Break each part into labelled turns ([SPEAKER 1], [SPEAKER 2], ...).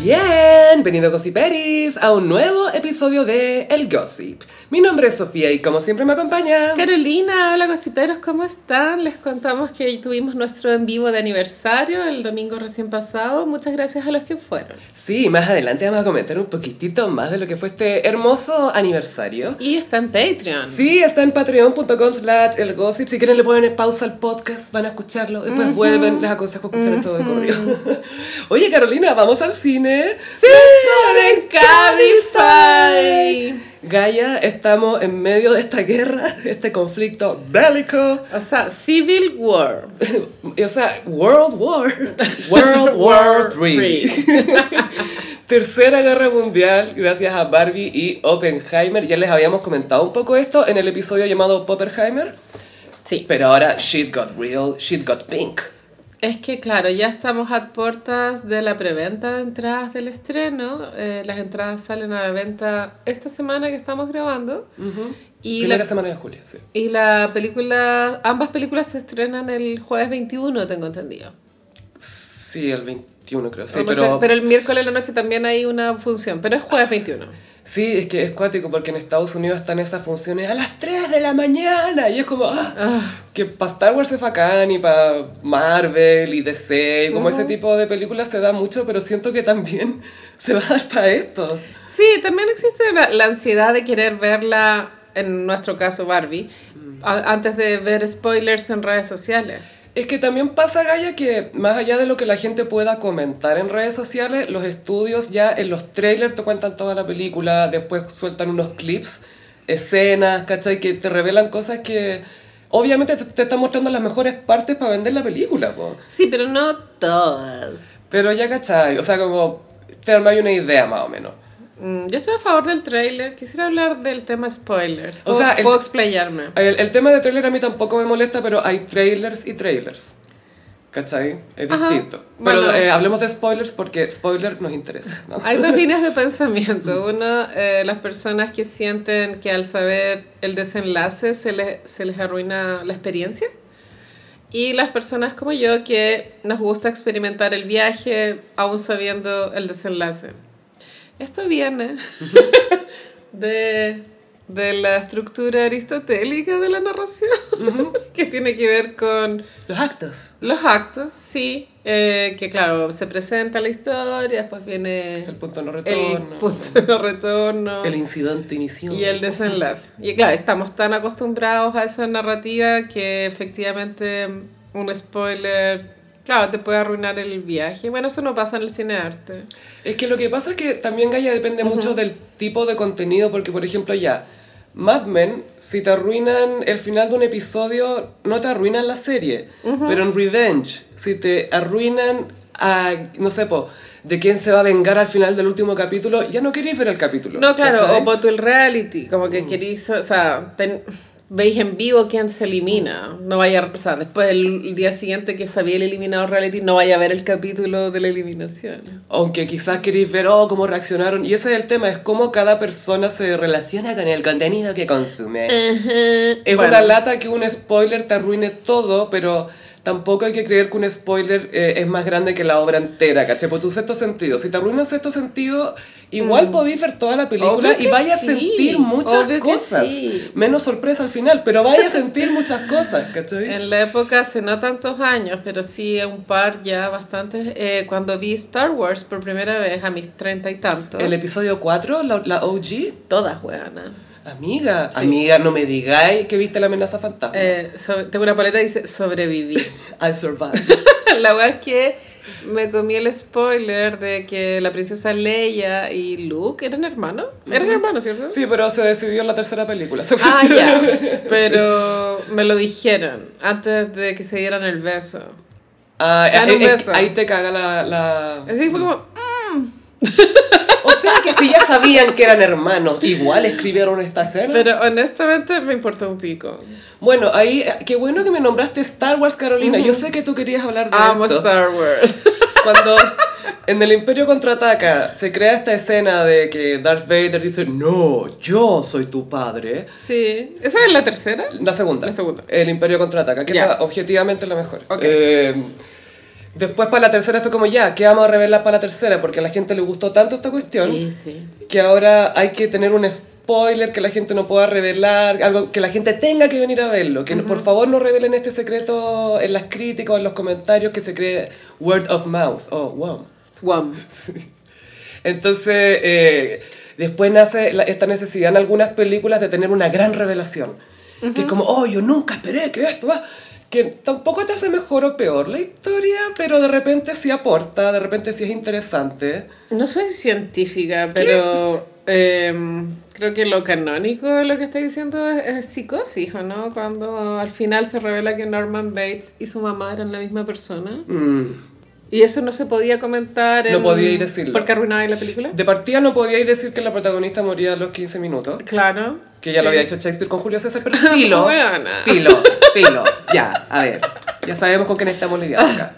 [SPEAKER 1] Bienvenido Gossiperis a un nuevo episodio de El Gossip. Mi nombre es Sofía y como siempre me acompaña.
[SPEAKER 2] Carolina, hola gossiperos, ¿cómo están? Les contamos que tuvimos nuestro en vivo de aniversario el domingo recién pasado. Muchas gracias a los que fueron.
[SPEAKER 1] Sí, más adelante vamos a comentar un poquitito más de lo que fue este hermoso aniversario.
[SPEAKER 2] Y está en Patreon.
[SPEAKER 1] Sí, está en patreon.com slash el gossip. Si quieren le ponen pausa al podcast, van a escucharlo, después vuelven, les aconsejo escuchar todo de corrido. Oye Carolina, vamos al cine.
[SPEAKER 2] ¡Sí!
[SPEAKER 1] Mejor en
[SPEAKER 2] Cabify.
[SPEAKER 1] Cabify. Gaia, estamos en medio de esta guerra, de este conflicto bélico.
[SPEAKER 2] O sea, Civil War.
[SPEAKER 1] O sea, World War. World War III. Tercera Guerra Mundial, gracias a Barbie y Oppenheimer. Ya les habíamos comentado un poco esto en el episodio llamado Poppenheimer.
[SPEAKER 2] Sí.
[SPEAKER 1] Pero ahora shit got real, shit got pink.
[SPEAKER 2] Es que claro, ya estamos a puertas de la preventa de entradas del estreno. Eh, las entradas salen a la venta esta semana que estamos grabando. Y
[SPEAKER 1] Primera
[SPEAKER 2] la-
[SPEAKER 1] semana de julio, sí.
[SPEAKER 2] Y la película, ambas películas se estrenan el jueves 21, tengo entendido.
[SPEAKER 1] Sí, el 21 creo. Sí,
[SPEAKER 2] O no sé,
[SPEAKER 1] pero,
[SPEAKER 2] pero... el miércoles en la noche también hay una función, pero es jueves 21.
[SPEAKER 1] sí, es que es cuático porque en Estados Unidos están esas funciones a las 3 de la mañana y es como, ah, que para Star Wars es bacán y para Marvel y DC, y como ese tipo de películas se da mucho, pero siento que también se va para esto.
[SPEAKER 2] Sí, también existe la, la ansiedad de querer verla, en nuestro caso Barbie, a- antes de ver spoilers en redes sociales.
[SPEAKER 1] Es que también pasa, Gaya, que más allá de lo que la gente pueda comentar en redes sociales, los estudios ya en los trailers te cuentan toda la película, después sueltan unos clips, escenas, ¿cachai? Que te revelan cosas que obviamente te, te están mostrando las mejores partes para vender la película, po.
[SPEAKER 2] Sí, pero no todas.
[SPEAKER 1] Pero ya, ¿cachai? O sea, como te armáis una idea más o menos.
[SPEAKER 2] Mm, Yo estoy a favor del tráiler, quisiera hablar del tema spoilers.
[SPEAKER 1] O
[SPEAKER 2] O
[SPEAKER 1] sea,
[SPEAKER 2] sea,
[SPEAKER 1] el-
[SPEAKER 2] puedo explayarme.
[SPEAKER 1] El, el tema de trailer a mí tampoco me molesta, pero hay trailers y trailers. ¿Cachai? Es
[SPEAKER 2] Ajá.
[SPEAKER 1] distinto. Pero
[SPEAKER 2] Bueno.
[SPEAKER 1] eh, hablemos de spoilers porque spoiler nos interesa. ¿no?
[SPEAKER 2] Hay dos líneas de pensamiento. Uno, eh, las personas que sienten que al saber el desenlace se les, se les arruina la experiencia. Y las personas como yo que nos gusta experimentar el viaje aún sabiendo el desenlace. Esto viene de, de la estructura aristotélica de la narración, que tiene que ver con
[SPEAKER 1] Los actos.
[SPEAKER 2] los actos, sí, eh, que claro, se presenta la historia, después viene
[SPEAKER 1] El punto de no
[SPEAKER 2] el
[SPEAKER 1] retorno. El,
[SPEAKER 2] punto de no retorno
[SPEAKER 1] incidente inició.
[SPEAKER 2] y el desenlace. Y claro, estamos tan acostumbrados a esa narrativa que efectivamente un spoiler, claro, te puede arruinar el viaje. Bueno, eso no pasa en el cine arte.
[SPEAKER 1] Es que lo que pasa es que también, Gaya, depende mucho del tipo de contenido, porque, por ejemplo, ya, Mad Men, si te arruinan el final de un episodio, no te arruinan la serie. Pero en Revenge, si te arruinan a, no sé, po, de quién se va a vengar al final del último capítulo, ya no queréis ver el capítulo.
[SPEAKER 2] No, claro,
[SPEAKER 1] ¿cachai? Mm.
[SPEAKER 2] o por tu el reality, como que querís, o sea, ten- veis en vivo quién se elimina. No vaya, o sea, después el día siguiente que sabía el eliminado reality, no vaya a ver el capítulo de la eliminación.
[SPEAKER 1] Aunque quizás queréis ver, oh, cómo reaccionaron. Y ese es el tema, es cómo cada persona se relaciona con el contenido que
[SPEAKER 2] Eh,
[SPEAKER 1] consume. Es
[SPEAKER 2] Bueno.
[SPEAKER 1] una lata que un spoiler te arruine todo, pero tampoco hay que creer que un spoiler eh, es más grande que la obra entera, ¿cachai? Por tu sexto sentido. Si te arruina sexto sentido, igual podís ver toda la película
[SPEAKER 2] Mm. Obvio
[SPEAKER 1] y
[SPEAKER 2] que
[SPEAKER 1] vayas
[SPEAKER 2] sí,
[SPEAKER 1] a sentir muchas
[SPEAKER 2] obvas que
[SPEAKER 1] cosas.
[SPEAKER 2] sí.
[SPEAKER 1] Menos sorpresa al final, pero vayas a sentir muchas cosas, ¿cachai?
[SPEAKER 2] En la época, hace no tantos años, pero sí un par ya bastantes, eh, cuando vi Star Wars por primera vez a mis treinta y tantos.
[SPEAKER 1] El episodio 4, la, la OG,
[SPEAKER 2] Todas, weona.
[SPEAKER 1] amiga, amiga, no me digáis que viste la amenaza fantasma.
[SPEAKER 2] Eh, so- tengo una palabra que dice sobreviví.
[SPEAKER 1] I survived.
[SPEAKER 2] la verdad es que me comí el spoiler de que la princesa Leia y Luke eran hermanos. Eran hermanos, ¿cierto?
[SPEAKER 1] Sí, pero se decidió en la tercera película. se
[SPEAKER 2] Ah,
[SPEAKER 1] fue-
[SPEAKER 2] ya. Pero me lo dijeron antes de que se dieran el beso.
[SPEAKER 1] Ah,
[SPEAKER 2] Se dan
[SPEAKER 1] eh,
[SPEAKER 2] un
[SPEAKER 1] eh,
[SPEAKER 2] beso.
[SPEAKER 1] ahí te caga la- la,
[SPEAKER 2] Así fue como,
[SPEAKER 1] O sea que si ya sabían que eran hermanos, igual escribieron esta escena.
[SPEAKER 2] Pero honestamente me importa un pico.
[SPEAKER 1] bueno, ahí, qué bueno que me nombraste Star Wars, Carolina. Yo sé que tú querías hablar de
[SPEAKER 2] Amo
[SPEAKER 1] esto.
[SPEAKER 2] Star Wars.
[SPEAKER 1] Cuando en el Imperio Contraataca se crea esta escena de que Darth Vader dice, no, yo soy tu padre.
[SPEAKER 2] Sí. ¿Esa es la tercera?
[SPEAKER 1] La segunda.
[SPEAKER 2] La segunda.
[SPEAKER 1] El Imperio Contraataca, que
[SPEAKER 2] Ya.
[SPEAKER 1] es la- objetivamente la mejor.
[SPEAKER 2] Ok.
[SPEAKER 1] Eh, Después para la tercera fue como ya, ¿qué vamos a revelar para la tercera? Porque a la gente le gustó tanto esta cuestión
[SPEAKER 2] Sí, sí.
[SPEAKER 1] que ahora hay que tener un spoiler que la gente no pueda revelar, algo que la gente tenga que venir a verlo. Que no- por favor no revelen este secreto en las críticas o en los comentarios que se cree word of mouth o wow.
[SPEAKER 2] Guam.
[SPEAKER 1] Entonces, eh, después nace la- esta necesidad en algunas películas de tener una gran revelación. Que es como, oh, yo nunca esperé que esto va. Que tampoco te hace mejor o peor la historia, pero de repente sí aporta, de repente sí es interesante.
[SPEAKER 2] No soy científica, pero em, creo que lo canónico de lo que está diciendo es, es psicosis, ¿o no? Cuando al final se revela que Norman Bates y su mamá eran la misma persona.
[SPEAKER 1] Mm.
[SPEAKER 2] Y eso no se podía comentar.
[SPEAKER 1] No podía ir decirlo.
[SPEAKER 2] Porque arruinaba la película.
[SPEAKER 1] De partida no podíais decir que la protagonista moría a los 15 minutos.
[SPEAKER 2] Claro.
[SPEAKER 1] Que ya lo
[SPEAKER 2] Sí.
[SPEAKER 1] había hecho Shakespeare con Julio César, pero filo.
[SPEAKER 2] Weona.
[SPEAKER 1] filo, filo. Ya, a ver. Ya sabemos con quién estamos lidiando acá.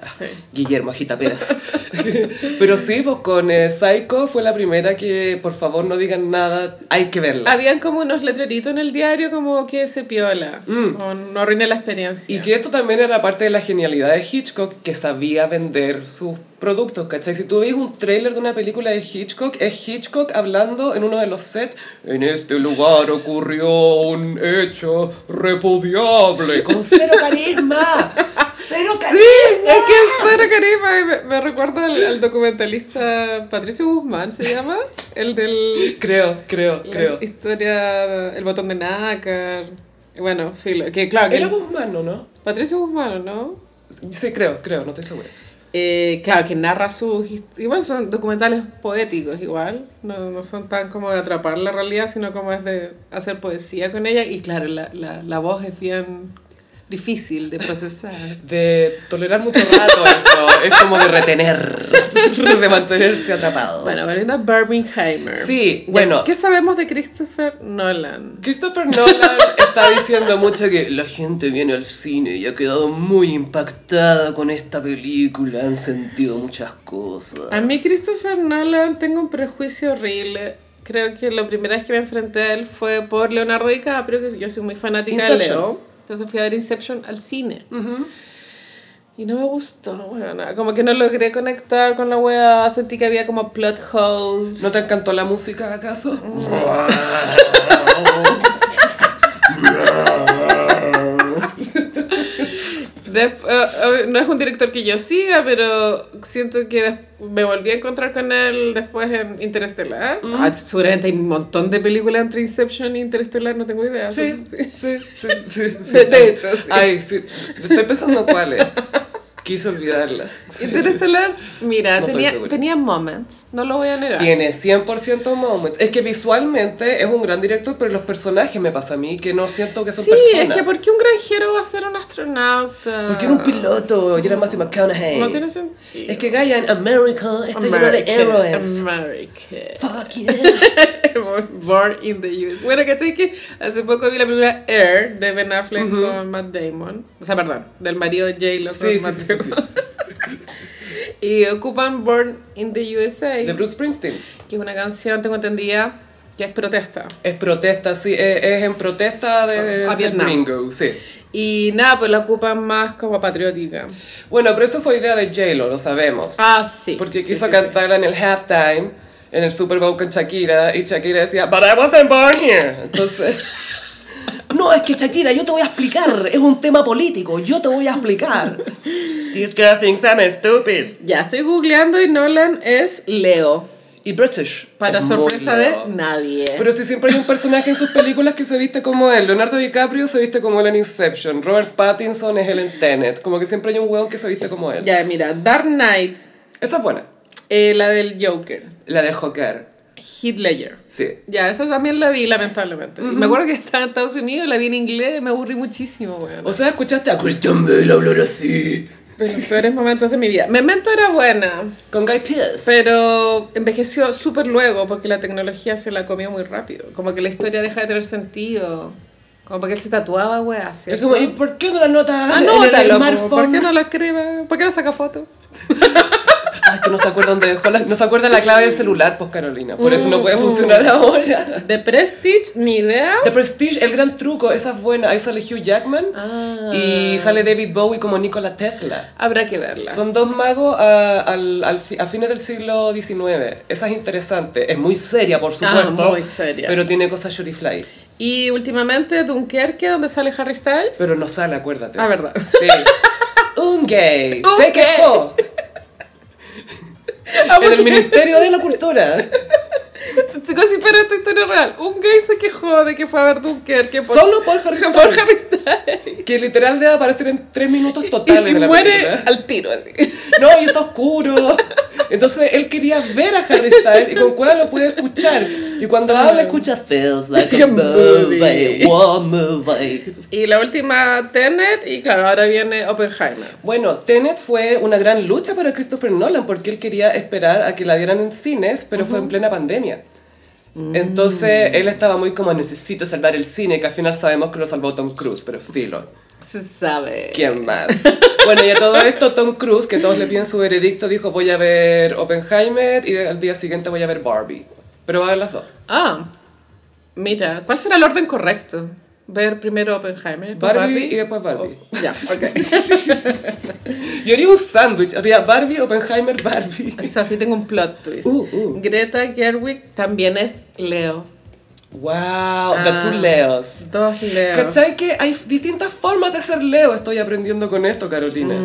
[SPEAKER 1] Guillermo Agita Pérez. pero sí, pues con eh, Psycho fue la primera que, por favor, no digan nada, hay que verla.
[SPEAKER 2] Habían como unos letreritos en el diario como que se piola. O no arruine la experiencia.
[SPEAKER 1] Mm. Y que esto también era parte de la genialidad de Hitchcock, que sabía vender sus productos, ¿cachai? Si tú veis un tráiler de una película de Hitchcock, es Hitchcock hablando en uno de los sets, en este lugar ocurrió un hecho repudiable, con cero carisma, cero carisma.
[SPEAKER 2] Es que Sara Carifa me, me recuerda al, al documentalista Patricio Guzmán, ¿se llama? El del...
[SPEAKER 1] Creo, creo,
[SPEAKER 2] la
[SPEAKER 1] creo.
[SPEAKER 2] historia... El botón de nácar. Bueno, filo. Que claro, que
[SPEAKER 1] Era Guzmán, ¿o ¿no?
[SPEAKER 2] Patricio Guzmán, ¿no?
[SPEAKER 1] Sí, creo, creo, no estoy segura.
[SPEAKER 2] Eh, claro, que narra sus... hist- Igual son documentales poéticos, igual. No, no son tan como de atrapar la realidad, sino como es de hacer poesía con ella. Y claro, la, la, la voz es bien difícil de procesar.
[SPEAKER 1] De tolerar mucho rato eso, es como de retener, de mantenerse atrapado.
[SPEAKER 2] Bueno, Brenda Birmingheimer.
[SPEAKER 1] Sí,
[SPEAKER 2] Ya,
[SPEAKER 1] bueno.
[SPEAKER 2] Eh, ¿Qué sabemos de Christopher Nolan?
[SPEAKER 1] Christopher Nolan está diciendo mucho que la gente viene al cine y ha quedado muy impactada con esta película, han sentido muchas
[SPEAKER 2] A
[SPEAKER 1] cosas.
[SPEAKER 2] mí Christopher Nolan tengo un prejuicio horrible. Creo que la primera vez que me enfrenté a él fue por Leonardo DiCaprio, que yo soy muy fanática de
[SPEAKER 1] Inception.
[SPEAKER 2] Leo. Entonces fui a ver Inception al cine. Y no me gustó, weona. Como que no logré conectar con la wea. Sentí que había como plot holes.
[SPEAKER 1] ¿No te encantó la música acaso?
[SPEAKER 2] Mm. Dep- eh, eh, no es un director que yo siga, pero siento que des- me volví a encontrar con él después en Interestelar.
[SPEAKER 1] Mm.
[SPEAKER 2] Ah, seguramente hay un montón de películas entre Inception y Interestelar, no tengo idea.
[SPEAKER 1] Sí,
[SPEAKER 2] Son-
[SPEAKER 1] sí, sí, sí, sí.
[SPEAKER 2] De hecho, sí.
[SPEAKER 1] Ay, sí. Estoy pensando cuáles. Quise olvidarlas.
[SPEAKER 2] Interestelar, mira,
[SPEAKER 1] No estoy
[SPEAKER 2] tenía,
[SPEAKER 1] seguro.
[SPEAKER 2] tenía moments, no lo voy a negar.
[SPEAKER 1] Tiene 100% moments. Es que visualmente es un gran director, pero los personajes me pasa a mí que no siento que son
[SPEAKER 2] Sí,
[SPEAKER 1] personas.
[SPEAKER 2] es que ¿por qué un granjero va a ser un astronauta?
[SPEAKER 1] Porque era un piloto y era Matthew McConaughey.
[SPEAKER 2] No tiene sentido.
[SPEAKER 1] Es que Gaia en America está lleno de héroes.
[SPEAKER 2] American.
[SPEAKER 1] Fuck yeah.
[SPEAKER 2] Born in the US. Bueno, ¿cachai? Que hace poco vi la película Air de Ben Affleck con Matt Damon. O sea, perdón, del marido de J-Lo con
[SPEAKER 1] Sí, sí,
[SPEAKER 2] Matt
[SPEAKER 1] sí, sí, sí.
[SPEAKER 2] Damon. Y ocupan Born in the USA,
[SPEAKER 1] De Bruce Springsteen.
[SPEAKER 2] que es una canción, tengo entendida, que es protesta.
[SPEAKER 1] Es protesta, sí, es, es en protesta de, de
[SPEAKER 2] A
[SPEAKER 1] ser
[SPEAKER 2] Vietnam.
[SPEAKER 1] gringo, sí.
[SPEAKER 2] Y nada, pues la ocupan más como patriótica.
[SPEAKER 1] Bueno, pero eso fue idea de J-Lo, lo sabemos.
[SPEAKER 2] Ah, sí.
[SPEAKER 1] Porque
[SPEAKER 2] Sí,
[SPEAKER 1] quiso
[SPEAKER 2] sí,
[SPEAKER 1] cantarla en el halftime, en el Super Bowl con Shakira, y Shakira decía, But I wasn't born here. Entonces. No, es que Shakira, yo te voy a explicar. Es un tema político. Yo te voy a explicar. This girl thinks I'm stupid.
[SPEAKER 2] sí. Ya estoy googleando y Nolan es Leo.
[SPEAKER 1] Y British.
[SPEAKER 2] Para
[SPEAKER 1] Es muy
[SPEAKER 2] sorpresa de
[SPEAKER 1] loco.
[SPEAKER 2] nadie.
[SPEAKER 1] Pero si siempre hay un personaje en sus películas que se viste como él. Leonardo DiCaprio se viste como él en Inception. Robert Pattinson es él en Tenet. Como que siempre hay un hueón que se viste como él.
[SPEAKER 2] Ya, mira, Dark Knight,
[SPEAKER 1] Esa es buena.
[SPEAKER 2] eh, la del Joker,
[SPEAKER 1] La de Joker.
[SPEAKER 2] Heath Ledger.
[SPEAKER 1] Sí.
[SPEAKER 2] Ya, esa también la vi, lamentablemente. Y Me acuerdo que estaba en Estados Unidos, la vi en inglés, me aburrí muchísimo, weón.
[SPEAKER 1] O sea, escuchaste a Christian Bale hablar así.
[SPEAKER 2] De los peores momentos de mi vida. Memento era buena,
[SPEAKER 1] Con Guy Pearce.
[SPEAKER 2] pero envejeció súper luego porque la tecnología se la comió muy rápido. Como que la historia deja de tener sentido. Como porque él se tatuaba, weón.
[SPEAKER 1] Es como, ¿y por qué no la notas en el
[SPEAKER 2] Ah, Anótalo, como,
[SPEAKER 1] smartphone?
[SPEAKER 2] ¿por qué no lo escribe? ¿Por qué no saca foto?
[SPEAKER 1] ¿A Ah, que no se acuerdan dónde dejó la, no se acuerdan la clave del celular, pues Carolina. Por eso no
[SPEAKER 2] Mm.
[SPEAKER 1] puede funcionar ahora.
[SPEAKER 2] The Prestige, ni idea.
[SPEAKER 1] The Prestige, el gran truco, esa es buena. Ahí sale Hugh Jackman
[SPEAKER 2] Ah.
[SPEAKER 1] y sale David Bowie como Nikola Tesla.
[SPEAKER 2] Habrá que verla.
[SPEAKER 1] Son dos magos a, al- al fi- a fines del siglo XIX. Esa es interesante. Es muy seria, por supuesto.
[SPEAKER 2] Ah, muy seria.
[SPEAKER 1] Pero tiene cosas Fly.
[SPEAKER 2] Y últimamente Dunkerque, donde sale Harry Styles.
[SPEAKER 1] Pero no sale, acuérdate.
[SPEAKER 2] Ah, verdad.
[SPEAKER 1] Sí. Un gay
[SPEAKER 2] Un
[SPEAKER 1] se
[SPEAKER 2] gay.
[SPEAKER 1] quejó
[SPEAKER 2] Ah,
[SPEAKER 1] en el Ministerio de la Cultura
[SPEAKER 2] Chicos, sí, pero esta historia es real. Un gay se quejó de que fue a ver Dunkerque por,
[SPEAKER 1] solo por Harry
[SPEAKER 2] por
[SPEAKER 1] Styles,
[SPEAKER 2] Harry Styles.
[SPEAKER 1] que literal debe aparecer en tres minutos
[SPEAKER 2] Y,
[SPEAKER 1] totales
[SPEAKER 2] y
[SPEAKER 1] de la
[SPEAKER 2] muere
[SPEAKER 1] película.
[SPEAKER 2] al tiro, así.
[SPEAKER 1] No, y está oscuro. Entonces él quería ver a Harry Styles y con cuál lo puede escuchar. Y cuando habla escucha feels like a
[SPEAKER 2] Ah. Like a movie.
[SPEAKER 1] movie, war movie.
[SPEAKER 2] Y la última Tenet, y claro, ahora viene Oppenheimer.
[SPEAKER 1] Bueno, Tenet fue una gran lucha para Christopher Nolan porque él quería esperar a que la dieran en cines, pero fue en plena pandemia. Entonces él estaba muy como necesito salvar el cine, que al final sabemos que lo salvó Tom Cruise, pero filo,
[SPEAKER 2] Se sabe.
[SPEAKER 1] ¿quién más? bueno, y a todo esto Tom Cruise, que todos le piden su veredicto, dijo voy a ver Oppenheimer y de- al día siguiente voy a ver Barbie. Pero va a ver las dos.
[SPEAKER 2] Ah, mira, ¿cuál será el orden correcto? Ver primero Oppenheimer, después
[SPEAKER 1] Barbie,
[SPEAKER 2] Barbie,
[SPEAKER 1] y después Barbie.
[SPEAKER 2] o- ya, ok.
[SPEAKER 1] Yo haría un sándwich, haría Barbie, Oppenheimer, Barbie.
[SPEAKER 2] Sophie, tengo un plot twist.
[SPEAKER 1] Uh, uh.
[SPEAKER 2] Greta Gerwig también es Leo.
[SPEAKER 1] Wow, the two Leos.
[SPEAKER 2] Dos Leos.
[SPEAKER 1] ¿Cachai que hay distintas formas de ser Leo? Estoy aprendiendo con esto, Carolina.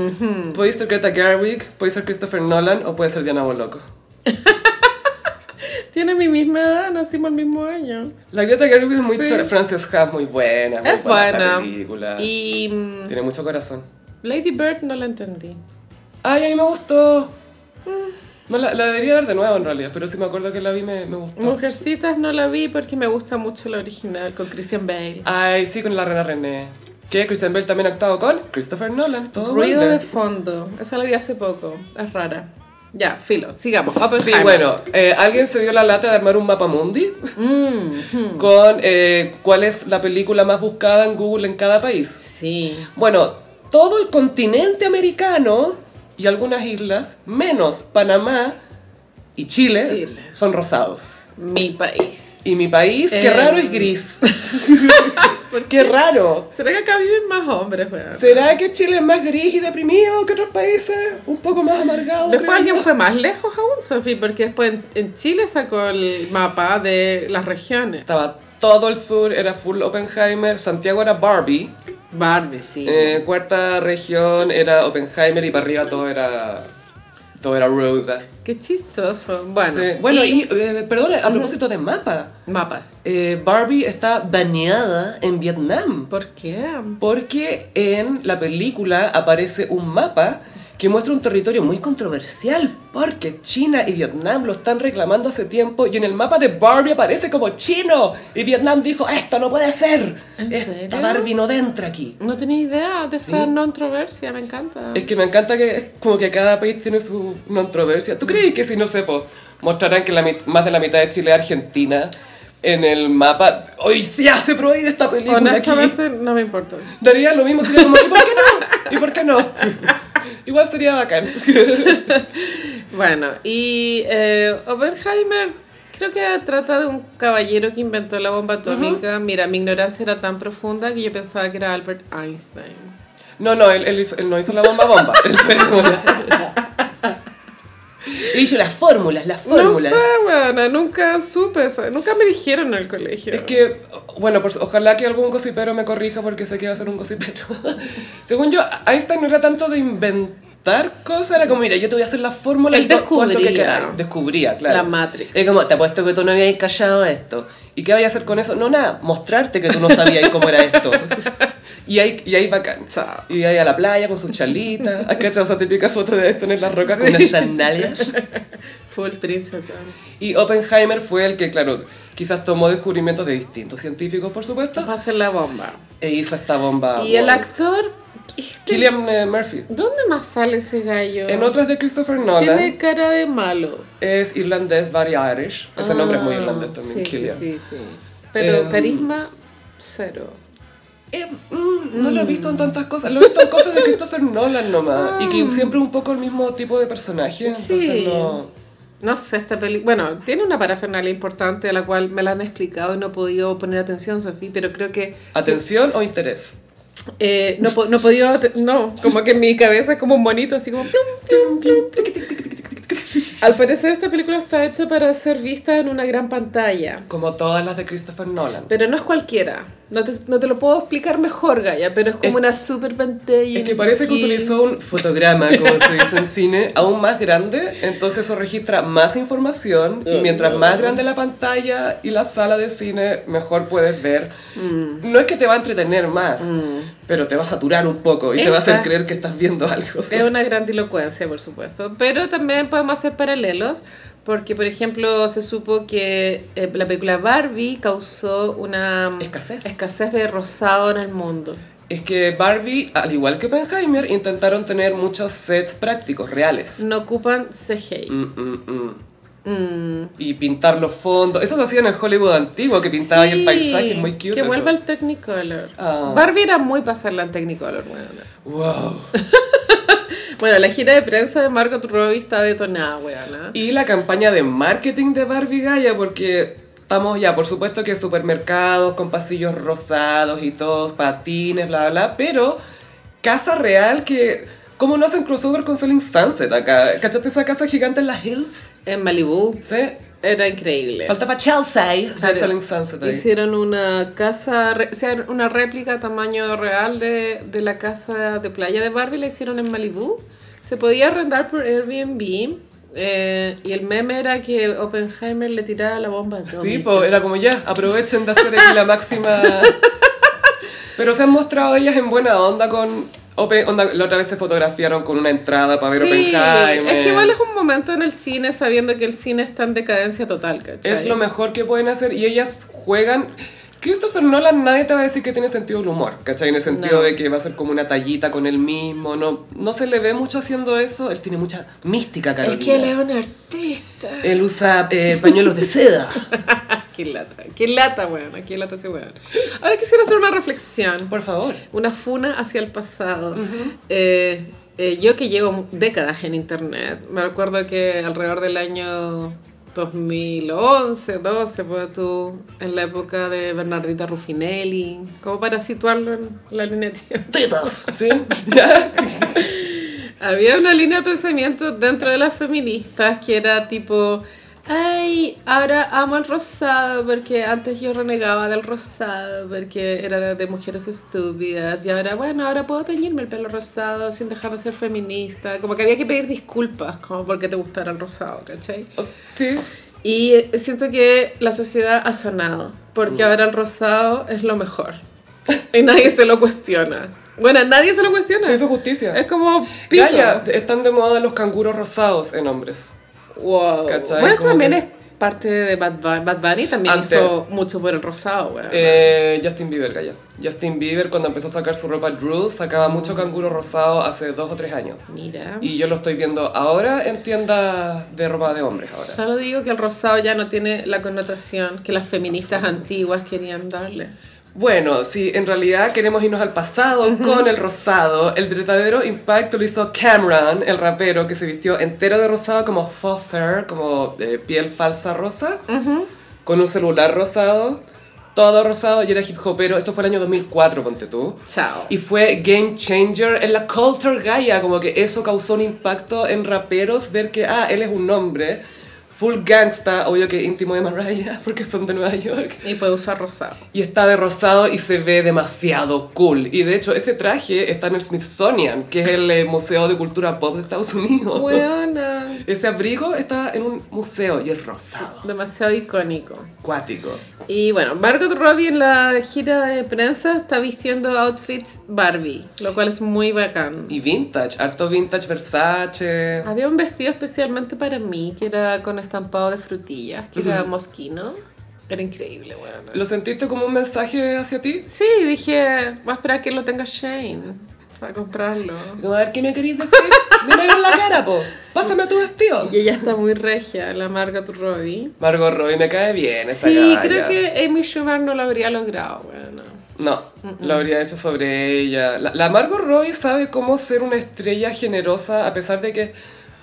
[SPEAKER 1] Puede ser Greta Gerwig, puede ser Christopher Nolan o puede ser Diana Boloco.
[SPEAKER 2] Tiene mi misma edad, nacimos el mismo año.
[SPEAKER 1] La Greta Gerwig es muy
[SPEAKER 2] Sí.
[SPEAKER 1] chora. Frances Ha es muy buena, muy
[SPEAKER 2] es
[SPEAKER 1] buena, esa
[SPEAKER 2] buena.
[SPEAKER 1] película.
[SPEAKER 2] Y mm,
[SPEAKER 1] Tiene mucho corazón.
[SPEAKER 2] Lady Bird no la entendí.
[SPEAKER 1] Ay, a mí me gustó. No, la, la debería ver de nuevo en realidad, pero si me acuerdo que la vi me, me
[SPEAKER 2] Mm.
[SPEAKER 1] gustó.
[SPEAKER 2] Mujercitas no la vi porque me gusta mucho la original con Christian Bale.
[SPEAKER 1] Ay, sí, con la Rena René. Que Christian Bell también ha actuado con Christopher Nolan. Todo
[SPEAKER 2] Ruido
[SPEAKER 1] vuelve.
[SPEAKER 2] de fondo. Esa la vi hace poco. Es rara. Ya, filo. Sigamos.
[SPEAKER 1] Sí,
[SPEAKER 2] Oppenheimer.
[SPEAKER 1] bueno, eh, alguien se dio la lata de armar un mapa mundi
[SPEAKER 2] Mm-hmm.
[SPEAKER 1] con eh, cuál es la película más buscada en Google en cada país.
[SPEAKER 2] Sí.
[SPEAKER 1] Bueno, todo el continente americano y algunas islas, menos Panamá y Chile,
[SPEAKER 2] Chile.
[SPEAKER 1] son rosados.
[SPEAKER 2] Mi país.
[SPEAKER 1] Y mi país, qué
[SPEAKER 2] Eh.
[SPEAKER 1] raro, es gris. qué raro.
[SPEAKER 2] ¿Será que acá viven más hombres, weón?
[SPEAKER 1] ¿Será que Chile es más gris y deprimido que otros países? Un poco más amargado.
[SPEAKER 2] Después
[SPEAKER 1] creo
[SPEAKER 2] alguien
[SPEAKER 1] yo.
[SPEAKER 2] fue más lejos aún, Sofi, porque después en, en Chile sacó el mapa de las regiones.
[SPEAKER 1] Estaba todo el sur, era full Oppenheimer, Santiago era Barbie.
[SPEAKER 2] Barbie, sí.
[SPEAKER 1] Eh, cuarta región era Oppenheimer y para arriba todo era todo era rosa.
[SPEAKER 2] Qué chistoso. Bueno,
[SPEAKER 1] Sí. Bueno, y, eh, perdona, a propósito de mapa,
[SPEAKER 2] mapas.
[SPEAKER 1] eh, Barbie está baneada en Vietnam
[SPEAKER 2] ¿Por qué?
[SPEAKER 1] porque en la película aparece un mapa que muestra un territorio muy controversial porque China y Vietnam lo están reclamando hace tiempo y en el mapa de Barbie aparece como chino y Vietnam dijo, esto no puede ser,
[SPEAKER 2] ¿En serio?
[SPEAKER 1] esta Barbie no entra aquí.
[SPEAKER 2] No tenía idea de
[SPEAKER 1] Sí.
[SPEAKER 2] esa no controversia, me encanta.
[SPEAKER 1] Es que me encanta que es como que cada país tiene su controversia. ¿Tú crees que si no sé, po, mostrarán que la mit- más de la mitad de Chile es Argentina en el mapa? Hoy sí hace prohibir esta película aquí.
[SPEAKER 2] Honestamente, no me importa.
[SPEAKER 1] Daría lo mismo, sería como, ¿y por qué no? ¿Y por qué no? Igual sería bacán.
[SPEAKER 2] Bueno, y eh, Oppenheimer creo que trata de un caballero que inventó la bomba atómica. Mira, mi ignorancia era tan profunda que yo pensaba que era Albert Einstein.
[SPEAKER 1] No, no, él, él hizo- él no hizo la bomba bomba. Él hizo las fórmulas, las
[SPEAKER 2] No sé, weona, nunca supe eso. Nunca me dijeron en el colegio.
[SPEAKER 1] Es que, bueno, por- ojalá que algún gossipero me corrija porque sé que va a ser un gossipero. Según yo, Einstein no era tanto de inventar cosas, era como, mira, yo te voy a hacer la fórmula
[SPEAKER 2] Él
[SPEAKER 1] y tú- tú haz lo que
[SPEAKER 2] descubría.
[SPEAKER 1] queráis. Descubría, claro.
[SPEAKER 2] La Matrix.
[SPEAKER 1] Es como, te apuesto que tú no habías callado esto. ¿Y qué vayas a hacer con eso? No, nada, mostrarte que tú no sabías cómo era esto. Y ahí, y ahí bacán.
[SPEAKER 2] Chao.
[SPEAKER 1] Y ahí a la playa con sus chalitas. ¿Has cachado esa típica foto de Einstein en las rocas con
[SPEAKER 2] Sí.
[SPEAKER 1] unas sandalias?
[SPEAKER 2] Full príncipe.
[SPEAKER 1] Y Oppenheimer fue el que, claro, quizás tomó descubrimientos de distintos científicos, por supuesto,
[SPEAKER 2] Va a ser la bomba.
[SPEAKER 1] e hizo esta bomba.
[SPEAKER 2] y el
[SPEAKER 1] wow.
[SPEAKER 2] actor. este-
[SPEAKER 1] Cillian eh, Murphy.
[SPEAKER 2] ¿Dónde más sale ese gallo?
[SPEAKER 1] En otras de Christopher Nolan,
[SPEAKER 2] Tiene cara de malo.
[SPEAKER 1] es irlandés, very Irish. Ese
[SPEAKER 2] Ah,
[SPEAKER 1] nombre es muy irlandés también, Em,
[SPEAKER 2] sí,
[SPEAKER 1] Cillian.
[SPEAKER 2] Sí, sí, sí. Pero
[SPEAKER 1] Em,
[SPEAKER 2] carisma, cero.
[SPEAKER 1] eh, mm, no lo he visto en tantas cosas. Lo he visto en cosas de Christopher Nolan nomás. Y que siempre un poco el mismo tipo de personaje. Entonces
[SPEAKER 2] Ah. Sí.
[SPEAKER 1] no.
[SPEAKER 2] No sé, esta película. Bueno, tiene una parafernalia importante a la cual me la han explicado y no he podido poner atención, Sofía, pero creo que.
[SPEAKER 1] ¿Atención o interés?
[SPEAKER 2] eh, no, po- no he podido. ate- No, como que en mi cabeza es como un monito, así como. plum, plum, plum, tic, tic, tic, tic, tic, tic. Al parecer, esta película está hecha para ser vista en una gran pantalla.
[SPEAKER 1] Como todas las de Christopher Nolan.
[SPEAKER 2] Pero no es cualquiera. No te, no te lo puedo explicar mejor, Gaya, pero es como
[SPEAKER 1] Es-
[SPEAKER 2] una super pantalla.
[SPEAKER 1] Es que parece que utilizó un fotograma, como se dice en cine, aún más grande, entonces eso registra más información y mientras más grande la pantalla y la sala de cine, mejor puedes ver.
[SPEAKER 2] Mm.
[SPEAKER 1] No es que te va a entretener más, pero te va a saturar un poco y te va a hacer
[SPEAKER 2] Esta-
[SPEAKER 1] creer que estás viendo algo.
[SPEAKER 2] Es una grandilocuencia, por supuesto. Pero también podemos hacer paralelos, porque, por ejemplo, se supo que eh, la película Barbie causó una mm,
[SPEAKER 1] Escasez.
[SPEAKER 2] escasez de rosado en el mundo.
[SPEAKER 1] Es que Barbie, al igual que Oppenheimer, intentaron tener muchos sets prácticos, reales.
[SPEAKER 2] No ocupan CGI.
[SPEAKER 1] Mm, mm, mm.
[SPEAKER 2] Mm,
[SPEAKER 1] Y pintar los fondos. Eso lo hacían en el Hollywood antiguo, que pintaba ahí el
[SPEAKER 2] Sí,
[SPEAKER 1] paisaje, es muy cute.
[SPEAKER 2] Que
[SPEAKER 1] eso.
[SPEAKER 2] vuelva el Technicolor.
[SPEAKER 1] Ah.
[SPEAKER 2] Barbie era muy pasarla en Technicolor, weona.
[SPEAKER 1] Wow.
[SPEAKER 2] Bueno, la gira de prensa de Margot Robbie está detonada, weona.
[SPEAKER 1] Y la campaña de marketing de Barbie Gaia, porque estamos ya, por supuesto que supermercados con pasillos rosados y todos, patines, bla, bla, pero Casa Real que... ¿Cómo no hacen crossover con Selling Sunset acá? ¿Cachaste esa casa gigante en las Hills?
[SPEAKER 2] En Malibu.
[SPEAKER 1] ¿Sí?
[SPEAKER 2] Era increíble.
[SPEAKER 1] Faltaba Chelsea
[SPEAKER 2] Claro.
[SPEAKER 1] de Selling Sunset ahí.
[SPEAKER 2] Hicieron una casa, re- o sea, una réplica a tamaño real de, de la casa de playa de Barbie, la hicieron en Malibu. Se podía arrendar por Airbnb eh, y el meme era que Oppenheimer le tiraba la bomba atómica.
[SPEAKER 1] Sí, pues era como ya, aprovechen de hacer aquí la máxima. Pero se han mostrado ellas en buena onda con. Open, onda, la otra vez se fotografiaron con una entrada para ver
[SPEAKER 2] Sí,
[SPEAKER 1] Oppenheimer.
[SPEAKER 2] es que igual es un momento en el cine sabiendo que el cine está en decadencia total, ¿cachai?
[SPEAKER 1] Es lo mejor que pueden hacer y ellas juegan. Christopher Nolan, nadie te va a decir que tiene sentido el humor, ¿cachai? En el sentido
[SPEAKER 2] No.
[SPEAKER 1] de que va a ser como una tallita con él mismo, no, no se le ve mucho haciendo eso, él tiene mucha mística,
[SPEAKER 2] Es
[SPEAKER 1] Carolina.
[SPEAKER 2] que él es un artista.
[SPEAKER 1] Él usa eh, pañuelos de seda.
[SPEAKER 2] qué lata, qué lata, weón, qué lata ese weón. Ahora quisiera hacer una reflexión.
[SPEAKER 1] Por favor.
[SPEAKER 2] Una funa hacia el pasado. Eh, eh, yo que llevo mu- décadas en internet, me recuerdo que alrededor del año 2011, 12, fue tú, en la época de Bernardita Ruffinelli, como para situarlo en la línea de tiempo.
[SPEAKER 1] Tetas. ¿Sí? ¿Ya?
[SPEAKER 2] Había una línea de pensamiento dentro de las feministas que era tipo, ay, ahora amo el rosado porque antes yo renegaba del rosado porque era de, de mujeres estúpidas y ahora, bueno, ahora puedo teñirme el pelo rosado sin dejar de ser feminista. Como que había que pedir disculpas como porque te gustara el rosado, ¿cachai?
[SPEAKER 1] O- sí.
[SPEAKER 2] Y siento que la sociedad ha sanado, porque ahora el rosado es lo mejor. Y nadie se lo cuestiona. Bueno, nadie se lo cuestiona.
[SPEAKER 1] Se hizo justicia.
[SPEAKER 2] Es como pico.
[SPEAKER 1] Gaya, están de moda los canguros rosados en hombres.
[SPEAKER 2] Wow.
[SPEAKER 1] ¿Cachai?
[SPEAKER 2] Bueno, eso
[SPEAKER 1] Como
[SPEAKER 2] también
[SPEAKER 1] que-
[SPEAKER 2] es parte de Bad Bunny. Bad Bunny también
[SPEAKER 1] Antes.
[SPEAKER 2] hizo mucho por el rosado, weón.
[SPEAKER 1] Eh, Justin Bieber, Gaya. Justin Bieber, cuando empezó a sacar su ropa Drew, sacaba mucho canguro rosado hace dos o tres años.
[SPEAKER 2] Mira.
[SPEAKER 1] Y yo lo estoy viendo ahora en tiendas de ropa de hombres ahora.
[SPEAKER 2] Solo digo que el rosado ya no tiene la connotación que las feministas antiguas querían darle.
[SPEAKER 1] Bueno, si en realidad queremos irnos al pasado con el rosado, el verdadero impacto lo hizo Cameron, el rapero que se vistió entero de rosado como faux fur, como eh, piel falsa rosa, con un celular rosado, todo rosado y era hip hopero. Esto fue el año 2004, ponte tú.
[SPEAKER 2] Chao.
[SPEAKER 1] Y fue game changer en la culture Gaia, como que eso causó un impacto en raperos, ver que, ah, él es un hombre, full gangsta, obvio que íntimo de Mariah, porque son de Nueva York.
[SPEAKER 2] Y puede usar rosado.
[SPEAKER 1] Y está de rosado y se ve demasiado cool. Y de hecho, ese traje está en el Smithsonian, que es el eh, Museo de Cultura Pop de Estados Unidos.
[SPEAKER 2] Weona.
[SPEAKER 1] Ese abrigo está en un museo y es rosado,
[SPEAKER 2] Demasiado icónico.
[SPEAKER 1] acuático.
[SPEAKER 2] Y bueno, Margot Robbie en la gira de prensa está vistiendo outfits Barbie, lo cual es muy bacán.
[SPEAKER 1] Y vintage, harto vintage Versace.
[SPEAKER 2] Había un vestido especialmente para mí que era con estampado de frutillas, que era mosquino. Era increíble, bueno.
[SPEAKER 1] ¿Lo sentiste como un mensaje hacia ti?
[SPEAKER 2] Sí, dije, voy a esperar que lo tenga Shane para comprarlo.
[SPEAKER 1] Como, a ver, ¿qué me querés decir? Dímelo en la cara, po. Pásame tu vestido.
[SPEAKER 2] Y ella está muy regia, la Margot Robbie.
[SPEAKER 1] Margot Robbie me cae bien esa
[SPEAKER 2] Sí,
[SPEAKER 1] galla.
[SPEAKER 2] creo que Amy Schumer no lo habría logrado, bueno.
[SPEAKER 1] No, lo habría hecho sobre ella. La, la Margot Roy sabe cómo ser una estrella generosa a pesar de que,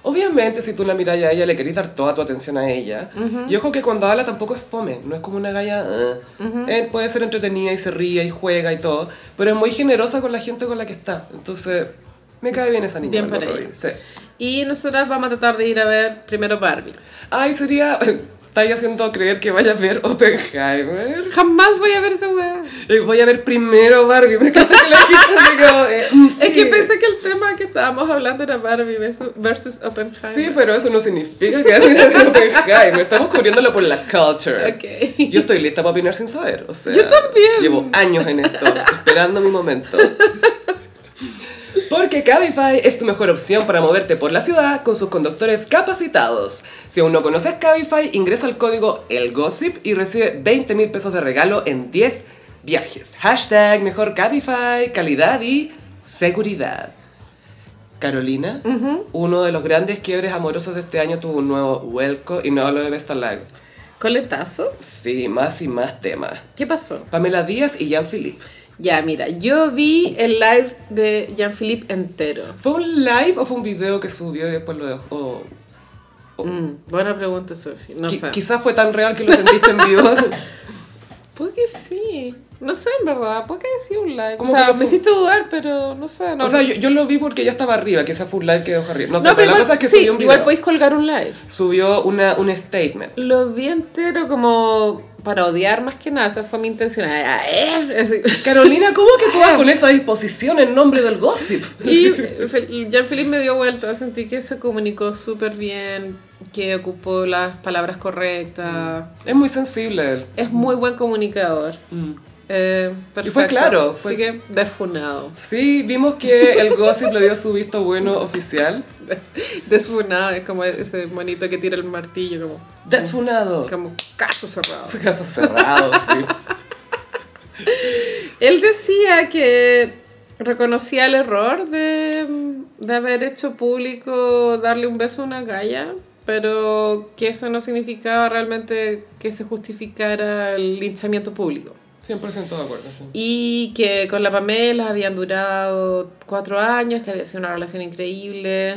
[SPEAKER 1] obviamente, si tú la miras a ella, le querés dar toda tu atención a ella. Y ojo que cuando habla tampoco es fome, no es como una galla... eh. Eh, puede ser entretenida y se ríe y juega y todo, pero es muy generosa con la gente con la que está. Entonces, me cae bien esa niña.
[SPEAKER 2] Bien
[SPEAKER 1] Margot
[SPEAKER 2] para
[SPEAKER 1] Robbie,
[SPEAKER 2] ella.
[SPEAKER 1] sí.
[SPEAKER 2] Y nosotras vamos a tratar de ir a ver primero Barbie.
[SPEAKER 1] Ay, sería... Estáis haciendo creer que vaya a ver Oppenheimer.
[SPEAKER 2] Jamás voy a ver esa weá.
[SPEAKER 1] Eh, Voy a ver primero Barbie. Me encanta que la gente así como, eh, mm, sí.
[SPEAKER 2] Es que pensé que el tema que estábamos hablando era Barbie versus, versus Oppenheimer.
[SPEAKER 1] Sí, pero eso no significa que hacen a Oppenheimer. Estamos cubriéndolo por la culture.
[SPEAKER 2] Ok.
[SPEAKER 1] Yo estoy lista para opinar sin saber. O sea,
[SPEAKER 2] Yo también.
[SPEAKER 1] Llevo años en esto, esperando mi momento. Porque Cabify es tu mejor opción para moverte por la ciudad con sus conductores capacitados. Si aún no conoces Cabify, ingresa el código ELGOSIP y recibe 20 mil pesos de regalo en 10 viajes. Hashtag mejor Cabify, calidad y seguridad. Carolina, uno de los grandes quiebres amorosos de este año tuvo un nuevo vuelco y no hablo de Vesta Live.
[SPEAKER 2] Coletazo.
[SPEAKER 1] Sí, más y más temas.
[SPEAKER 2] ¿Qué pasó?
[SPEAKER 1] Pamela Díaz y Jean-Philippe.
[SPEAKER 2] Ya, mira, yo vi el live de Jean-Philippe entero.
[SPEAKER 1] ¿Fue un live o fue un video que subió y después lo dejó?
[SPEAKER 2] Mm, buena pregunta, Sofi. No
[SPEAKER 1] Oh. Qui-
[SPEAKER 2] sé.
[SPEAKER 1] Quizás fue tan real que lo sentiste en vivo.
[SPEAKER 2] Puede que sí. No sé, en verdad. Puede que sí un live. O
[SPEAKER 1] Como
[SPEAKER 2] sea,
[SPEAKER 1] que lo
[SPEAKER 2] me
[SPEAKER 1] sub-
[SPEAKER 2] hiciste dudar, pero no sé. No,
[SPEAKER 1] o sea, yo, yo lo vi porque ella estaba arriba, quizás fue un live que dejó arriba. No, sé, pero
[SPEAKER 2] No, pero
[SPEAKER 1] la
[SPEAKER 2] igual,
[SPEAKER 1] cosa es que
[SPEAKER 2] sí,
[SPEAKER 1] subió un video.
[SPEAKER 2] igual podéis colgar un live.
[SPEAKER 1] Subió una, un statement.
[SPEAKER 2] Lo vi entero como para odiar más que nada. Esa fue mi intención. Ah, eh, así.
[SPEAKER 1] Carolina, ¿cómo que tú vas con esa disposición en nombre del gossip?
[SPEAKER 2] Y Fe- Jean-Philippe me dio vuelta. Sentí que se comunicó súper bien, que ocupó las palabras correctas.
[SPEAKER 1] Es muy sensible él.
[SPEAKER 2] Es muy buen comunicador. Eh, perfecto.
[SPEAKER 1] Y fue claro, fue-
[SPEAKER 2] Así que desfunado.
[SPEAKER 1] Sí, vimos que el gossip le dio su visto bueno oficial.
[SPEAKER 2] Des- desfunado es como ese monito que tira el martillo, como,
[SPEAKER 1] Desunado.
[SPEAKER 2] como caso cerrado.
[SPEAKER 1] Caso cerrado, sí.
[SPEAKER 2] Él decía que reconocía el error de, de haber hecho público darle un beso a una galla, pero que eso no significaba realmente que se justificara el linchamiento público.
[SPEAKER 1] 100% de acuerdo, sí.
[SPEAKER 2] Y que con la Pamela habían durado cuatro años, que había sido una relación increíble,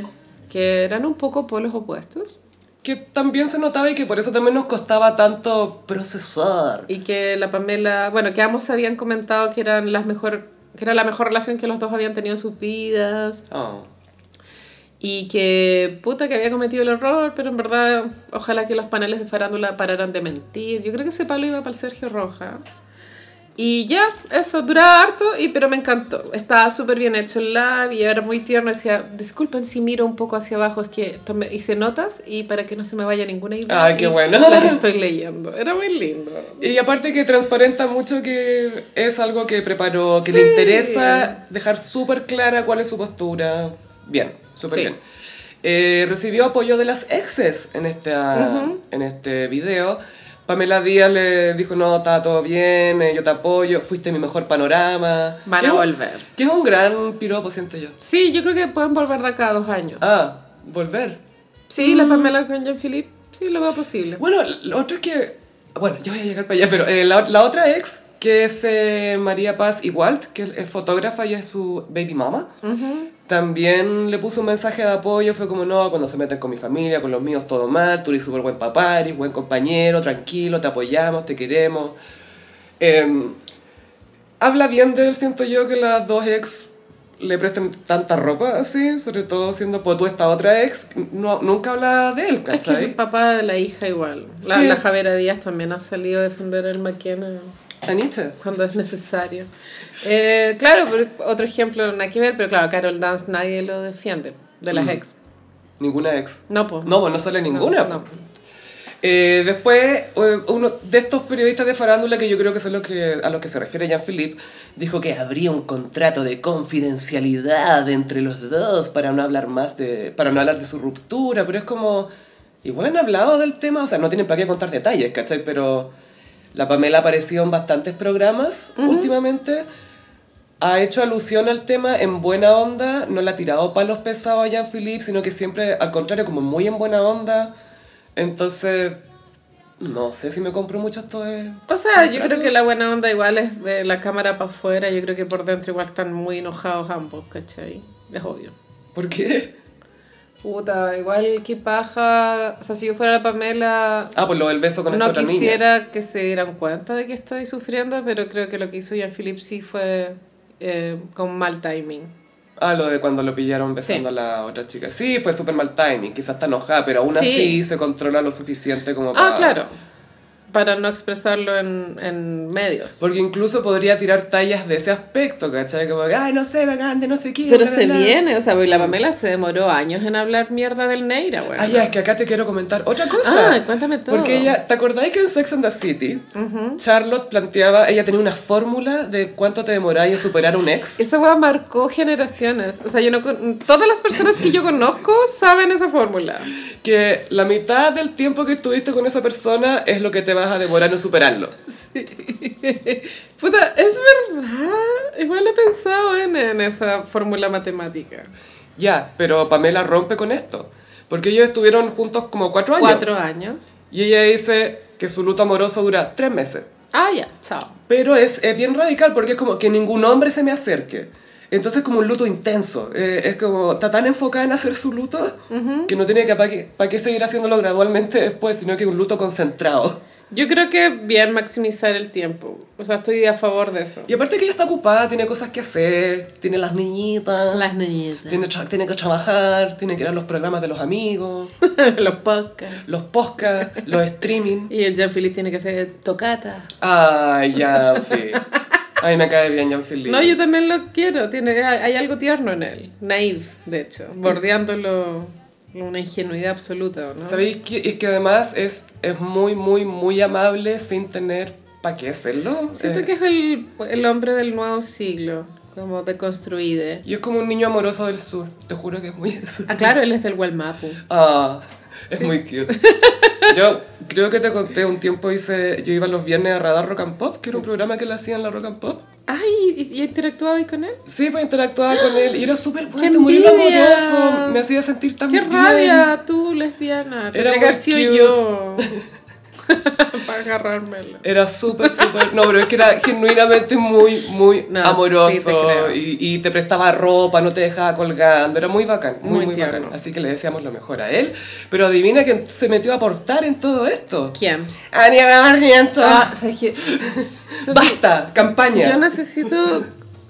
[SPEAKER 2] que eran un poco polos opuestos.
[SPEAKER 1] Que también se notaba y que por eso también nos costaba tanto procesar.
[SPEAKER 2] Y que la Pamela, bueno, que ambos habían comentado que eran las mejor, que era la mejor relación que los dos habían tenido en sus vidas.
[SPEAKER 1] Oh.
[SPEAKER 2] Y que puta que había cometido el error, pero en verdad, ojalá que los paneles de farándula pararan de mentir. Yo creo que ese palo iba para el Sergio Roja. Y ya, eso, duraba harto, y, pero me encantó. Estaba súper bien hecho el live y era muy tierno. Decía, disculpen si miro un poco hacia abajo, es que tomé- hice notas y para que no se me vaya ninguna idea.
[SPEAKER 1] Ay, qué
[SPEAKER 2] y
[SPEAKER 1] bueno.
[SPEAKER 2] Las estoy leyendo. Era muy lindo.
[SPEAKER 1] Y aparte que transparenta mucho que es algo que preparó, que le interesa dejar súper clara cuál es su postura. Bien, súper
[SPEAKER 2] Sí.
[SPEAKER 1] bien. Eh, recibió apoyo de las exes en, esta, en este video. Pamela Díaz le dijo, no, está todo bien, eh, yo te apoyo, fuiste mi mejor panorama.
[SPEAKER 2] Van
[SPEAKER 1] Que
[SPEAKER 2] a
[SPEAKER 1] es un-
[SPEAKER 2] volver.
[SPEAKER 1] Que es un gran piropo, siento yo.
[SPEAKER 2] Sí, yo creo que pueden volver de acá a dos años.
[SPEAKER 1] Ah, Mm. volver.
[SPEAKER 2] Sí, la Pamela con Jean-Philippe, sí, lo veo posible.
[SPEAKER 1] Bueno, lo otro es que. Bueno, yo voy a llegar para allá, pero eh, la, la otra ex, que es eh, María Paz Igualt, que es, es fotógrafa y es su baby mama, también le puso un mensaje de apoyo. Fue como: No, cuando se meten con mi familia, con los míos, todo mal. Tú eres súper buen papá, eres buen compañero, tranquilo, te apoyamos, te queremos. Em, habla bien de él, siento yo, que las dos ex le presten tanta ropa así, sobre todo siendo pues, tú esta otra ex, no, nunca habla de él,
[SPEAKER 2] Es que
[SPEAKER 1] ¿cachai?
[SPEAKER 2] el papá de la hija igual. La,
[SPEAKER 1] Sí.
[SPEAKER 2] la Javera Díaz también ha salido a defender el McKenna
[SPEAKER 1] Anita.
[SPEAKER 2] cuando es necesario. Eh, claro, pero otro ejemplo, nada que ver, pero claro, Carol Dance nadie lo defiende de las ex.
[SPEAKER 1] Ninguna ex.
[SPEAKER 2] No, pues.
[SPEAKER 1] Mm. No, pues no sale ninguna.
[SPEAKER 2] No,
[SPEAKER 1] po. Eh, después, eh, uno de estos periodistas de farándula, que yo creo que son los que, a los que se refiere Jean-Philippe, dijo que habría un contrato de confidencialidad entre los dos para no hablar más de, para no hablar de su ruptura, pero es como, igual han hablado del tema, o sea, no tienen para qué contar detalles, ¿cachai? Pero la Pamela ha aparecido en bastantes programas últimamente, ha hecho alusión al tema en buena onda, no le ha tirado palos pesados a Jean-Philippe, sino que siempre, al contrario, como muy en buena onda. Entonces, No sé si me compro mucho esto de...
[SPEAKER 2] O sea, yo
[SPEAKER 1] contrato.
[SPEAKER 2] creo que la buena onda igual es de la cámara para afuera. Yo creo que por dentro igual están muy enojados ambos, ¿cachai? Es obvio.
[SPEAKER 1] ¿Por qué?
[SPEAKER 2] Puta, igual que paja. O sea, si yo fuera la Pamela,
[SPEAKER 1] Ah, pues lo del beso con
[SPEAKER 2] no
[SPEAKER 1] esta otra niña.
[SPEAKER 2] quisiera que se dieran cuenta de que estoy sufriendo, pero creo que lo que hizo Jean-Philippe sí fue eh, con mal timing.
[SPEAKER 1] Ah, lo de cuando lo pillaron besando a la otra chica. Sí, fue súper mal timing, quizás está enojada, pero aún
[SPEAKER 2] Sí.
[SPEAKER 1] así se controla lo suficiente como para...
[SPEAKER 2] Ah, claro. Para no expresarlo en, en medios.
[SPEAKER 1] Porque incluso podría tirar tallas de ese aspecto, ¿cachai? Como, ay, no sé, vagante, no sé qué.
[SPEAKER 2] Pero
[SPEAKER 1] bla,
[SPEAKER 2] se
[SPEAKER 1] bla, bla".
[SPEAKER 2] viene, o sea, porque la Pamela se demoró años en hablar mierda del Neira, güey.
[SPEAKER 1] Ah, ya, es que acá te quiero comentar otra cosa.
[SPEAKER 2] Ah, cuéntame todo.
[SPEAKER 1] Porque ella, ¿te acordáis que en Sex and the City, Charlotte planteaba, ella tenía una fórmula de cuánto te demoráis en superar un ex?
[SPEAKER 2] Esa weá marcó generaciones. O sea, yo no con- todas las personas que yo conozco saben esa fórmula.
[SPEAKER 1] Que la mitad del tiempo que estuviste con esa persona es lo que te vas a demorar en superarlo.
[SPEAKER 2] Puta, es verdad. Igual he pensado en, en esa fórmula matemática.
[SPEAKER 1] Ya, pero Pamela rompe con esto. Porque ellos estuvieron juntos como cuatro años.
[SPEAKER 2] Cuatro años.
[SPEAKER 1] Y ella dice que su luto amoroso dura tres meses.
[SPEAKER 2] Ah, ya, chao.
[SPEAKER 1] Pero es, es bien radical porque es como que ningún hombre se me acerque. Entonces es como un luto intenso. Eh, es como, está tan enfocada en hacer su luto que no tiene que, para qué, pa' qué seguir haciéndolo gradualmente después, sino que es un luto concentrado.
[SPEAKER 2] Yo creo que bien maximizar el tiempo. O sea, estoy a favor de eso.
[SPEAKER 1] Y aparte que ella está ocupada, tiene cosas que hacer, tiene las niñitas,
[SPEAKER 2] niñitas.
[SPEAKER 1] tiene, tra- tiene que trabajar, tiene que ir a los programas de los amigos,
[SPEAKER 2] Los podcasts.
[SPEAKER 1] los podcasts, los streaming.
[SPEAKER 2] Y el Jean-Philippe tiene que hacer tocata.
[SPEAKER 1] Ay, ya, en fin. Ay, me cae bien Jean-Philippe.
[SPEAKER 2] No, yo también lo quiero. Tiene, hay hay algo tierno en él. Naive, de hecho. Bordeándolo una ingenuidad absoluta, ¿o ¿no?
[SPEAKER 1] ¿Sabéis que, es que además es, es muy, muy, muy amable sin tener para qué hacerlo?
[SPEAKER 2] Siento
[SPEAKER 1] Eh,
[SPEAKER 2] que es el, el hombre del nuevo siglo, como deconstruide.
[SPEAKER 1] Y es como un niño amoroso del sur, te juro que es muy eso.
[SPEAKER 2] Ah, claro, él es del Walmapu.
[SPEAKER 1] Ah, es muy cute. Yo creo que te conté un tiempo, hice, yo iba los viernes a Radar Rock and Pop, que era un programa que le hacían la Rock and Pop.
[SPEAKER 2] Ay, ¿y- ¿y interactuaba con él?
[SPEAKER 1] Sí, pues interactuaba con él y era súper
[SPEAKER 2] ¡Qué
[SPEAKER 1] bueno, muy
[SPEAKER 2] envidia!
[SPEAKER 1] amoroso, me hacía sentir tan
[SPEAKER 2] ¡Qué
[SPEAKER 1] bien.
[SPEAKER 2] rabia, tú, lesbiana!
[SPEAKER 1] Era
[SPEAKER 2] Tendría que
[SPEAKER 1] muy
[SPEAKER 2] haber sido
[SPEAKER 1] cute.
[SPEAKER 2] yo. Para agarrármelo.
[SPEAKER 1] Era súper, súper. No, pero es que era genuinamente muy, muy
[SPEAKER 2] No, sí, te
[SPEAKER 1] amoroso.
[SPEAKER 2] creo.
[SPEAKER 1] y, y te prestaba ropa, no te dejaba colgando. Era muy bacán, muy,
[SPEAKER 2] Muy
[SPEAKER 1] muy
[SPEAKER 2] tierno.
[SPEAKER 1] bacán. Así que le deseamos lo mejor a él. Pero adivina quién se metió a aportar en todo esto.
[SPEAKER 2] ¿Quién?
[SPEAKER 1] Ariana Barrientos.
[SPEAKER 2] Ah, ¿sabes qué?
[SPEAKER 1] ¡Basta! ¡Campaña!
[SPEAKER 2] Yo necesito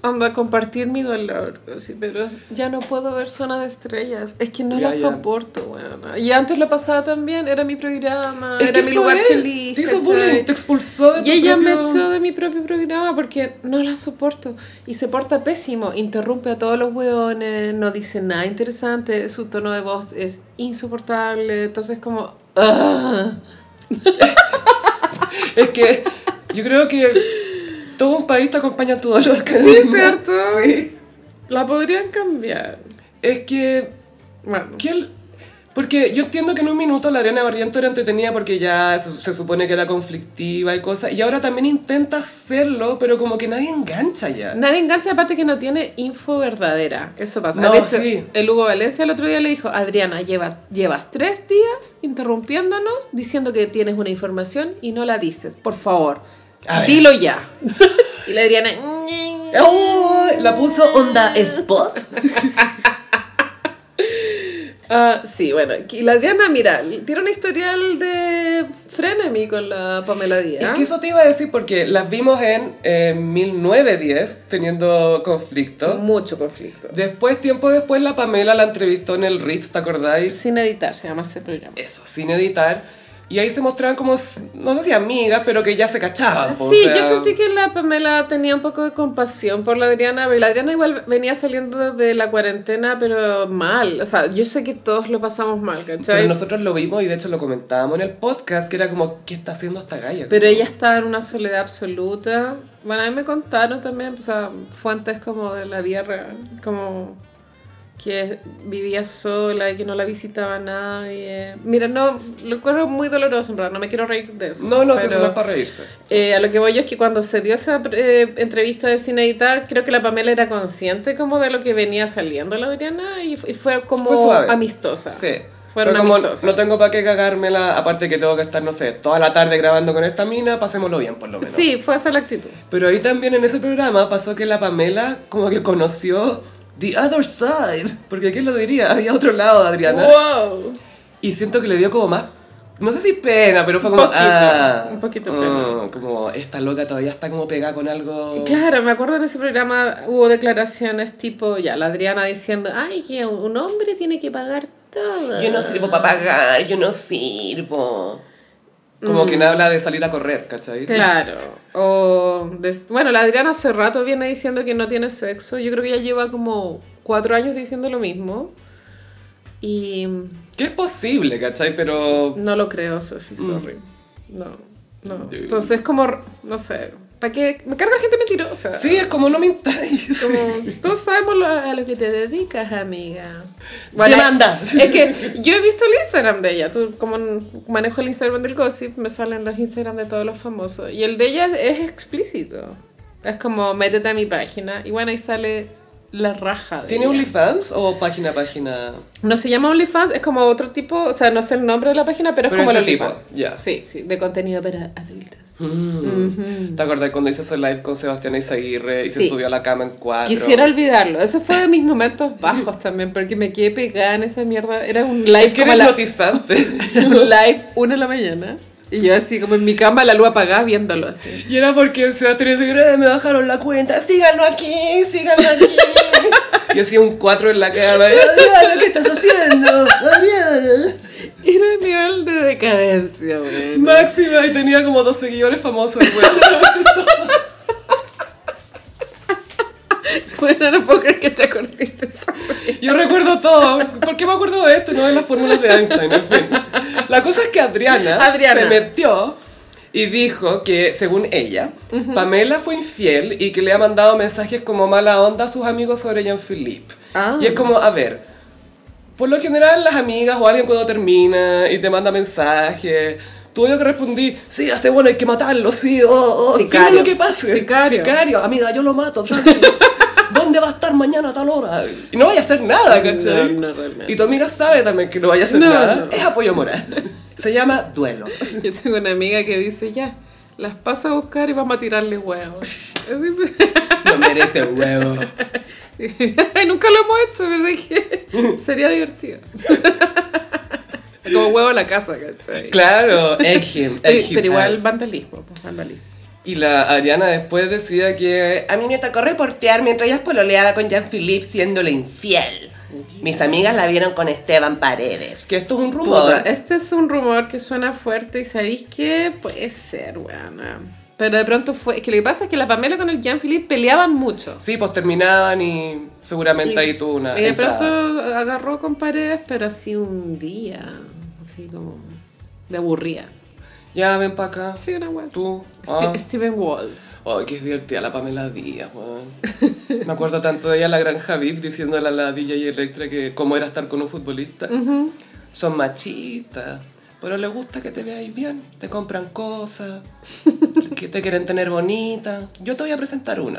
[SPEAKER 2] onda, compartir mi dolor, así, pero ya no puedo ver Zona de Estrellas, es que no
[SPEAKER 1] Ya,
[SPEAKER 2] la
[SPEAKER 1] ya.
[SPEAKER 2] soporto, weona. Y antes lo pasaba también, era mi programa,
[SPEAKER 1] Es que
[SPEAKER 2] era mi
[SPEAKER 1] hizo
[SPEAKER 2] lugar
[SPEAKER 1] él,
[SPEAKER 2] feliz.
[SPEAKER 1] Te hizo
[SPEAKER 2] ¿cachai?
[SPEAKER 1] bullying, te expulsó de
[SPEAKER 2] Y
[SPEAKER 1] tu
[SPEAKER 2] ella me
[SPEAKER 1] propio-
[SPEAKER 2] echó de mi propio programa porque no la soporto. Y se porta pésimo. Interrumpe a todos los hueones, no dice nada interesante, su tono de voz es insoportable. Entonces, como. ¡ah!
[SPEAKER 1] Es que yo creo que todo un país te acompaña en tu dolor.
[SPEAKER 2] Sí, ¿cierto?
[SPEAKER 1] Sí.
[SPEAKER 2] La podrían cambiar.
[SPEAKER 1] Es que
[SPEAKER 2] Bueno.
[SPEAKER 1] ¿Qué el- Porque yo entiendo que en un minuto la Ariana Barriento era entretenida porque ya se, se supone que era conflictiva y cosas. Y ahora también intenta hacerlo, pero como que nadie engancha ya.
[SPEAKER 2] Nadie engancha, aparte que no tiene info verdadera. Eso pasa.
[SPEAKER 1] No,
[SPEAKER 2] de hecho,
[SPEAKER 1] sí.
[SPEAKER 2] el Hugo Valencia el otro día le dijo, Adriana, lleva, llevas tres días interrumpiéndonos, diciendo que tienes una información y no la dices. Por favor,
[SPEAKER 1] A ver.
[SPEAKER 2] dilo ya. y la Adriana... "Ñing".
[SPEAKER 1] ¡Oh! La puso onda spot.
[SPEAKER 2] Ah, sí, bueno. Y la Adriana, mira, tiene un historial de frenemy con la Pamela Díaz.
[SPEAKER 1] Es que eso te iba a decir porque las vimos en eh, 1910 teniendo conflicto.
[SPEAKER 2] Mucho conflicto.
[SPEAKER 1] Después, tiempo después, la Pamela la entrevistó en el Ritz, ¿te acordáis?
[SPEAKER 2] Sin editar, se llama ese programa.
[SPEAKER 1] Eso, sin editar. Y ahí se mostraban como, no sé si amigas, pero que ya se cachaban. po, o
[SPEAKER 2] Sí, yo
[SPEAKER 1] sea,
[SPEAKER 2] sentí que la Pamela tenía un poco de compasión por la Adriana, pero la Adriana igual venía saliendo de la cuarentena, pero mal. O sea, yo sé que todos lo pasamos mal, ¿cachai?
[SPEAKER 1] Pero
[SPEAKER 2] Pero,
[SPEAKER 1] nosotros lo vimos y de hecho lo comentábamos en el podcast, que era como, ¿qué está haciendo esta galla?
[SPEAKER 2] ella estaba en una soledad absoluta. Bueno, a mí me contaron también, o sea, fuentes como de la vida real, como que vivía sola y que no la visitaba nadie. Mira, no, lo recuerdo muy doloroso, en verdad, no me quiero reír de eso.
[SPEAKER 1] no, no, si
[SPEAKER 2] pero-
[SPEAKER 1] eso no es para reírse.
[SPEAKER 2] Eh, a lo que voy yo es que cuando se dio esa eh, entrevista de Sin Editar, creo que la Pamela era consciente como de lo que venía saliendo la Adriana y, fu- y fue como
[SPEAKER 1] Fue suave.
[SPEAKER 2] amistosa.
[SPEAKER 1] Sí. Fue
[SPEAKER 2] Fueron
[SPEAKER 1] como,
[SPEAKER 2] amistosas.
[SPEAKER 1] no tengo para qué cagármela, aparte que tengo que estar, no sé, toda la tarde grabando con esta mina, pasémoslo bien por lo menos.
[SPEAKER 2] Sí, fue esa la actitud.
[SPEAKER 1] Pero ahí también en ese programa pasó que la Pamela como que conoció The Other Side, porque ¿quién lo diría? Había otro lado, Adriana. Oh.
[SPEAKER 2] ¡Wow!
[SPEAKER 1] Y siento que le dio como más, no sé si pena, pero fue como,
[SPEAKER 2] poquito,
[SPEAKER 1] ah,
[SPEAKER 2] un poquito
[SPEAKER 1] mm,
[SPEAKER 2] pena.
[SPEAKER 1] como esta loca todavía está como pegada con algo.
[SPEAKER 2] Claro, me acuerdo en ese programa hubo declaraciones tipo, ya, la Adriana diciendo, ay, que un hombre tiene que pagar todo.
[SPEAKER 1] Yo no sirvo para pagar, yo no sirvo. Como quien habla de salir a correr, ¿cachai?
[SPEAKER 2] Mm. Claro. O des- bueno, la Adriana hace rato viene diciendo que no tiene sexo. Yo creo que ya lleva como cuatro años diciendo lo mismo. Y
[SPEAKER 1] Que es posible, ¿cachai? Pero
[SPEAKER 2] no lo creo, Sophie, sorry. No, no. Entonces, como, no sé, ¿para qué? Me carga la gente mentirosa.
[SPEAKER 1] sí, es como no me interesa.
[SPEAKER 2] Como, todos sabemos lo- a lo que te dedicas, amiga. Bueno,
[SPEAKER 1] Demanda.
[SPEAKER 2] Es, es que yo he visto el Instagram de ella. Tú, como n- manejo el Instagram del gossip, me salen los Instagram de todos los famosos. Y el de ella es explícito. Es como, métete a mi página. Y bueno, ahí sale la raja. de
[SPEAKER 1] ¿Tiene
[SPEAKER 2] ella.
[SPEAKER 1] OnlyFans o página a página?
[SPEAKER 2] No se llama OnlyFans, es como otro tipo, o sea, no sé el nombre de la página, pero es
[SPEAKER 1] Pero
[SPEAKER 2] como el
[SPEAKER 1] ese tipo,
[SPEAKER 2] OnlyFans.
[SPEAKER 1] ya.
[SPEAKER 2] Sí, sí, de contenido para adultos.
[SPEAKER 1] ¿Te acuerdas cuando hizo ese live con Sebastián Izaguirre y se
[SPEAKER 2] Mm. Sí.
[SPEAKER 1] subió a la cama en cuatro?
[SPEAKER 2] Quisiera olvidarlo. Eso fue de mis momentos bajos también, porque me quedé pegada en esa mierda. Era un live
[SPEAKER 1] Es que
[SPEAKER 2] como
[SPEAKER 1] era
[SPEAKER 2] a la,
[SPEAKER 1] hipnotizante.
[SPEAKER 2] live una de la mañana. Y yo así como en mi cama la luz apagada viéndolo así.
[SPEAKER 1] Y era porque Sebastián Izaguirre me bajaron la cuenta, síganlo aquí, síganlo aquí. y hacía un cuatro en la cama. Adriana, ¿qué estás haciendo? Adriana.
[SPEAKER 2] Era el nivel de decadencia, güey.
[SPEAKER 1] Máxima, y tenía como dos seguidores famosos. güey.
[SPEAKER 2] Bueno, no puedo creer que te acordaste de esa wea.
[SPEAKER 1] Yo recuerdo todo. ¿Por qué me acuerdo de esto? No de las fórmulas de Einstein, en fin. La cosa es que Adriana,
[SPEAKER 2] Adriana.
[SPEAKER 1] se metió y dijo que, según ella, Pamela fue infiel y que le ha mandado mensajes como mala onda a sus amigos sobre Jean-Philippe.
[SPEAKER 2] Ah.
[SPEAKER 1] Y es como, a ver, por lo general las amigas o alguien cuando termina y te manda mensajes... Tuve yo que respondí, sí, hace bueno, hay que matarlo, sí, oh, oh,
[SPEAKER 2] Sicario.
[SPEAKER 1] fíjate lo que pase.
[SPEAKER 2] Sicario.
[SPEAKER 1] Sicario, amiga, yo lo mato, tranqui. ¿Dónde va a estar mañana a tal hora? Y no vaya a hacer nada, ¿cachai?
[SPEAKER 2] No, no, realmente.
[SPEAKER 1] y tu amiga sabe también que no vaya a hacer
[SPEAKER 2] No,
[SPEAKER 1] nada.
[SPEAKER 2] no.
[SPEAKER 1] Es apoyo moral. Se llama duelo.
[SPEAKER 2] Yo tengo una amiga que dice, ya, las paso a buscar y vamos a tirarle huevos. Así, pues.
[SPEAKER 1] No merece huevo.
[SPEAKER 2] Nunca lo hemos hecho, pensé que sería divertido. Como huevo a la casa, ¿cachai?
[SPEAKER 1] Claro, egg him, egg
[SPEAKER 2] Pero,
[SPEAKER 1] his
[SPEAKER 2] pero igual
[SPEAKER 1] ass.
[SPEAKER 2] vandalismo, pues, vandalismo.
[SPEAKER 1] Y la Adriana después decía que a mí me tocó reportear mientras ella es pololeada con Jean-Philippe siéndole infiel. Mis amigas la vieron con Esteban Paredes. Que esto es un rumor.
[SPEAKER 2] Puta, este es un rumor que suena fuerte y sabéis que puede ser, weona. Pero de pronto fue. Es que lo que pasa es que la Pamela con el Jean-Philippe peleaban mucho.
[SPEAKER 1] Sí, pues terminaban y seguramente ahí tuvo una.
[SPEAKER 2] y de
[SPEAKER 1] entrada.
[SPEAKER 2] pronto agarró con paredes, pero así un día. Así como. De aburrida.
[SPEAKER 1] Ya ven para acá.
[SPEAKER 2] Sí, una wea.
[SPEAKER 1] Tú.
[SPEAKER 2] Ste-
[SPEAKER 1] ah.
[SPEAKER 2] Steven Walls.
[SPEAKER 1] Ay, qué divertida la Pamela Díaz, weón. Me acuerdo tanto de ella en la granja VIP diciéndole a la DJ Electra que cómo era estar con un futbolista. Son machistas, pero les gusta que te veáis bien, te compran cosas, que te quieren tener bonita. Yo te voy a presentar uno.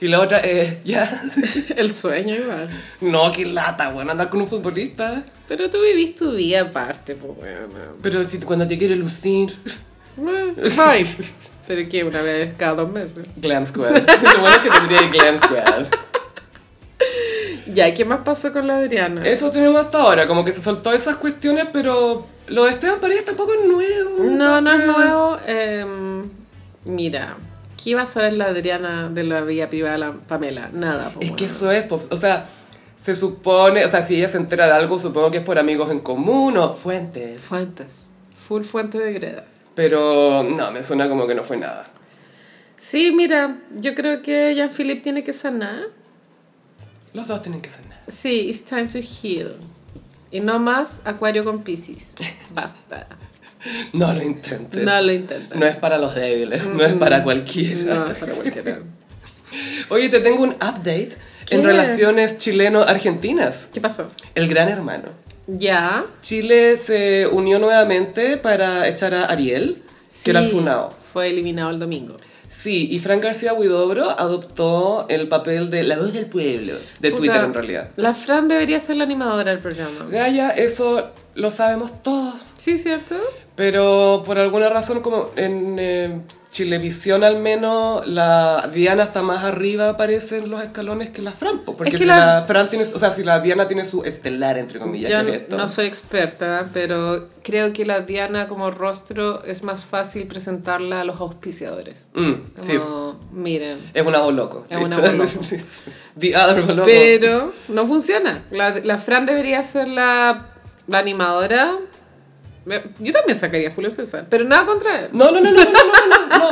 [SPEAKER 1] y la otra es, ya,
[SPEAKER 2] El sueño igual.
[SPEAKER 1] no, qué lata, weón, andar con un futbolista.
[SPEAKER 2] Pero tú vivís tu vida aparte, pues bueno.
[SPEAKER 1] Pero si cuando te quiere lucir, Eh.
[SPEAKER 2] Ay, pero que una vez cada dos meses.
[SPEAKER 1] Glam Squad. Lo bueno es que tendría el Glam Squad.
[SPEAKER 2] Ya, ¿qué más pasó con la Adriana?
[SPEAKER 1] Eso tenemos hasta ahora, como que se soltó esas cuestiones, pero lo de Esteban Paredes tampoco es nuevo.
[SPEAKER 2] No, no es
[SPEAKER 1] entonces-
[SPEAKER 2] nuevo. em, mira, ¿qué iba a saber la Adriana de la vida privada de la Pamela? Nada, pues, po,
[SPEAKER 1] Es que
[SPEAKER 2] weón.
[SPEAKER 1] eso es, po, o sea, se supone, o sea, si ella se entera de algo, supongo que es por amigos en común o fuentes.
[SPEAKER 2] Fuentes. Full fuente de greda.
[SPEAKER 1] Pero no, me suena como que no fue nada.
[SPEAKER 2] Sí, mira, yo creo que Jean-Philippe tiene que sanar.
[SPEAKER 1] Los dos tienen que sanar.
[SPEAKER 2] Sí, it's time to heal. Y no más acuario con Pisces. Basta.
[SPEAKER 1] No lo intenten.
[SPEAKER 2] No lo intenten.
[SPEAKER 1] No es para los débiles, no es para cualquiera.
[SPEAKER 2] No, es para cualquiera.
[SPEAKER 1] Oye, te tengo un update en
[SPEAKER 2] ¿Qué?
[SPEAKER 1] relaciones chileno-argentinas.
[SPEAKER 2] ¿Qué pasó?
[SPEAKER 1] El gran hermano.
[SPEAKER 2] Ya.
[SPEAKER 1] Chile se unió nuevamente para echar a Ariel, que era el
[SPEAKER 2] Sí,
[SPEAKER 1] funao.
[SPEAKER 2] Fue eliminado el domingo.
[SPEAKER 1] Sí, y Frank García Huidobro adoptó el papel de la voz del pueblo, de
[SPEAKER 2] Puta,
[SPEAKER 1] Twitter en realidad.
[SPEAKER 2] La Fran debería ser la animadora del programa.
[SPEAKER 1] Gaia, eso lo sabemos todos,
[SPEAKER 2] Sí, ¿cierto?
[SPEAKER 1] pero por alguna razón como en eh, Chilevisión al menos, la Diana está más arriba, parece, en los escalones que la Fran, po, porque
[SPEAKER 2] Es que
[SPEAKER 1] si
[SPEAKER 2] la-
[SPEAKER 1] la... Fran tiene, o sea, si la Diana tiene su estelar, entre comillas,
[SPEAKER 2] Yo
[SPEAKER 1] que es esto.
[SPEAKER 2] no soy experta, pero creo que la Diana como rostro es más fácil presentarla a los auspiciadores.
[SPEAKER 1] Mm,
[SPEAKER 2] Como,
[SPEAKER 1] sí,
[SPEAKER 2] miren.
[SPEAKER 1] es una voz loco.
[SPEAKER 2] Es una
[SPEAKER 1] ¿listo?
[SPEAKER 2] voz loco.
[SPEAKER 1] The other voz loco.
[SPEAKER 2] Pero no funciona. La, la Fran debería ser la, la animadora. Yo también sacaría a Julio César, pero nada contra él.
[SPEAKER 1] No, no, no, no, no, no, no, no.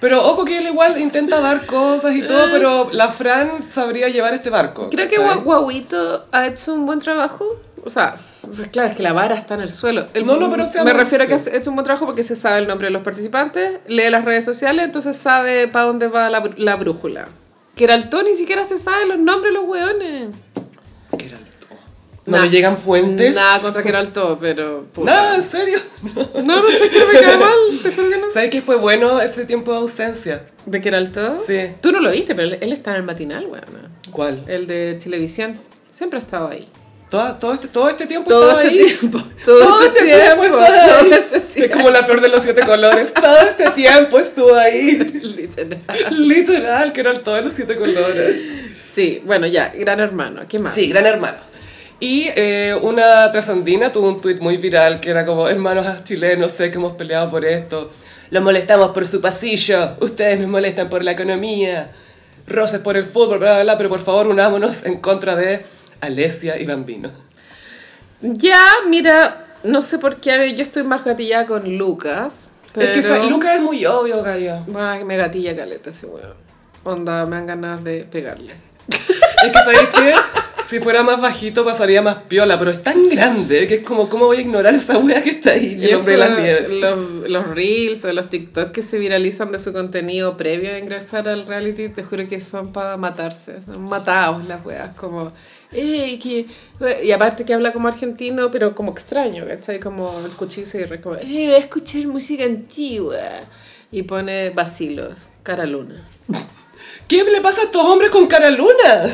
[SPEAKER 1] Pero ojo que él igual intenta dar cosas y todo, pero la Fran sabría llevar este barco.
[SPEAKER 2] Creo que
[SPEAKER 1] ¿cachai?
[SPEAKER 2] Gua- Guauito ha hecho un buen trabajo. O sea, pues claro, es que la vara está en el suelo. El-
[SPEAKER 1] No, no, pero o sea,
[SPEAKER 2] Me
[SPEAKER 1] no-
[SPEAKER 2] refiero a que
[SPEAKER 1] sí.
[SPEAKER 2] ha hecho un buen trabajo porque se sabe el nombre de los participantes, lee las redes sociales, entonces sabe para dónde va la, br- la brújula. Que era el ni siquiera se sabe los nombres de los hueones.
[SPEAKER 1] Geralto. No
[SPEAKER 2] Nah.
[SPEAKER 1] le llegan fuentes.
[SPEAKER 2] Nada contra Geralto, pero... puta.
[SPEAKER 1] Nada, en serio.
[SPEAKER 2] No, no sé, que me cae mal, te juro que no sé.
[SPEAKER 1] ¿Sabes qué fue bueno ese tiempo de ausencia?
[SPEAKER 2] ¿De Geralto?
[SPEAKER 1] Sí.
[SPEAKER 2] Tú no lo viste, pero él, él está en el matinal, weón.
[SPEAKER 1] ¿Cuál?
[SPEAKER 2] El de televisión. Siempre ha estado ahí.
[SPEAKER 1] Todo, todo, este, todo este tiempo
[SPEAKER 2] Todo
[SPEAKER 1] estaba
[SPEAKER 2] este
[SPEAKER 1] ahí.
[SPEAKER 2] tiempo.
[SPEAKER 1] Todo,
[SPEAKER 2] este
[SPEAKER 1] este tiempo, estaba
[SPEAKER 2] todo
[SPEAKER 1] ahí.
[SPEAKER 2] este
[SPEAKER 1] Es como la flor de los siete colores. Todo este tiempo estuvo ahí.
[SPEAKER 2] Literal.
[SPEAKER 1] Literal, que eran todos los siete colores.
[SPEAKER 2] Sí, bueno, ya, gran hermano, ¿qué más?
[SPEAKER 1] Sí, gran hermano. Y eh, una trasandina tuvo un tuit muy viral que era como, hermanos chilenos, sé que hemos peleado por esto. Los molestamos por su pasillo. Ustedes nos molestan por la economía. Roces por el fútbol, bla, bla, bla. Pero por favor, unámonos en contra de Alesia y Bambino.
[SPEAKER 2] Ya, mira, no sé por qué, a ver, yo estoy más gatillada con Lucas. Pero...
[SPEAKER 1] Es que sa- Lucas es muy obvio, gallo.
[SPEAKER 2] Bueno, me gatilla caleta ese weón. Onda, me dan ganas de pegarle.
[SPEAKER 1] Es que, ¿sabéis qué? Si fuera más bajito pasaría más piola, pero es tan grande que es como, ¿cómo voy a ignorar esa wea que está ahí? El hombre de
[SPEAKER 2] eso,
[SPEAKER 1] las nieves.
[SPEAKER 2] Los, los reels o los TikTok que se viralizan de su contenido previo a ingresar al reality, te juro que son para matarse. Son matados las weas, como. "Ey, que-". Y aparte que habla como argentino, pero como extraño, ¿cachai? Como el cuchillo se re- como, "Ey, voy a escuchar música antigua. Y pone vacilos, cara luna.
[SPEAKER 1] ¿Qué le pasa a estos hombres con cara luna?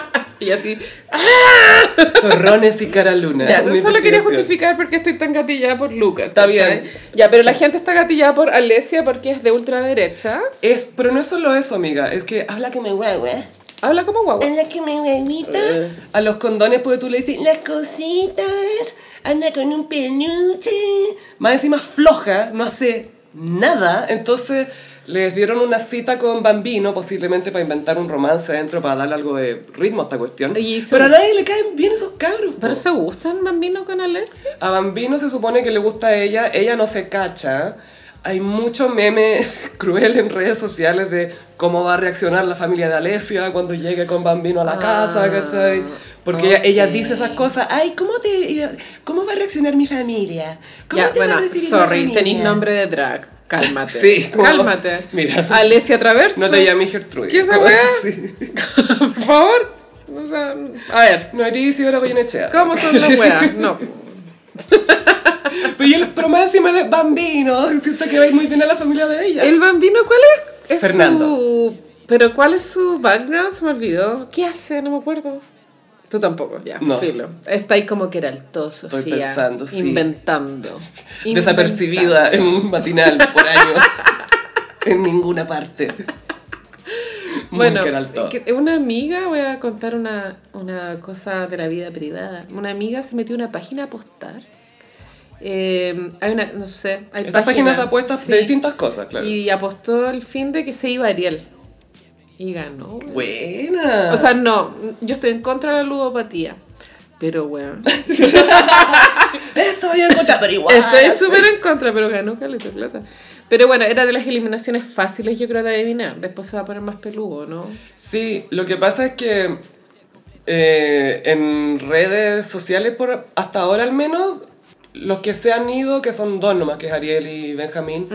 [SPEAKER 2] Y así.
[SPEAKER 1] Zorrones y cara luna.
[SPEAKER 2] Ya,
[SPEAKER 1] Una
[SPEAKER 2] entonces solo quería
[SPEAKER 1] investigación.
[SPEAKER 2] justificar por qué estoy tan gatillada por Lucas.
[SPEAKER 1] Está
[SPEAKER 2] ¿cachai?
[SPEAKER 1] bien.
[SPEAKER 2] Ya, pero la gente está gatillada por Alesia porque es de ultraderecha.
[SPEAKER 1] Es, pero no es solo eso, amiga. Es que habla que me guagua.
[SPEAKER 2] Habla como guagua.
[SPEAKER 3] Anda que me guaguita,
[SPEAKER 1] A los condones, porque tú le dices,
[SPEAKER 3] las cositas, anda con un peluche.
[SPEAKER 1] más encima floja, no hace nada. Entonces les dieron una cita con Bambino, posiblemente para inventar un romance adentro, para darle algo de ritmo a esta cuestión.
[SPEAKER 2] Y se-
[SPEAKER 1] Pero a nadie le caen bien esos cabros.
[SPEAKER 2] ¿Pero
[SPEAKER 1] po.
[SPEAKER 2] se gustan bambino con Alesia?
[SPEAKER 1] A Bambino se supone que le gusta a ella, ella no se cacha. Hay mucho meme cruel en redes sociales de cómo va a reaccionar la familia de Alesia cuando llegue con Bambino a la casa, ¿cachai? Porque ella, ella
[SPEAKER 2] Ah, ok.
[SPEAKER 1] dice esas cosas, ay, ¿cómo, te, ¿cómo va a reaccionar mi familia? ¿Cómo
[SPEAKER 2] Ya,
[SPEAKER 1] te este va
[SPEAKER 2] bueno,
[SPEAKER 1] a recibir mi
[SPEAKER 2] sorry,
[SPEAKER 1] familia?"
[SPEAKER 2] tenéis nombre de drag. Cálmate.
[SPEAKER 1] Sí, como-
[SPEAKER 2] cálmate.
[SPEAKER 1] Mira.
[SPEAKER 2] Alesia Traverso.
[SPEAKER 1] No te llames Gertrude.
[SPEAKER 2] ¿Qué esa
[SPEAKER 1] ¿Cómo?
[SPEAKER 2] weá?
[SPEAKER 1] Sí.
[SPEAKER 2] Por favor. O sea, a ver,
[SPEAKER 1] No eres Isidora Goyenechea.
[SPEAKER 2] ¿cómo son las weas? No.
[SPEAKER 1] Pero, y el, pero más encima de Bambino, siento que va a ir muy bien a la familia de ella.
[SPEAKER 2] ¿El bambino cuál es? es
[SPEAKER 1] Fernando.
[SPEAKER 2] su- Pero ¿cuál es su background? Se me olvidó. ¿Qué hace? No me acuerdo. Tú tampoco, ya,
[SPEAKER 1] No.
[SPEAKER 2] filo. Está ahí como que era el todo, Sofía.
[SPEAKER 1] Estoy pensando, sí.
[SPEAKER 2] Inventando.
[SPEAKER 1] desapercibida en un matinal por años. en ninguna parte. Muy
[SPEAKER 2] Bueno,
[SPEAKER 1] Geralto.
[SPEAKER 2] que una amiga, voy a contar una, una cosa de la vida privada. Una amiga se metió a una página a apostar. Eh, hay una, no sé, hay
[SPEAKER 1] Estas páginas de apuestas de
[SPEAKER 2] sí,
[SPEAKER 1] distintas cosas, claro.
[SPEAKER 2] Y apostó el fin de que se iba Ariel. Y ganó. weón.
[SPEAKER 1] Buena.
[SPEAKER 2] O sea, no, yo estoy en contra de la ludopatía. Pero, weón.
[SPEAKER 1] estoy en contra, pero igual.
[SPEAKER 2] Estoy súper en contra, pero ganó Caleta de Plata. Pero bueno, era de las eliminaciones fáciles, yo creo, de adivinar. Después se va a poner más peludo, ¿no?
[SPEAKER 1] Sí, lo que pasa es que eh, en redes sociales, por hasta ahora al menos, los que se han ido, que son dos nomás, que es Ariel y Benjamín,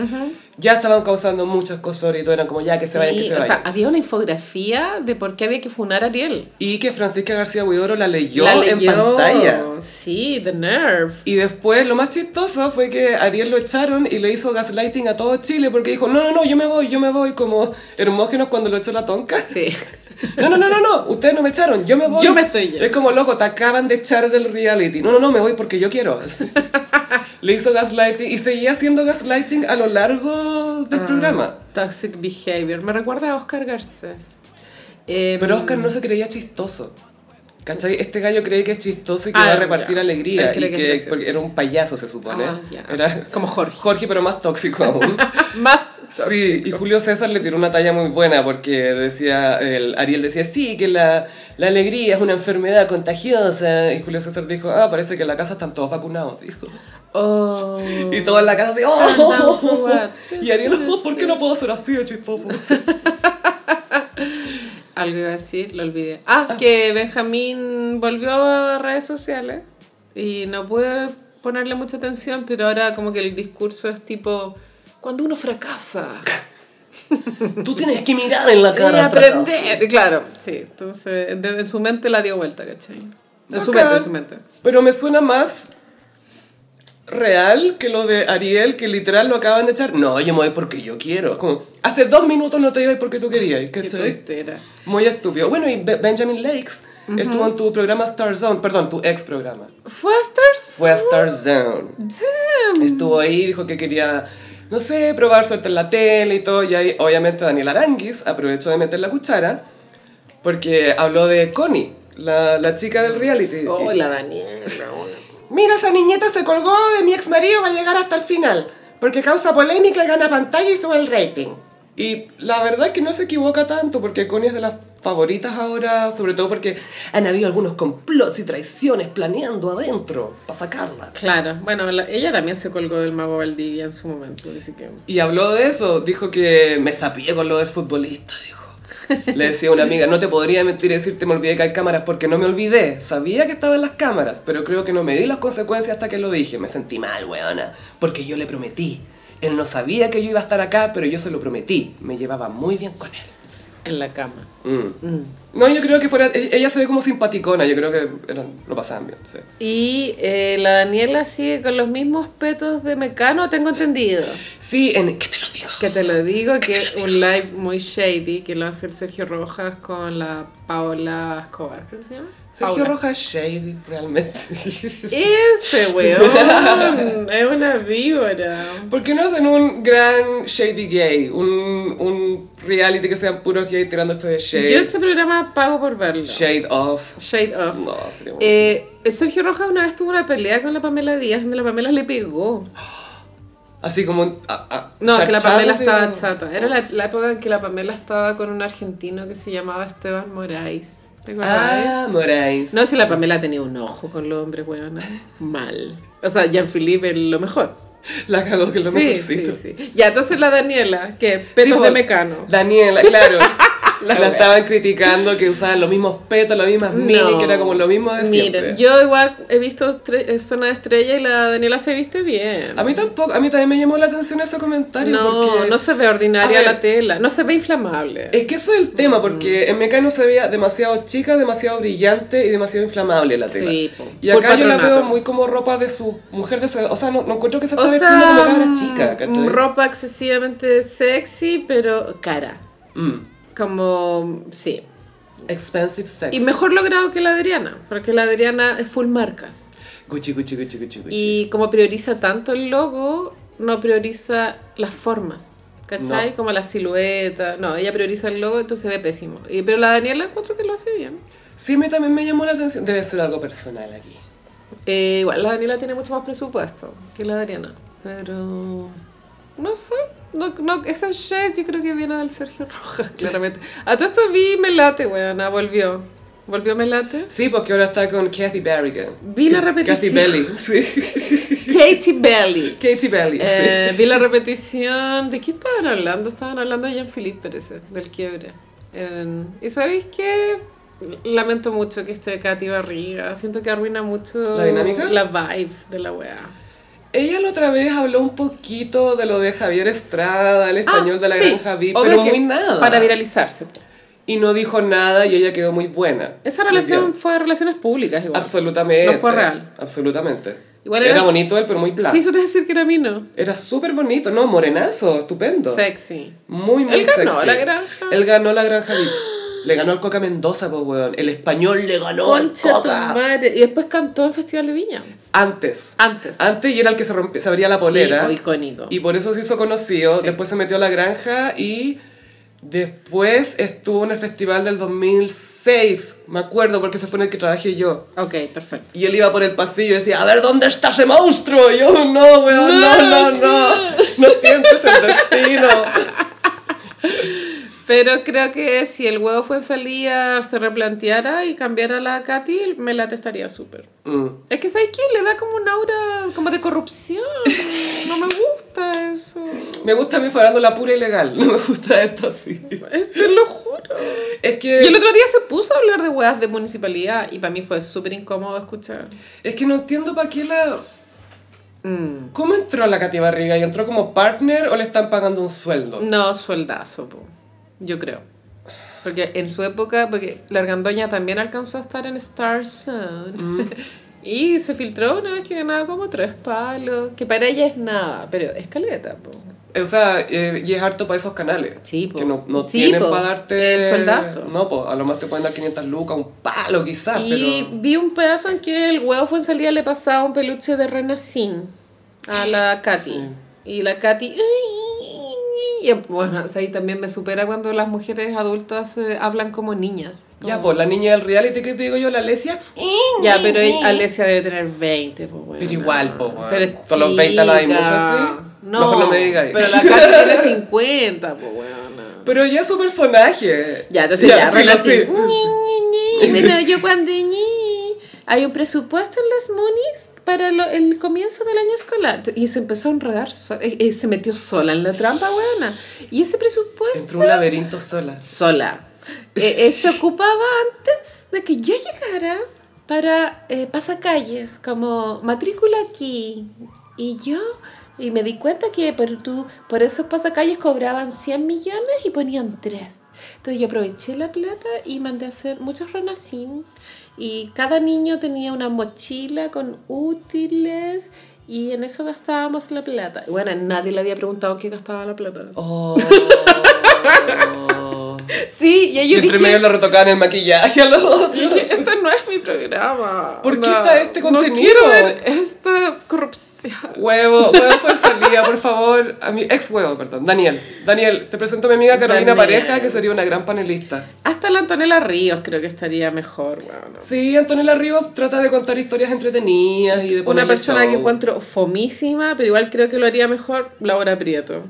[SPEAKER 1] ya estaban causando muchos cosoritos, eran como ya que se vayan, que
[SPEAKER 2] Sí,
[SPEAKER 1] se
[SPEAKER 2] o
[SPEAKER 1] vayan.
[SPEAKER 2] sea, había una infografía de por qué había que funar a Ariel.
[SPEAKER 1] y que Francisca García Huidoro la leyó,
[SPEAKER 2] La
[SPEAKER 1] en pantalla.
[SPEAKER 2] Sí, The Nerve.
[SPEAKER 1] Y después lo más chistoso fue que Ariel lo echaron y le hizo gaslighting a todo Chile porque dijo, no, no, no, yo me voy, yo me voy, como Hermógenos cuando lo echó la tonca.
[SPEAKER 2] Sí.
[SPEAKER 1] No, no, no, no, no, ustedes no me echaron, yo me voy.
[SPEAKER 2] Yo me estoy yendo.
[SPEAKER 1] Es como loco, te acaban de echar del reality. No, no, no, me voy porque yo quiero. Le hizo gaslighting y seguía haciendo gaslighting a lo largo
[SPEAKER 2] Ah.
[SPEAKER 1] del programa.
[SPEAKER 2] Toxic Behavior. Me recuerda a Oscar Garcés. Eh,
[SPEAKER 1] Pero Oscar no se creía chistoso. ¿Cachai? Este gallo cree que es chistoso y que
[SPEAKER 2] Ah,
[SPEAKER 1] va a repartir
[SPEAKER 2] ya.
[SPEAKER 1] alegría.
[SPEAKER 2] Él cree
[SPEAKER 1] y
[SPEAKER 2] que
[SPEAKER 1] que
[SPEAKER 2] es gracioso.
[SPEAKER 1] porque era un payaso, se supone.
[SPEAKER 2] Ah, ya.
[SPEAKER 1] Era
[SPEAKER 2] Como Jorge.
[SPEAKER 1] Jorge, pero más tóxico aún.
[SPEAKER 2] Más.
[SPEAKER 1] Sí, y Julio César le tiró una talla muy buena porque decía, el Ariel decía, sí, que la, la alegría es una enfermedad contagiosa. Y Julio César dijo, ah, parece que en la casa están todos vacunados, dijo.
[SPEAKER 2] Oh.
[SPEAKER 1] Y todos en la casa así,
[SPEAKER 2] Down for
[SPEAKER 1] oh.
[SPEAKER 2] what?
[SPEAKER 1] Y Ariel, "Oh, ¿por qué no puedo ser así de chistoso?
[SPEAKER 2] Algo iba a decir, lo olvidé. Ah, que Benjamín volvió a redes sociales y no pude ponerle mucha atención, pero ahora como que el discurso es tipo, cuando uno fracasa,
[SPEAKER 1] Tú tienes que mirar en la
[SPEAKER 2] y
[SPEAKER 1] cara. fracaso".
[SPEAKER 2] aprender. Claro, sí, entonces desde su mente la dio vuelta, ¿cachai? En su
[SPEAKER 1] Bacán.
[SPEAKER 2] mente, en su mente.
[SPEAKER 1] Pero me suena más real que lo de Ariel, que literal lo acaban de echar. No, yo me voy porque yo quiero. Como, hace dos minutos no te ibas porque tú querías,
[SPEAKER 2] Qué
[SPEAKER 1] ¿cachai?
[SPEAKER 2] tontera.
[SPEAKER 1] Muy estúpido. Bueno, y Be- Benjamin Lakes estuvo en tu programa Star Zone, perdón, tu ex programa.
[SPEAKER 2] ¿Fue a Stars?
[SPEAKER 1] Fue a Star Zone.
[SPEAKER 2] Damn.
[SPEAKER 1] Estuvo ahí, dijo que quería, no sé, probar suerte en la tele y todo. Y ahí, obviamente, Daniel Aranguis aprovechó de meter la cuchara porque habló de Connie, la, la chica del reality.
[SPEAKER 2] Hola, Daniela.
[SPEAKER 1] Mira, esa niñeta se colgó de mi ex marido, va a llegar hasta el final. Porque causa polémica, gana pantalla y sube el rating. Y la verdad es que no se equivoca tanto, porque Connie es de las favoritas ahora, sobre todo porque han habido algunos complots y traiciones planeando adentro para sacarla.
[SPEAKER 2] Claro, bueno, la- ella también se colgó del mago Valdivia en su momento, así que...
[SPEAKER 1] Y habló de eso, dijo que me sapié con lo del futbolista, dijo. Le decía a una amiga, no te podría mentir y decirte me olvidé que hay cámaras porque no me olvidé. Sabía que estaban las cámaras, pero creo que no me di las consecuencias hasta que lo dije. Me sentí mal, weona, porque yo le prometí. Él no sabía que yo iba a estar acá, pero yo se lo prometí. Me llevaba muy bien con él.
[SPEAKER 2] En la cama.
[SPEAKER 1] Mm. No, yo creo que fuera... e- Ella se ve como simpaticona, yo creo que eran- lo pasaban bien. sí.
[SPEAKER 2] Y eh, la Daniela sigue con los mismos petos de Mecano, tengo entendido.
[SPEAKER 1] Sí, en... ¿Qué te lo digo?
[SPEAKER 2] Que te lo digo, que es un live muy shady que lo hace el Sergio Rojas con la Paola Escobar. ¿Cómo se llama?
[SPEAKER 1] Sergio
[SPEAKER 2] Paula.
[SPEAKER 1] Rojas Shady, realmente.
[SPEAKER 2] Ese weón es una víbora.
[SPEAKER 1] ¿Por qué no hacen un gran shady gay? Un, un reality que sean puros gays tirándose de shade.
[SPEAKER 2] Yo este programa pago por verlo.
[SPEAKER 1] Shade off.
[SPEAKER 2] Shade off.
[SPEAKER 1] No, sería buenísimo.
[SPEAKER 2] Eh, Sergio Rojas una vez tuvo una pelea con la Pamela Díaz donde la Pamela le pegó.
[SPEAKER 1] Así como. ah, a- a-
[SPEAKER 2] No, que la
[SPEAKER 1] charchado,
[SPEAKER 2] Pamela
[SPEAKER 1] así
[SPEAKER 2] estaba
[SPEAKER 1] como-
[SPEAKER 2] chata. Era la, la época en que la Pamela estaba con un argentino que se llamaba Esteban Moraes. ¿Te acuerdas?
[SPEAKER 1] Ah, Moraes.
[SPEAKER 2] No, si la Pamela tenía un ojo con los hombres, weón. Mal. O sea, Jean-Philippe lo mejor.
[SPEAKER 1] La cagó que lo
[SPEAKER 2] sí,
[SPEAKER 1] mejorcito.
[SPEAKER 2] sí, sí. Ya, entonces la Daniela, que petos
[SPEAKER 1] Sí,
[SPEAKER 2] de
[SPEAKER 1] po,
[SPEAKER 2] mecano.
[SPEAKER 1] Daniela, claro.
[SPEAKER 2] La
[SPEAKER 1] la
[SPEAKER 2] wea.
[SPEAKER 1] estaban criticando que usaban los mismos petos, las mismas mini,
[SPEAKER 2] No.
[SPEAKER 1] que era como lo mismo de siempre.
[SPEAKER 2] Miren, yo igual he visto estre- eh, Zona de Estrella y la Daniela se viste bien.
[SPEAKER 1] A mí tampoco, a mí también me llamó la atención ese comentario.
[SPEAKER 2] No,
[SPEAKER 1] porque...
[SPEAKER 2] no se ve
[SPEAKER 1] A
[SPEAKER 2] ordinaria
[SPEAKER 1] ver.
[SPEAKER 2] la tela, no se ve inflamable.
[SPEAKER 1] Es que eso es el
[SPEAKER 2] Mm.
[SPEAKER 1] tema, porque en Mecano se veía demasiado chica, demasiado brillante y demasiado inflamable la tela.
[SPEAKER 2] Sí, po.
[SPEAKER 1] y
[SPEAKER 2] Full
[SPEAKER 1] acá yo la
[SPEAKER 2] patronato.
[SPEAKER 1] veo muy como ropa de su mujer de su edad. O sea, no, no encuentro que se está
[SPEAKER 2] O
[SPEAKER 1] vestiendo
[SPEAKER 2] sea, mm,
[SPEAKER 1] como cabra chica, ¿cachai?
[SPEAKER 2] ropa excesivamente sexy, pero cara.
[SPEAKER 1] Mm.
[SPEAKER 2] Como, sí.
[SPEAKER 1] Expensive sex.
[SPEAKER 2] Y mejor logrado que la Adriana, porque la Adriana es full marcas.
[SPEAKER 1] Gucci, Gucci, Gucci, Gucci, Gucci.
[SPEAKER 2] Y como prioriza tanto el logo, no prioriza las formas. ¿Cachai?
[SPEAKER 1] No.
[SPEAKER 2] Como la silueta. No, ella prioriza el logo, entonces se ve pésimo. Y, pero la Daniela encuentro que lo hace bien.
[SPEAKER 1] Sí, a mí también me llamó la atención. Debe ser algo personal aquí.
[SPEAKER 2] Eh, igual, la Daniela tiene mucho más presupuesto que la Adriana. Pero. No sé. No, no, esa shade yo creo que viene del Sergio Rojas, claramente. A todo esto vi Melate, weona, volvió. ¿Volvió Melate?
[SPEAKER 1] Sí, porque ahora está con Kathy Barrigan.
[SPEAKER 2] Vi la
[SPEAKER 1] Kathy
[SPEAKER 2] repetición.
[SPEAKER 1] Belly, sí.
[SPEAKER 2] Katie Belly.
[SPEAKER 1] Katy Belly,
[SPEAKER 2] Eh,
[SPEAKER 1] sí.
[SPEAKER 2] vi la repetición. ¿De qué estaban hablando? Estaban hablando de Jean-Philippe, parece, del quiebre. En- ¿Y sabéis qué? Lamento mucho que esté Katy Barriga. Siento que arruina mucho
[SPEAKER 1] ¿La dinámica?
[SPEAKER 2] la vibe de la weá.
[SPEAKER 1] Ella la otra vez habló un poquito de lo de Javier Estrada, el español
[SPEAKER 2] Ah,
[SPEAKER 1] de la
[SPEAKER 2] sí,
[SPEAKER 1] granja VIP,
[SPEAKER 2] obvio
[SPEAKER 1] pero
[SPEAKER 2] que
[SPEAKER 1] muy nada.
[SPEAKER 2] Para viralizarse.
[SPEAKER 1] Y no dijo nada y ella quedó muy buena.
[SPEAKER 2] Esa
[SPEAKER 1] Muy
[SPEAKER 2] relación
[SPEAKER 1] bien.
[SPEAKER 2] fue relaciones públicas igual.
[SPEAKER 1] Absolutamente.
[SPEAKER 2] No fue real.
[SPEAKER 1] Absolutamente.
[SPEAKER 2] Igual
[SPEAKER 1] era,
[SPEAKER 2] era-
[SPEAKER 1] bonito él, pero muy plano.
[SPEAKER 2] Sí, eso te iba a decir que era mino.
[SPEAKER 1] Era súper bonito, no, morenazo, estupendo.
[SPEAKER 2] Sexy.
[SPEAKER 1] Muy, muy
[SPEAKER 2] Él ganó
[SPEAKER 1] sexy.
[SPEAKER 2] la granja.
[SPEAKER 1] Él ganó la granja VIP. Le ganó al Coca Mendoza, pues, weón. El español le ganó al
[SPEAKER 2] Concha tu
[SPEAKER 1] Coca.
[SPEAKER 2] madre. Y después cantó en Festival de Viña.
[SPEAKER 1] Antes.
[SPEAKER 2] Antes.
[SPEAKER 1] Antes y era el que se, rompía, se abría la polera.
[SPEAKER 2] Sí, icónico.
[SPEAKER 1] Y por eso se hizo conocido. Después se metió a la granja y después estuvo en el festival del 2006. Me acuerdo porque ese fue en el que trabajé yo.
[SPEAKER 2] Ok, perfecto.
[SPEAKER 1] Y él iba por el pasillo y decía, a ver, ¿dónde está ese monstruo? Y yo, "Oh, no, weón, no, no, no. No sientes el destino.
[SPEAKER 2] Pero creo que si el huevo fue en salida, se replanteara y cambiara la Katy, me la testaría súper.
[SPEAKER 1] Mm.
[SPEAKER 2] Es que, ¿sabes qué? Le da como una aura como de corrupción. No me gusta eso.
[SPEAKER 1] Me gusta mi farándula pura y legal. No me gusta esto así.
[SPEAKER 2] Es- Te lo juro.
[SPEAKER 1] Es
[SPEAKER 2] Y el
[SPEAKER 1] que,
[SPEAKER 2] otro día se puso a hablar de huevas de municipalidad y para mí fue súper incómodo escuchar.
[SPEAKER 1] es que no entiendo para qué la...
[SPEAKER 2] Mm.
[SPEAKER 1] ¿Cómo entró la Katy Barriga? ¿Y entró como partner o le están pagando un sueldo?
[SPEAKER 2] No, sueldazo, po. yo creo. Porque en su época, porque la Argandoña también alcanzó a estar en Star Zone.
[SPEAKER 1] Mm.
[SPEAKER 2] y se filtró una vez que ganaba como tres palos. Que para ella es nada, pero es caleta, po.
[SPEAKER 1] O sea, eh, y es harto para esos canales.
[SPEAKER 2] Sí, po.
[SPEAKER 1] Que no, no
[SPEAKER 2] Sí,
[SPEAKER 1] tienen
[SPEAKER 2] po.
[SPEAKER 1] para darte.
[SPEAKER 2] Eh, sueldazo.
[SPEAKER 1] No, pues a lo más te pueden dar 500 lucas, un palo quizás,
[SPEAKER 2] y
[SPEAKER 1] Ah, pero.
[SPEAKER 2] vi un pedazo en que el huevo fue en salida le pasaba un peluche de Renacín a la Katy.
[SPEAKER 1] Sí.
[SPEAKER 2] Y la Katy. Y bueno, o sea, ahí también me supera cuando las mujeres adultas eh, hablan como niñas.
[SPEAKER 1] Ya, pues la niña del reality que te digo yo, la Alesia.
[SPEAKER 2] Ya, pero ella- Alesia debe tener 20, pues bueno.
[SPEAKER 1] Pero igual, pues, weón.
[SPEAKER 2] Pero es
[SPEAKER 1] Con los 20 la hay
[SPEAKER 2] chica.
[SPEAKER 1] mucho, sí.
[SPEAKER 2] No,
[SPEAKER 1] Mejor no me digáis.
[SPEAKER 2] Pero la Katy tiene 50, pues bueno.
[SPEAKER 1] Pero ella es su personaje.
[SPEAKER 2] Ya, entonces ya,
[SPEAKER 1] filo
[SPEAKER 2] arregla así.
[SPEAKER 1] así.
[SPEAKER 2] Ñi, ñi, ñi. Bueno, yo cuando ñi. Hay un presupuesto en las munis para lo- el comienzo del año escolar. Y se empezó a enredar, so- eh, eh, se metió sola en la trampa, weona. Y ese presupuesto
[SPEAKER 1] Entró un laberinto sola.
[SPEAKER 2] sola. Eh, eh, se ocupaba antes de que yo llegara para eh, pasacalles, como matrícula aquí. Y yo, y me di cuenta que por, tu, por esos pasacalles cobraban 100 millones y ponían 3. Entonces yo aproveché la plata y mandé a hacer muchos ronacín. Y cada niño tenía una mochila con útiles y en eso gastábamos la plata. Bueno, nadie le había preguntado en qué gastaba la plata.
[SPEAKER 1] Oh.
[SPEAKER 2] Sí, y ahí
[SPEAKER 1] y
[SPEAKER 2] yo
[SPEAKER 1] entre
[SPEAKER 2] dije,
[SPEAKER 1] medio le retocaban el maquillaje a los
[SPEAKER 2] Yo
[SPEAKER 1] otros.
[SPEAKER 2] dije, esto no es mi programa.
[SPEAKER 1] ¿Por qué
[SPEAKER 2] Onda,
[SPEAKER 1] está este contenido?
[SPEAKER 2] No quiero ver esta corrupción.
[SPEAKER 1] Huevo, huevo fue salida, por favor. A mi ex huevo, perdón. Daniel. Daniel, te presento a mi amiga Carolina
[SPEAKER 2] Daniel.
[SPEAKER 1] Pareja, que sería una gran panelista.
[SPEAKER 2] Hasta la Antonella Ríos creo que estaría mejor, weón.
[SPEAKER 1] Sí, Antonella Ríos trata de contar historias entretenidas y de poner
[SPEAKER 2] Una persona que encuentro fomísima, pero igual creo que lo haría mejor Laura Prieto.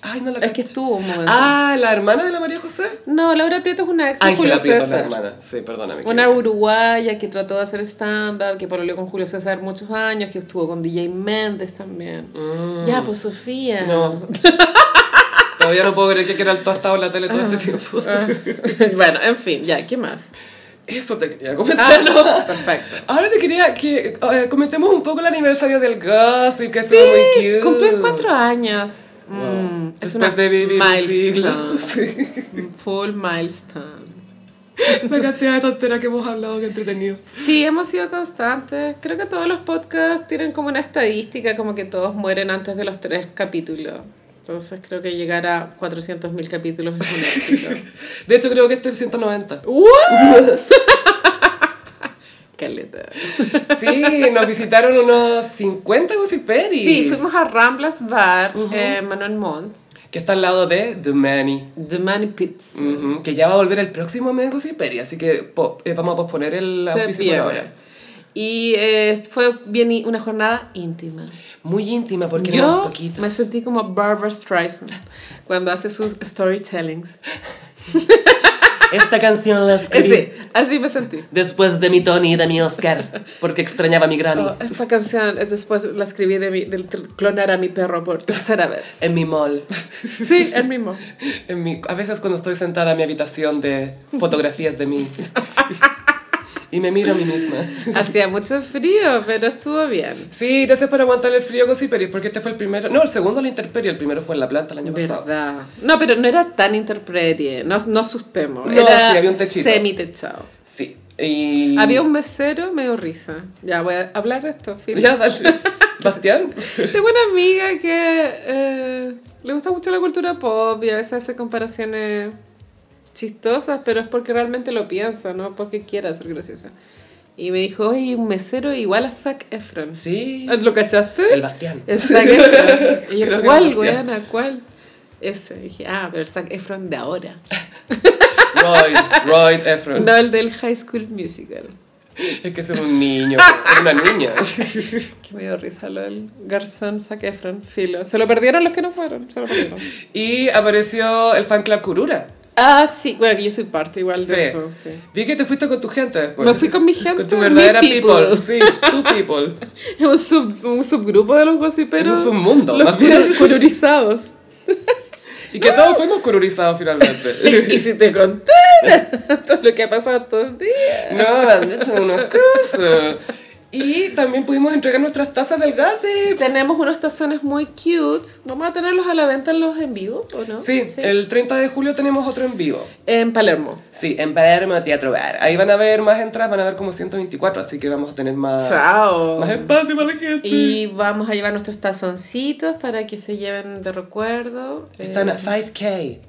[SPEAKER 1] Ay, no la
[SPEAKER 2] Es
[SPEAKER 1] cacho.
[SPEAKER 2] que estuvo un momento.
[SPEAKER 1] Ah, la hermana de la María José.
[SPEAKER 2] No, Laura Prieto es una ex de Julio
[SPEAKER 1] Ángela Prieto, la
[SPEAKER 2] César.
[SPEAKER 1] hermana. Sí, perdóname.
[SPEAKER 2] Una
[SPEAKER 1] equivoqué.
[SPEAKER 2] uruguaya que trató de hacer stand-up, que parolió con Julio César muchos años, que estuvo con DJ Méndez también.
[SPEAKER 1] Mm.
[SPEAKER 2] Ya, pues Sofía.
[SPEAKER 1] No. Todavía no puedo creer que era el tostado en la tele todo este tiempo.
[SPEAKER 2] bueno, en fin, ya, ¿qué más? Ah,
[SPEAKER 1] Eso te quería comentar. Ah, ¿no?
[SPEAKER 2] perfecto.
[SPEAKER 1] Ahora te quería que eh, comentemos un poco el aniversario del Gossip, que estuvo muy cute.
[SPEAKER 2] Cumplir cuatro años. Mm, es
[SPEAKER 1] Después
[SPEAKER 2] una
[SPEAKER 1] de vivir un siglo.
[SPEAKER 2] milestone. Full milestone.
[SPEAKER 1] La cantidad de tonteras que hemos hablado, que entretenido.
[SPEAKER 2] Sí, hemos sido constantes. Creo que todos los podcasts tienen como una estadística, como que todos mueren antes de los tres capítulos. Entonces creo que llegar a 400.000 capítulos es un éxito.
[SPEAKER 1] De hecho, creo que este es el 190.
[SPEAKER 2] ¡What! Caleta.
[SPEAKER 1] Sí, nos visitaron unos 50 gossiperis.
[SPEAKER 2] Sí, fuimos a Ramblas Bar, eh, Manuel Montt,
[SPEAKER 1] Que está al lado de The Manny.
[SPEAKER 2] The Money Pits.
[SPEAKER 1] Ujú, que ya va a volver el próximo mes de Gossiperia, así que po- eh, vamos a posponer el
[SPEAKER 2] Se
[SPEAKER 1] auspicio por
[SPEAKER 2] pierde.
[SPEAKER 1] ahora.
[SPEAKER 2] Y eh, fue bien i- una jornada íntima.
[SPEAKER 1] Muy íntima porque éramos
[SPEAKER 2] Yo
[SPEAKER 1] poquitos.
[SPEAKER 2] me sentí como Barbara Streisand cuando hace sus storytellings.
[SPEAKER 1] Esta canción la escribí
[SPEAKER 2] Ese, así me sentí.
[SPEAKER 1] después de mi Tony y de mi Oscar, porque extrañaba mi Grammy
[SPEAKER 2] Oh, esta canción es después la escribí de mi, del tr- clonar a mi perro por tercera vez.
[SPEAKER 1] en mi mall.
[SPEAKER 2] Sí, el mismo.
[SPEAKER 1] En mi, a veces cuando estoy sentada en mi habitación de fotografías de mí. y me miro a mí misma.
[SPEAKER 2] Hacía mucho frío, pero estuvo bien.
[SPEAKER 1] Sí, gracias por aguantar el frío, Cosiperis, porque este fue el primero. No, el segundo en la intemperie, el primero fue en la planta el año pasado.
[SPEAKER 2] Verdad. No, pero no era tan interpretie, no, no asustemos.
[SPEAKER 1] No,
[SPEAKER 2] era
[SPEAKER 1] sí, había un techito.
[SPEAKER 2] semi-techado.
[SPEAKER 1] Sí. Y...
[SPEAKER 2] Había un mesero, medio risa. Ya voy a hablar de esto, fin.
[SPEAKER 1] Ya, dale. Bastián.
[SPEAKER 2] Tengo una amiga que eh, le gusta mucho la cultura pop y a veces hace comparaciones chistosas, pero es porque realmente lo piensa, ¿no? Porque quiera ser graciosa. Y me dijo, oye, un mesero igual a Zac Efron.
[SPEAKER 1] Sí.
[SPEAKER 2] ¿Lo cachaste?
[SPEAKER 1] El Bastián.
[SPEAKER 2] El Zac Efron. Y yo,
[SPEAKER 1] Creo que
[SPEAKER 2] ¿cuál,
[SPEAKER 1] Bastián.
[SPEAKER 2] weona? ¿Cuál? Ese. Y dije, ah, pero el Zac Efron de ahora.
[SPEAKER 1] Roy, Roy Efron.
[SPEAKER 2] No, el del High School Musical.
[SPEAKER 1] Es que es un niño, es una niña.
[SPEAKER 2] Que me dio risa lo del garzón Zac Efron. Filo. Se lo perdieron los que no fueron. Se lo perdieron.
[SPEAKER 1] Y apareció el fan club Kurura.
[SPEAKER 2] Ah, sí. Bueno, que yo soy parte igual de
[SPEAKER 1] Sí.
[SPEAKER 2] eso. Sí.
[SPEAKER 1] Vi que te fuiste con tu gente después.
[SPEAKER 2] Me fui con mi gente,
[SPEAKER 1] Con tu
[SPEAKER 2] mi
[SPEAKER 1] verdadera people.
[SPEAKER 2] people.
[SPEAKER 1] Sí, tu people.
[SPEAKER 2] Es un, sub- un subgrupo de los gossiperos.
[SPEAKER 1] Es un submundo,
[SPEAKER 2] Los
[SPEAKER 1] más bien.
[SPEAKER 2] colorizados.
[SPEAKER 1] Y que todos fuimos cururizados finalmente.
[SPEAKER 2] y si te contara todo lo que ha pasado todo el día.
[SPEAKER 1] No, me han hecho unos casos. Y también pudimos entregar nuestras tazas del gas.
[SPEAKER 2] Tenemos unos tazones muy cute. Vamos a tenerlos a la venta en los en vivo, ¿o no?
[SPEAKER 1] Sí, el 30 de julio tenemos otro en vivo.
[SPEAKER 2] En Palermo.
[SPEAKER 1] Sí, en Palermo Teatro Bar. Ahí van a ver más entradas, van a ver como 124, así que vamos a tener más,
[SPEAKER 2] Chao.
[SPEAKER 1] Ah. más espacio para la gente.
[SPEAKER 2] Y vamos a llevar nuestros tazoncitos para que se lleven de recuerdo. Eh,
[SPEAKER 1] Están a 5K.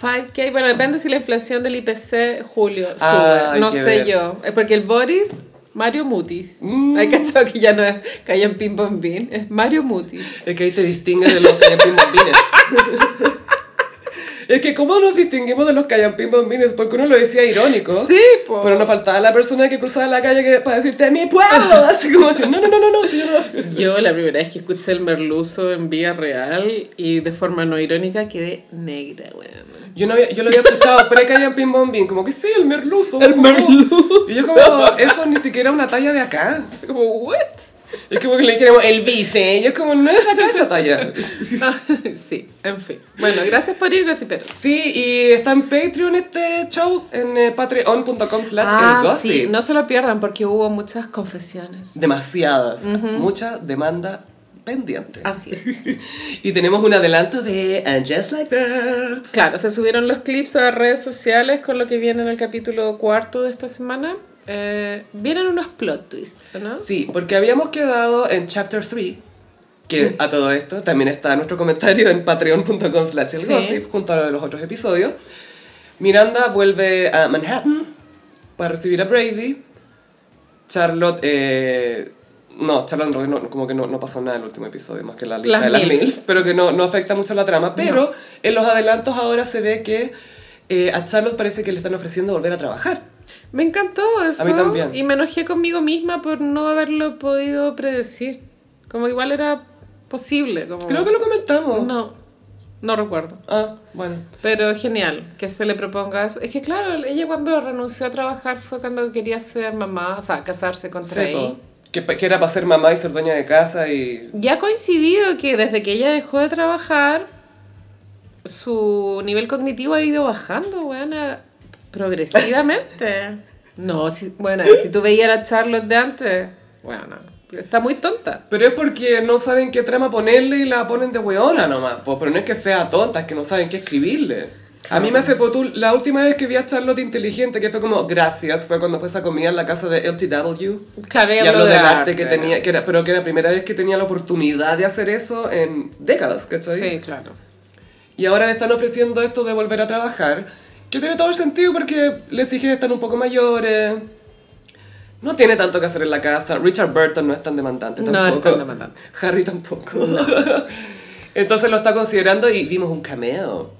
[SPEAKER 2] 5K, bueno, depende si la inflación del IPC julio sube.
[SPEAKER 1] Ah, hay
[SPEAKER 2] no
[SPEAKER 1] que
[SPEAKER 2] sé
[SPEAKER 1] ver.
[SPEAKER 2] yo. Es porque el Boris, Mario Mutis.
[SPEAKER 1] Mm.
[SPEAKER 2] Hay cachado que ya no es Callan Pim Pam Pim, es Mario Mutis.
[SPEAKER 1] Es que ahí te distingues de los callampín bombines. es que cómo nos distinguimos de los callampín bombines, porque uno lo decía irónico.
[SPEAKER 2] Sí, po.
[SPEAKER 1] Pero no faltaba la persona que cruzaba la calle que- para decirte, mi pueblo, así como, que, no, no, no, no, no, sí, yo no.
[SPEAKER 2] Yo la primera vez que escuché el merluzo en vía real y de forma no irónica quedé negra, weón.
[SPEAKER 1] Yo, no había- yo lo había escuchado pre-callampín bombín, como que sí, el merluzo. El merluzo. Y yo como, eso ni siquiera es una talla de acá.
[SPEAKER 2] Como, ¿what?
[SPEAKER 1] Es como que le dijéramos, el bife, y yo como, no es de acá esa talla.
[SPEAKER 2] sí, en fin. Bueno, gracias por ir, Gossiperos.
[SPEAKER 1] Sí, y está en Patreon este show, en eh, patreon.com slash el
[SPEAKER 2] Ah,
[SPEAKER 1] gossip.
[SPEAKER 2] sí, no se lo pierdan porque hubo muchas confesiones.
[SPEAKER 1] demasiadas, mucha demanda pendiente.
[SPEAKER 2] Así es.
[SPEAKER 1] y tenemos un adelanto de And Just Like That.
[SPEAKER 2] Claro, se subieron los clips a redes sociales con lo que viene en el capítulo cuarto de esta semana. Eh, vienen unos plot twists, ¿o ¿no?
[SPEAKER 1] Sí, porque habíamos quedado en Chapter 3, que a todo esto también está nuestro comentario en patreon.com slash el
[SPEAKER 2] Sí.
[SPEAKER 1] gossip, junto a los otros episodios. Miranda vuelve a Manhattan para recibir a Brady. Charlotte, eh, no, Charlotte en realidad no- como que no, no pasó nada en el último episodio, más que la lista
[SPEAKER 2] Las
[SPEAKER 1] de las
[SPEAKER 2] MILFs.
[SPEAKER 1] MILFs, pero que no, no afecta mucho la trama. Pero en los adelantos ahora se ve que eh, a Charlotte parece que le están ofreciendo volver a trabajar.
[SPEAKER 2] Me encantó eso.
[SPEAKER 1] A mí también.
[SPEAKER 2] Y me enojé conmigo misma por no haberlo podido predecir. Como que igual era posible. Como...
[SPEAKER 1] Creo que lo comentamos.
[SPEAKER 2] No, no recuerdo.
[SPEAKER 1] Ah, bueno.
[SPEAKER 2] Pero genial que se le proponga eso. Es que claro, ella cuando renunció a trabajar fue cuando quería ser mamá, o sea, casarse con
[SPEAKER 1] Sí,
[SPEAKER 2] Trey.
[SPEAKER 1] po. que, pa- que era para ser mamá y ser dueña de casa y...
[SPEAKER 2] Ya ha coincidido que desde que ella dejó de trabajar, su nivel cognitivo ha ido bajando, weona, progresivamente. No, si, bueno, si tú veías a la Charlotte de antes, bueno, está muy tonta.
[SPEAKER 1] Pero es porque no saben qué trama ponerle y la ponen de weona nomás. po. pero no es que sea tonta, es que no saben qué escribirle. A mí me hace potul... La última vez que vi a Charlotte inteligente, que fue como gracias, fue cuando fue esa comida en la casa de LTW.
[SPEAKER 2] Claro,
[SPEAKER 1] Y
[SPEAKER 2] ella
[SPEAKER 1] habló
[SPEAKER 2] habló de
[SPEAKER 1] del arte que
[SPEAKER 2] arte.
[SPEAKER 1] tenía, que era, pero que era la primera vez que tenía la oportunidad de hacer eso en décadas, ¿cachai?
[SPEAKER 2] Sí, claro.
[SPEAKER 1] Y ahora le están ofreciendo esto de volver a trabajar, que tiene todo el sentido porque les dije están un poco mayores. No tiene tanto que hacer en la casa. Richard Burton no es tan demandante
[SPEAKER 2] No
[SPEAKER 1] tampoco.
[SPEAKER 2] es tan demandante.
[SPEAKER 1] Harry tampoco. Entonces lo está considerando y vimos un cameo.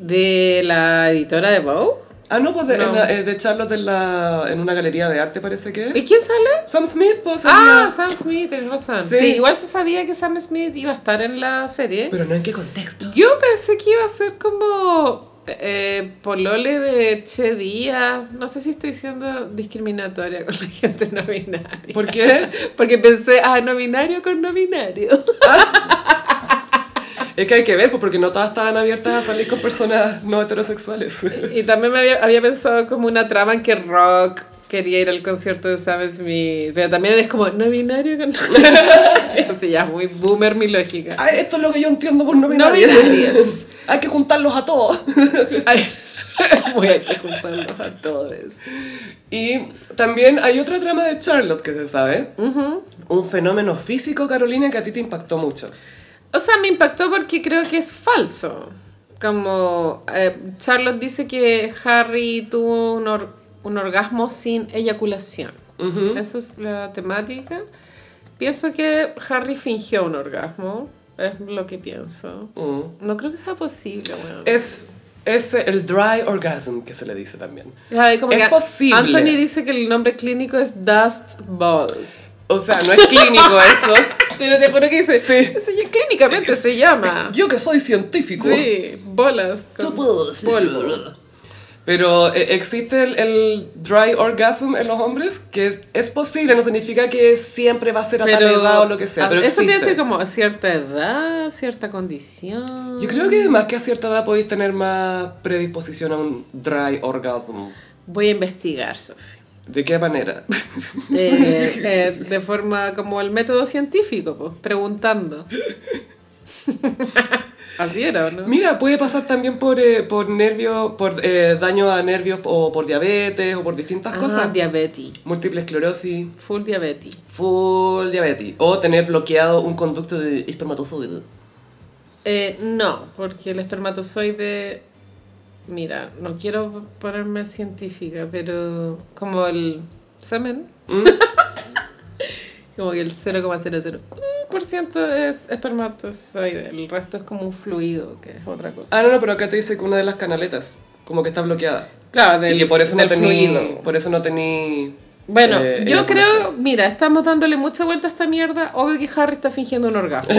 [SPEAKER 2] De la editora de Vogue.
[SPEAKER 1] Ah, no, pues de,
[SPEAKER 2] No.
[SPEAKER 1] en la- eh, de Charlotte en, la- en una galería de arte parece que es.
[SPEAKER 2] ¿Y quién sale?
[SPEAKER 1] Sam Smith, pues.
[SPEAKER 2] Ah,
[SPEAKER 1] salía.
[SPEAKER 2] Sam Smith, tienes razón.
[SPEAKER 1] Sí.
[SPEAKER 2] Sí. igual se sabía que Sam Smith iba a estar en la serie.
[SPEAKER 1] Pero no en qué contexto.
[SPEAKER 2] Yo pensé que iba a ser como eh, Polole de Che Díaz. No sé si estoy siendo discriminatoria con la gente no binaria.
[SPEAKER 1] ¿Por qué?
[SPEAKER 2] Porque pensé, ah, no binario con no binario.
[SPEAKER 1] Es que hay que ver, pues porque no todas estaban abiertas a salir con personas no heterosexuales.
[SPEAKER 2] Y también me había, había pensado como una trama en que Rock quería ir al concierto de Sam Smith. Pero también es como no binario con Así ya, muy boomer mi lógica.
[SPEAKER 1] Ah, esto es lo que yo entiendo por no
[SPEAKER 2] No
[SPEAKER 1] binarias.
[SPEAKER 2] binarias.
[SPEAKER 1] Hay que juntarlos a todos.
[SPEAKER 2] Ay, voy a que juntarlos a todos.
[SPEAKER 1] Y también hay otra trama de Charlotte que se sabe. Un fenómeno físico, Carolina, que a ti te impactó mucho.
[SPEAKER 2] O sea, me impactó porque creo que es falso. Como eh, Charlotte dice que Harry tuvo un, or- un orgasmo sin eyaculación. Esa es la temática. Pienso que Harry fingió un orgasmo. Es lo que pienso.
[SPEAKER 1] Mm.
[SPEAKER 2] No creo que sea posible, weón.
[SPEAKER 1] Es, es el dry orgasm que se le dice también.
[SPEAKER 2] Ay, como
[SPEAKER 1] es
[SPEAKER 2] que
[SPEAKER 1] posible.
[SPEAKER 2] Anthony dice que el nombre clínico es Dust Balls.
[SPEAKER 1] O sea, no es clínico eso.
[SPEAKER 2] Pero te juro que dice,
[SPEAKER 1] Sí.
[SPEAKER 2] eso ya- clínicamente se llama.
[SPEAKER 1] Yo que soy científico.
[SPEAKER 2] Sí, bolas. con
[SPEAKER 3] Tú puedes.
[SPEAKER 2] polvo.
[SPEAKER 1] Pero eh, existe el, el dry orgasm en los hombres, que es, es posible, no significa que siempre va a ser a tal edad o lo que sea.
[SPEAKER 2] ah,
[SPEAKER 1] Pero
[SPEAKER 2] eso
[SPEAKER 1] existe.
[SPEAKER 2] quiere decir como cierta edad, cierta condición.
[SPEAKER 1] Yo creo que además que a cierta edad podéis tener más predisposición a un dry orgasm.
[SPEAKER 2] Voy a investigar, Sofi.
[SPEAKER 1] ¿De qué manera? Pues,
[SPEAKER 2] Eh, eh, de forma como el método científico, pues, preguntando. Así era, ¿o no?
[SPEAKER 1] Mira, puede pasar también por, eh, por nervio- por eh, daño a nervios o por diabetes o por distintas
[SPEAKER 2] Ah,
[SPEAKER 1] cosas.
[SPEAKER 2] diabetes.
[SPEAKER 1] Múltiple esclerosis,
[SPEAKER 2] Full diabetes.
[SPEAKER 1] full diabetes. O tener bloqueado un conducto de espermatozoide.
[SPEAKER 2] Eh, no, porque el espermatozoide. Mira, no quiero ponerme científica, pero como el semen. como que el 0,00% es espermatozoide, el resto es como un fluido, que es otra cosa.
[SPEAKER 1] Ah, no, no, pero acá te dice que una de las canaletas como que está bloqueada.
[SPEAKER 2] Ah, Claro, del,
[SPEAKER 1] y que por eso no
[SPEAKER 2] del
[SPEAKER 1] tení,
[SPEAKER 2] fluido.
[SPEAKER 1] por eso no tení
[SPEAKER 2] Bueno,
[SPEAKER 1] eh,
[SPEAKER 2] yo
[SPEAKER 1] eyaculación.
[SPEAKER 2] creo, mira, estamos dándole mucha vuelta a esta mierda. Obvio que Harry está fingiendo un orgasmo.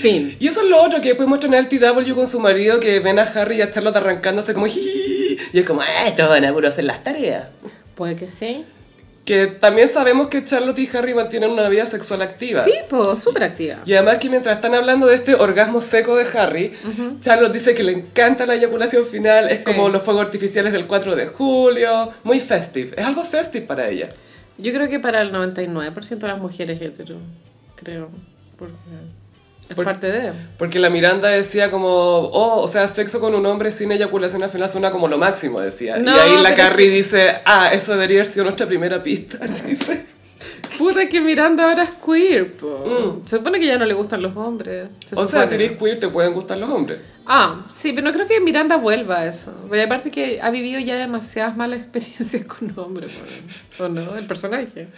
[SPEAKER 2] fin.
[SPEAKER 1] Y eso es lo otro que después muestran en LTW con su marido que ven a Harry y a Charlotte arrancándose como "Jijiji", y es como, ah, estos van a puro hacer las tareas.
[SPEAKER 2] Puede que sí.
[SPEAKER 1] Que también sabemos que Charlotte y Harry mantienen una vida sexual activa.
[SPEAKER 2] Sí, pues súper activa.
[SPEAKER 1] Y además que mientras están hablando de este orgasmo seco de Harry, Charlotte dice que le encanta la eyaculación final, es
[SPEAKER 2] Sí.
[SPEAKER 1] como los fuegos artificiales del 4 de julio, muy festive, es algo festive para ella.
[SPEAKER 2] Yo creo que para el 99% de las mujeres hetero, creo, porque es
[SPEAKER 1] Por-
[SPEAKER 2] parte de...
[SPEAKER 1] Porque la Miranda decía como, oh, o sea, sexo con un hombre sin eyaculación al final suena como lo máximo, decía.
[SPEAKER 2] No,
[SPEAKER 1] y ahí la
[SPEAKER 2] pero es
[SPEAKER 1] Carrie dice, ah, eso debería haber sido nuestra primera pista. dice.
[SPEAKER 2] Puta que Miranda ahora es queer, po. Se supone que ya no le gustan los hombres. se
[SPEAKER 1] Mm. O sea, si
[SPEAKER 2] supone.
[SPEAKER 1] eres queer te pueden gustar los hombres.
[SPEAKER 2] Ah, sí, pero no creo que Miranda vuelva a eso. Pero aparte que ha vivido ya demasiadas malas experiencias con hombres, po. ¿o no? El personaje.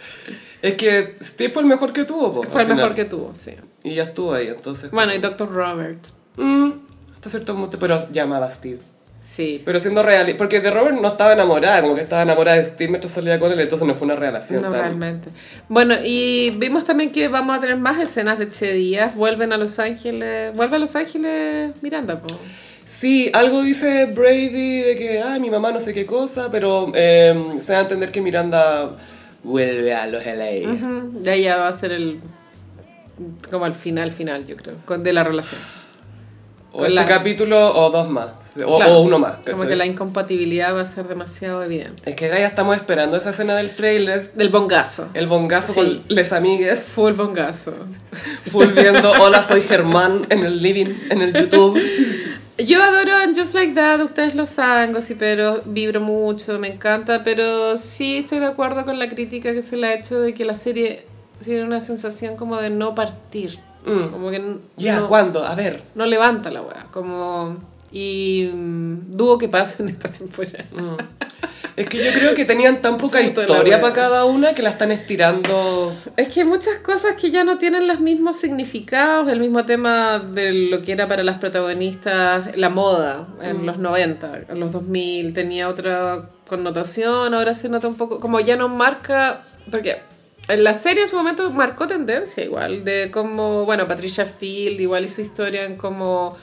[SPEAKER 1] Es que Steve fue el mejor que tuvo, po,
[SPEAKER 2] Fue
[SPEAKER 1] al
[SPEAKER 2] el mejor
[SPEAKER 1] final.
[SPEAKER 2] que tuvo, sí.
[SPEAKER 1] Y ya estuvo ahí, entonces.
[SPEAKER 2] Bueno, y Dr. Robert.
[SPEAKER 1] Mm, hasta cierto punto, pero llamaba a Steve.
[SPEAKER 2] Sí.
[SPEAKER 1] Pero siendo real, porque de Robert no estaba enamorada, como que estaba enamorada de Steve mientras salía con él, entonces no fue una relación
[SPEAKER 2] No,
[SPEAKER 1] tan-
[SPEAKER 2] realmente. Bueno, y vimos también que vamos a tener más escenas de Che Díaz. Vuelven a Los Ángeles. Vuelve a Los Ángeles Miranda, po.
[SPEAKER 1] Sí, algo dice Brady de que, ay, mi mamá no sé qué cosa, pero eh, se da a entender que Miranda vuelve a los LA.
[SPEAKER 2] Ujú, Ya ya va a ser el. Como al final, final, yo creo. con- de la relación.
[SPEAKER 1] O este
[SPEAKER 2] La-
[SPEAKER 1] capítulo o dos más, o,
[SPEAKER 2] Claro.
[SPEAKER 1] o uno más.
[SPEAKER 2] Como
[SPEAKER 1] ¿cachai?
[SPEAKER 2] que la incompatibilidad va a ser demasiado evidente.
[SPEAKER 1] Es que acá ya estamos esperando esa escena del trailer,
[SPEAKER 2] Del bongazo.
[SPEAKER 1] el bongazo
[SPEAKER 2] Sí.
[SPEAKER 1] con les amigues,
[SPEAKER 2] Full bongazo.
[SPEAKER 1] full viendo, hola, soy Germán en el living, en el YouTube.
[SPEAKER 2] Yo adoro en Just Like That, ustedes lo saben, pero vibro mucho, me encanta, pero sí estoy de acuerdo con la crítica que se le ha hecho de que la serie tiene una sensación como de no partir,
[SPEAKER 1] Mm.
[SPEAKER 2] como que n-
[SPEAKER 1] Ya,
[SPEAKER 2] no,
[SPEAKER 1] ¿cuándo? A ver.
[SPEAKER 2] no levanta la weá, como... Y mm, dudo que pase en esta temporada.
[SPEAKER 1] Es que yo creo que tenían tan poca
[SPEAKER 2] Justo la
[SPEAKER 1] historia
[SPEAKER 2] wea.
[SPEAKER 1] para cada una que la están estirando.
[SPEAKER 2] Es que hay muchas cosas que ya no tienen los mismos significados, el mismo tema de lo que era para las protagonistas la moda en los 90, en los 2000 tenía otra connotación, ahora se nota un poco, como ya no marca, porque en la serie en su momento marcó tendencia igual, de cómo, bueno, Patricia Field igual hizo historia en cómo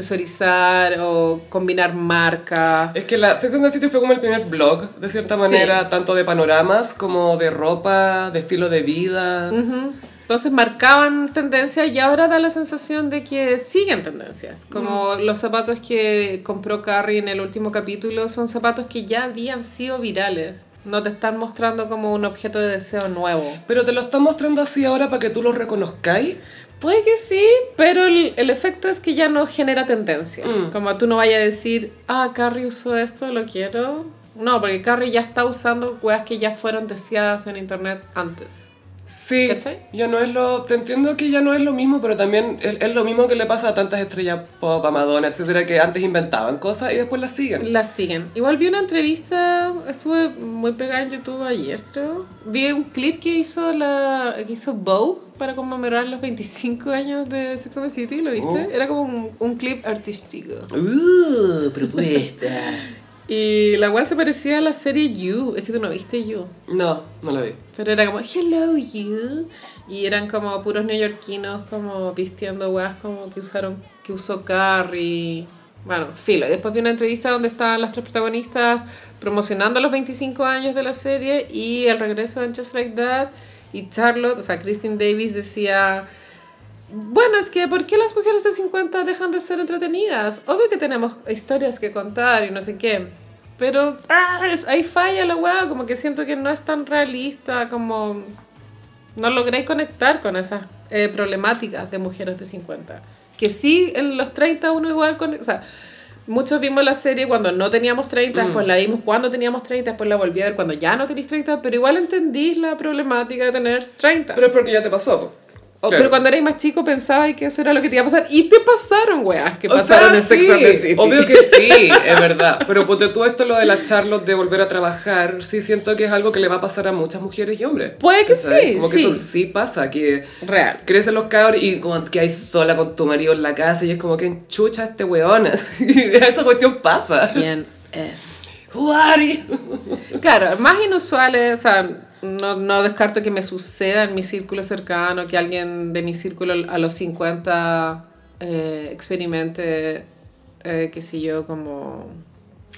[SPEAKER 2] accesorizar o combinar marcas.
[SPEAKER 1] Es que la sección del sitio fue como el primer blog, de cierta manera, tanto de panoramas como de ropa, de estilo de vida.
[SPEAKER 2] Ujú. Entonces marcaban tendencias y ahora da la sensación de que siguen tendencias. Como los zapatos que compró Carrie en el último capítulo son zapatos que ya habían sido virales. No te están mostrando como un objeto de deseo nuevo.
[SPEAKER 1] Pero te lo están mostrando así ahora para que tú lo reconozcáis.
[SPEAKER 2] Puede que sí, pero el, el efecto es que ya no genera tendencia.
[SPEAKER 1] Mm.
[SPEAKER 2] Como tú no vayas a decir, ah, Carrie usó esto, lo quiero. No, porque Carrie ya está usando weas que ya fueron deseadas en internet antes.
[SPEAKER 1] Sí,
[SPEAKER 2] ¿Cachai?
[SPEAKER 1] ya no es lo. Te entiendo que ya no es lo mismo, pero también es, es lo mismo que le pasa a tantas estrellas pop, a Madonna, etcétera, que antes inventaban cosas y después las siguen.
[SPEAKER 2] La siguen. Igual vi una entrevista, estuve muy pegada en YouTube ayer, creo. Vi un clip que hizo la que hizo Vogue para conmemorar los 25 años de Sex and the City, ¿lo viste?
[SPEAKER 1] Oh.
[SPEAKER 2] Era como un, un clip artístico.
[SPEAKER 3] Uh, propuesta.
[SPEAKER 2] Y la web se parecía a la serie You, es que tú no viste You.
[SPEAKER 1] No, no la vi.
[SPEAKER 2] Pero era como, hello you. Y eran como puros neoyorquinos, como vistiendo weas como que usaron, que usó Carrie. Bueno, filo. Y después vi una entrevista donde estaban las tres protagonistas promocionando los 25 años de la serie y el regreso de Just Like That. Y Charlotte, o sea, Christine Davis decía, bueno, es que ¿por qué las mujeres de 50 dejan de ser entretenidas? Obvio que tenemos historias que contar y no sé qué. Pero ah, es- ahí falla la weá, como que siento que no es tan realista, como no logré conectar con esas eh, problemáticas de mujeres de 50. Que sí, en los 30 uno igual con... O sea, muchos vimos la serie cuando no teníamos 30, después la vimos cuando teníamos 30, después la volví a ver cuando ya no tenéis 30, pero igual entendís la problemática de tener 30.
[SPEAKER 1] Pero es porque ya te pasó. po.
[SPEAKER 2] O-
[SPEAKER 1] Claro.
[SPEAKER 2] Oh, Pero cuando eras más chico pensabas que eso era lo que te iba a pasar. Y te pasaron, weas, que
[SPEAKER 1] O
[SPEAKER 2] pasaron
[SPEAKER 1] sea,
[SPEAKER 2] este en Sex and the
[SPEAKER 1] sí,
[SPEAKER 2] City.
[SPEAKER 1] Obvio que sí, es verdad. Pero ponte tú esto, lo de la Charlotte de volver a trabajar, sí siento que es algo que le va a pasar a muchas mujeres y hombres.
[SPEAKER 2] Puede que
[SPEAKER 1] ¿Sabes?
[SPEAKER 2] sí,
[SPEAKER 1] Como que
[SPEAKER 2] sí.
[SPEAKER 1] eso sí pasa, que
[SPEAKER 2] Real.
[SPEAKER 1] crecen los cabros y como que hay sola con tu marido en la casa y es como que enchucha este weón. así. Esa cuestión pasa.
[SPEAKER 2] ¿Quién es?
[SPEAKER 1] Juari.
[SPEAKER 2] Claro, más inusuales, o sea, no, no descarto que me suceda en mi círculo cercano, que alguien de mi círculo a los 50 eh, experimente, eh, qué sé yo, como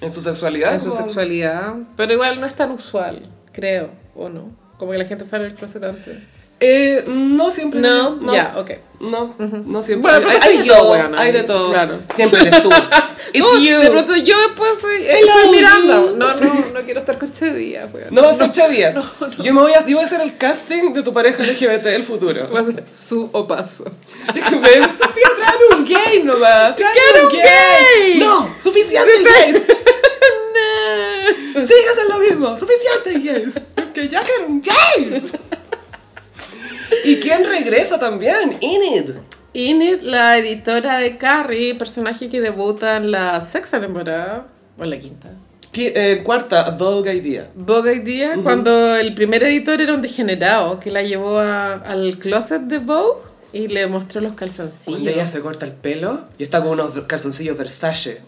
[SPEAKER 1] En su sexualidad.
[SPEAKER 2] en su
[SPEAKER 1] como-
[SPEAKER 2] sexualidad. Pero igual no es tan usual, creo, o no. Como que la gente sale del closet antes.
[SPEAKER 1] Eh, no siempre.
[SPEAKER 2] No, ya, ok.
[SPEAKER 1] No, no siempre.
[SPEAKER 2] Bueno, de
[SPEAKER 1] hay,
[SPEAKER 2] pronto
[SPEAKER 1] hay
[SPEAKER 2] soy
[SPEAKER 1] de
[SPEAKER 2] yo,
[SPEAKER 1] todo,
[SPEAKER 2] weona.
[SPEAKER 1] Hay de todo.
[SPEAKER 2] Claro.
[SPEAKER 1] Siempre eres tú. It's
[SPEAKER 2] No,
[SPEAKER 1] you.
[SPEAKER 2] De pronto yo después soy, eh,
[SPEAKER 1] Hello,
[SPEAKER 2] soy Miranda.
[SPEAKER 1] you.
[SPEAKER 2] No, no, no quiero estar con Chedía, weón.
[SPEAKER 1] No vas a ser días. Yo me voy a, yo voy a hacer el casting de tu pareja LGBT del futuro.
[SPEAKER 2] Va a ser su o paso.
[SPEAKER 1] Ven, Sofía, tráeme un gay nomás. Tráeme
[SPEAKER 2] ¡Quiero
[SPEAKER 1] un
[SPEAKER 2] un
[SPEAKER 1] gay.
[SPEAKER 2] gay!
[SPEAKER 1] No, suficiente gays. Sigas en lo mismo. Suficiente gays. Es que ya quiero un gay. ¿Y quién regresa también?
[SPEAKER 3] Enid.
[SPEAKER 2] Init, la editora de Carrie, personaje que debuta en la sexta temporada, o en la quinta.
[SPEAKER 1] Qui- eh, cuarta, Vogue Gay Día.
[SPEAKER 2] Vogue Idea, cuando el primer editor era un degenerado que la llevó a- al closet de Vogue y le mostró los
[SPEAKER 1] Cuando ella
[SPEAKER 2] calzoncillos.
[SPEAKER 1] se corta el pelo y está con unos calzoncillos Versace.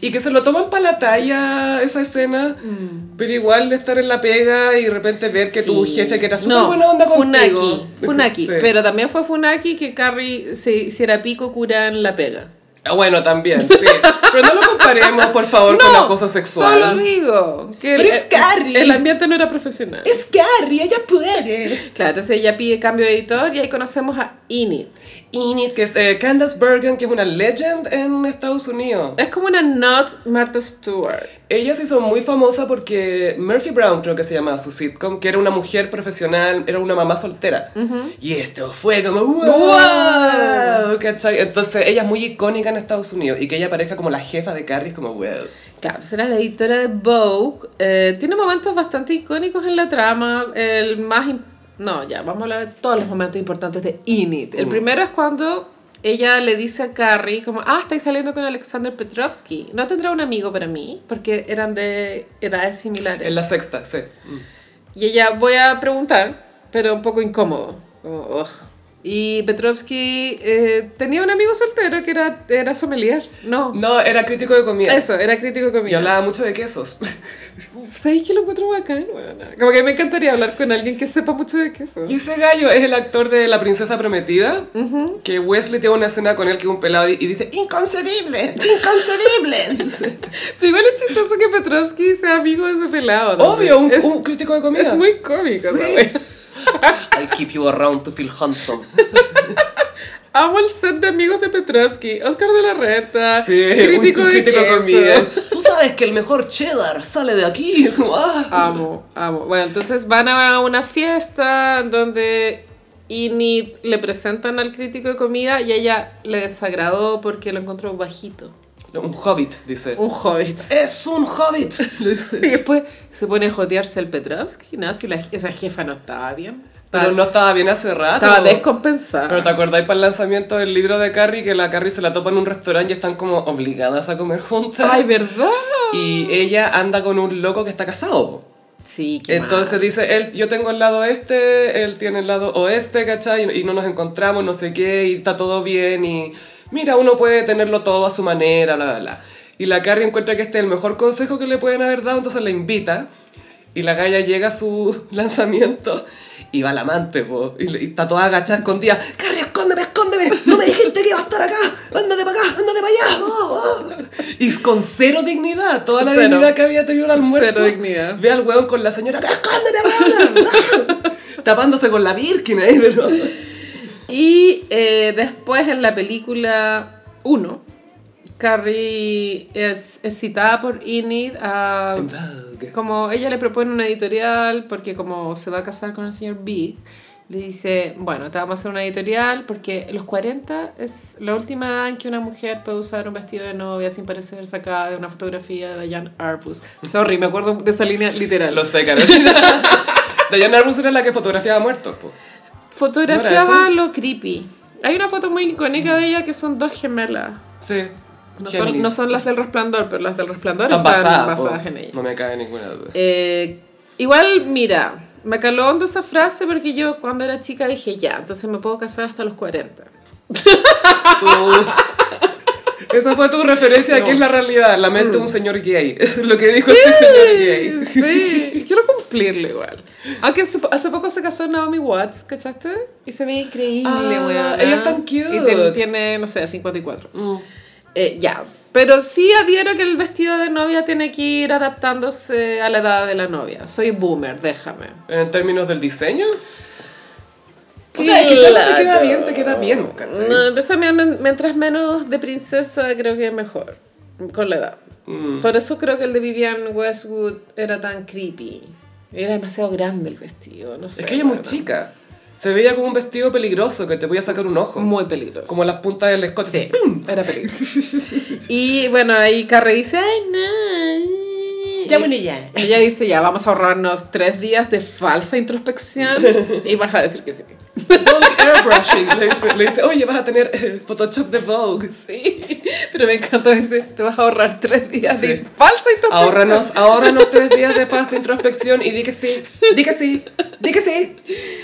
[SPEAKER 1] Y que se lo toman para la talla esa escena, pero igual de estar en la pega y de repente ver que tu
[SPEAKER 2] Mm. Sí.
[SPEAKER 1] jefe que era súper
[SPEAKER 2] No,
[SPEAKER 1] buena onda
[SPEAKER 2] Funaki,
[SPEAKER 1] contigo.
[SPEAKER 2] Funaki,
[SPEAKER 1] Sí.
[SPEAKER 2] pero también fue Funaki que Carrie se hiciera pico cura en la pega.
[SPEAKER 1] Ah, Bueno, también, sí. Pero no lo comparemos, por favor, con la cosa sexual.
[SPEAKER 2] Solo digo que
[SPEAKER 1] Pero es Carrie.
[SPEAKER 2] el ambiente no era profesional.
[SPEAKER 1] Es Carrie, ella puede.
[SPEAKER 2] Claro, entonces ella pide cambio de editor y ahí conocemos a Init.
[SPEAKER 1] Init, que es eh, Candace Bergen, que es una legend en Estados Unidos.
[SPEAKER 2] Es como una not Martha Stewart.
[SPEAKER 1] Ella se hizo muy famosa porque Murphy Brown, creo que se llamaba su sitcom, que era una mujer profesional, era una mamá soltera. Y esto fue como ¡Wow! ¿cachai? Entonces ella es muy icónica en Estados Unidos y que ella aparezca como la jefa de Carrie es como wow.
[SPEAKER 2] Claro, entonces era la editora de Vogue. Eh, tiene momentos bastante icónicos en la trama. El más... im- No, ya, vamos a hablar de todos los momentos importantes de Init. El
[SPEAKER 1] Mm.
[SPEAKER 2] primero es cuando ella le dice a Carrie como, ah, estáis saliendo con Alexander Petrovsky. No tendrá un amigo para mí, porque eran de edades similares.
[SPEAKER 1] En la sexta, sí. Mm.
[SPEAKER 2] Y ella, voy a preguntar, pero un poco incómodo. como, "Ugh". Y Petrovsky eh, tenía un amigo soltero que era, era sommelier. No,
[SPEAKER 1] No, era crítico de comida.
[SPEAKER 2] Oh. eso, era crítico
[SPEAKER 1] Y
[SPEAKER 2] conmigo.
[SPEAKER 1] hablaba mucho de quesos.
[SPEAKER 2] ¿Sabéis que lo encuentro bacán? weona? como que me encantaría hablar con alguien que sepa mucho de queso.
[SPEAKER 1] Y ese gallo es el actor de La Princesa Prometida, que Wesley tiene una escena con él que es un pelado y, y dice,
[SPEAKER 3] Inconcebibles. Inconcebibles.
[SPEAKER 2] Pero igual es chistoso que Petrovsky sea amigo de ese pelado. ¿no?
[SPEAKER 1] obvio, un,
[SPEAKER 2] es,
[SPEAKER 1] un crítico de comida.
[SPEAKER 2] es muy cómico.
[SPEAKER 1] Sí.
[SPEAKER 2] esa wea.
[SPEAKER 1] I keep you around to feel handsome.
[SPEAKER 2] Amo el set de amigos de Petrovsky. Oscar de la Renta,
[SPEAKER 1] Sí,
[SPEAKER 2] crítico,
[SPEAKER 1] un- un
[SPEAKER 2] de
[SPEAKER 1] crítico
[SPEAKER 2] queso.
[SPEAKER 1] conmigo.
[SPEAKER 3] Tú sabes.
[SPEAKER 1] ¿Sabes que el mejor cheddar sale de aquí? Ah.
[SPEAKER 2] Amo, amo. Bueno, entonces van a una fiesta donde Init le presentan al crítico de comida y ella le desagradó porque lo encontró bajito.
[SPEAKER 1] Un hobbit, dice.
[SPEAKER 2] Un hobbit.
[SPEAKER 1] ¡Es un hobbit! Le dice.
[SPEAKER 2] Y después se pone a jotearse al Petrovsky, ¿no? Si la- esa jefa no estaba bien.
[SPEAKER 1] Pero no estaba bien hace rato.
[SPEAKER 2] Ah. Estaba descompensada.
[SPEAKER 1] Pero te acordáis para el lanzamiento del libro de Carrie que la Carrie se la topa en un restaurante y están como obligadas a comer juntas.
[SPEAKER 2] Ay, ¿verdad?
[SPEAKER 1] Y ella anda con un loco que está casado. po.
[SPEAKER 2] Sí, qué
[SPEAKER 1] Entonces
[SPEAKER 2] mal.
[SPEAKER 1] dice, él, yo tengo el lado este, él tiene el lado oeste, ¿cachai? Y, y no nos encontramos, no sé qué, y está todo bien, y mira, uno puede tenerlo todo a su manera, bla, bla, bla. Y la Carrie encuentra que este es el mejor consejo que le pueden haber dado, entonces la invita, y la galla llega a su lanzamiento, y va al amante, po, y, le- y está toda agachada, escondida, Carrie, escóndeme, escóndeme, no me dijiste que iba a estar acá, ándate para acá, ándate para allá, oh, oh". y con cero dignidad, toda la
[SPEAKER 2] Cero.
[SPEAKER 1] dignidad que había tenido el almuerzo,
[SPEAKER 2] Cero dignidad.
[SPEAKER 1] Ve al hueón con la señora, ¡escóndete, hueona! Tapándose con la Birkin, ¿eh? Pero...
[SPEAKER 2] Y eh, después en la película 1, Carrie es, es citada por Inid a... Como ella le propone una editorial, porque como se va a casar con el señor Big, le dice, bueno, te vamos a hacer una editorial, porque los 40 es la última edad en que una mujer puede usar un vestido de novia sin parecer sacada de una fotografía de Diane Arbus. Sorry, me acuerdo de esa línea literal.
[SPEAKER 1] Lo sé, Carolina. Diana Arbus era la que fotografiaba muertos, po. ¿No era
[SPEAKER 2] Fotografiaba
[SPEAKER 1] eso?
[SPEAKER 2] lo creepy. Hay una foto muy icónica de ella que son dos gemelas.
[SPEAKER 1] Sí.
[SPEAKER 2] No son,
[SPEAKER 1] Géminis.
[SPEAKER 2] no son las del resplandor, pero las del resplandor
[SPEAKER 1] Están
[SPEAKER 2] están,
[SPEAKER 1] basadas, po.
[SPEAKER 2] basadas en ella.
[SPEAKER 1] No me cae ninguna duda.
[SPEAKER 2] Eh, igual, mira, me caló hondo esa frase porque yo cuando era chica dije, ya, entonces me puedo casar hasta los 40.
[SPEAKER 1] Tú- Esa fue tu referencia a
[SPEAKER 2] No. Mm.
[SPEAKER 1] qué es la realidad, la mente de un señor gay. Es lo que dijo este señor gay.
[SPEAKER 2] sí, quiero cumplirlo igual. Aunque hace, po- hace poco se casó Naomi Watts, ¿cachaste? Y se ve increíble,
[SPEAKER 1] Ah,
[SPEAKER 2] weona.
[SPEAKER 1] ella es tan cute.
[SPEAKER 2] Y tiene, tiene, no sé, 54.
[SPEAKER 1] Mm.
[SPEAKER 2] Eh, ya. Pero sí adhiero que el vestido de novia tiene que ir adaptándose a la edad de la novia. Soy boomer, déjame.
[SPEAKER 1] En términos del diseño. O sea, es que si algo te queda bien, te queda bien, ¿cachai?
[SPEAKER 2] No, pues a mí, men- mientras menos de princesa, creo que es mejor. Con la edad.
[SPEAKER 1] Mm.
[SPEAKER 2] Por eso creo que el de Vivian Westwood era tan creepy. Era demasiado grande el vestido, no sé.
[SPEAKER 1] Es que ella es muy
[SPEAKER 2] bueno.
[SPEAKER 1] chica. Se veía como un vestido peligroso que te voy a sacar un ojo.
[SPEAKER 2] Muy peligroso.
[SPEAKER 1] Como las puntas del escote.
[SPEAKER 2] Sí,
[SPEAKER 1] ¡Pum!
[SPEAKER 2] era peligroso. y bueno, ahí Carrie dice, ay, no.
[SPEAKER 3] Ya bueno ya.
[SPEAKER 2] Y Ella dice, ya, vamos a ahorrarnos tres días de falsa introspección y vas a decir que sí.
[SPEAKER 1] Vogue airbrushing. Le dice, le dice, oye, vas a tener eh, Photoshop de Vogue.
[SPEAKER 2] Sí, pero me encanta dice, te vas a ahorrar tres días de
[SPEAKER 1] Sí.
[SPEAKER 2] falsa introspección.
[SPEAKER 1] Ahórranos, ahórranos tres días de fast introspección y di que sí, di que sí, di que sí.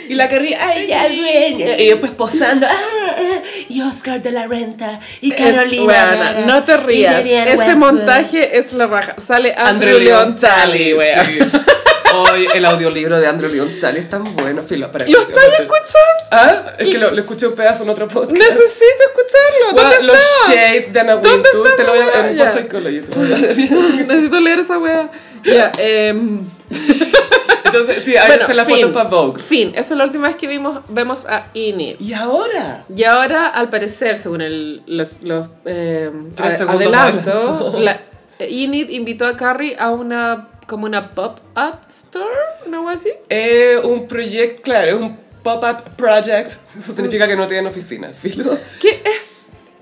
[SPEAKER 1] Y la querría,
[SPEAKER 3] Ay, ya bueno.
[SPEAKER 1] Y después posando.
[SPEAKER 3] Ah, ah, y Oscar de la Renta. Y
[SPEAKER 2] Es-
[SPEAKER 3] Carolina.
[SPEAKER 2] weona,
[SPEAKER 3] Herrera,
[SPEAKER 2] no te
[SPEAKER 3] y
[SPEAKER 2] rías.
[SPEAKER 3] Vivian
[SPEAKER 2] Ese
[SPEAKER 3] Westwood.
[SPEAKER 2] montaje es la raja. Sale Andrew, Leon Talley, wea.
[SPEAKER 1] Sí. Hoy el audiolibro de Andrew Leon Talley es tan bueno, filo. para
[SPEAKER 2] ¿Lo
[SPEAKER 1] que-
[SPEAKER 2] estáis escuchando?
[SPEAKER 1] Ah, es que lo, lo escuché un pedazo en otro podcast.
[SPEAKER 2] Necesito escucharlo. ¿Dónde
[SPEAKER 1] Bueno, los
[SPEAKER 2] está?
[SPEAKER 1] shades de Ana
[SPEAKER 2] ¿Dónde
[SPEAKER 1] Wintour
[SPEAKER 2] está
[SPEAKER 1] te lo voy
[SPEAKER 2] esa
[SPEAKER 1] a en
[SPEAKER 2] weá?
[SPEAKER 1] Pop Psychology, te lo voy a dar.
[SPEAKER 2] Necesito leer esa wea. Ya, em,
[SPEAKER 1] Entonces, sí, ahí
[SPEAKER 2] bueno,
[SPEAKER 1] se la
[SPEAKER 2] fin.
[SPEAKER 1] foto para Vogue.
[SPEAKER 2] Fin, esa es la última vez que vimos, vemos a Init.
[SPEAKER 1] ¿Y ahora?
[SPEAKER 2] Y ahora, al parecer, según el, los, los eh,
[SPEAKER 1] Tres
[SPEAKER 2] a-
[SPEAKER 1] segundos
[SPEAKER 2] adelantos,
[SPEAKER 1] adelanto.
[SPEAKER 2] la- Init invitó a Carrie a una como una pop-up store, ¿no algo así?
[SPEAKER 1] Eh, un proyecto, claro, es un pop-up project.
[SPEAKER 2] Mm.
[SPEAKER 1] Eso significa que no tienen oficina, filo.
[SPEAKER 2] ¿Qué es?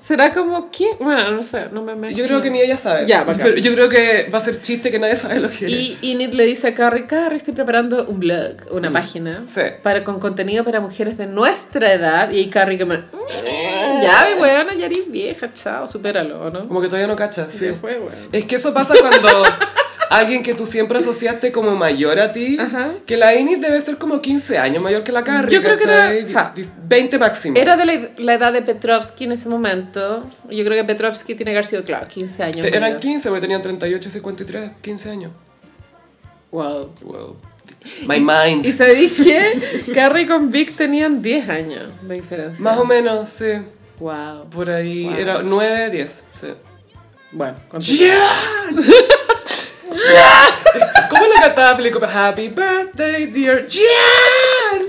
[SPEAKER 2] ¿Será como qué? Bueno, no sé, no me imagino.
[SPEAKER 1] Yo creo que ni ella sabe.
[SPEAKER 2] Ya, bacán.
[SPEAKER 1] Pero yo creo que va a ser chiste que nadie sabe lo que es.
[SPEAKER 2] Y Init le dice a Carrie, Carrie, estoy preparando un blog, una página,
[SPEAKER 1] Mm, sí.
[SPEAKER 2] para, con contenido para mujeres de nuestra edad. Y Carrie como, "Mm, ya, mi weona, ya eres vieja, chao, supéralo, ¿no?
[SPEAKER 1] Como que todavía no cachas. Eh. Sí.
[SPEAKER 2] Ya fue, weón.
[SPEAKER 1] Es que eso pasa cuando alguien que tú siempre asociaste como mayor a ti,
[SPEAKER 2] Ajá.
[SPEAKER 1] que la Inid debe ser como 15 años mayor que la Carrie.
[SPEAKER 2] Yo creo que era-
[SPEAKER 1] ¿cachai?
[SPEAKER 2] o sea,
[SPEAKER 1] 20 máximo.
[SPEAKER 2] Era de la, la edad de Petrovsky en ese momento. Yo creo que Petrovsky tiene que haber sido, claro, 15 años.
[SPEAKER 1] Te- Eran
[SPEAKER 2] mayor.
[SPEAKER 1] 15, porque tenían 38, 53, 15 años.
[SPEAKER 2] Wow.
[SPEAKER 1] Wow. My mind.
[SPEAKER 2] Y sabéis que Carrie con Vic tenían 10 años de diferencia.
[SPEAKER 1] Más o menos, sí.
[SPEAKER 2] Wow.
[SPEAKER 1] Por ahí
[SPEAKER 2] Wow.
[SPEAKER 1] era 9, 10. Sí.
[SPEAKER 2] Bueno, continúa.
[SPEAKER 1] ¡Jan! ¿Cómo le cantaba Felipe? Como, Happy birthday, dear Jan.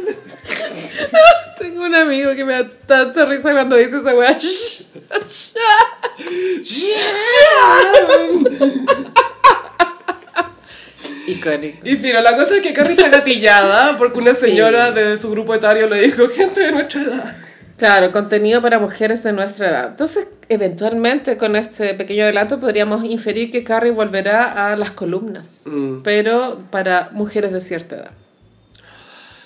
[SPEAKER 2] Tengo un amigo que me da tanta risa cuando dice esa weá.
[SPEAKER 1] Jan.
[SPEAKER 2] Icónico.
[SPEAKER 1] Y fino, la cosa es que Carrie está gatillada porque una señora de su grupo etario le dijo gente de nuestra edad.
[SPEAKER 2] Claro, contenido para mujeres de nuestra edad. Entonces, eventualmente con este pequeño adelanto podríamos inferir que Carrie volverá a las columnas,
[SPEAKER 1] Mm.
[SPEAKER 2] pero para mujeres de cierta edad.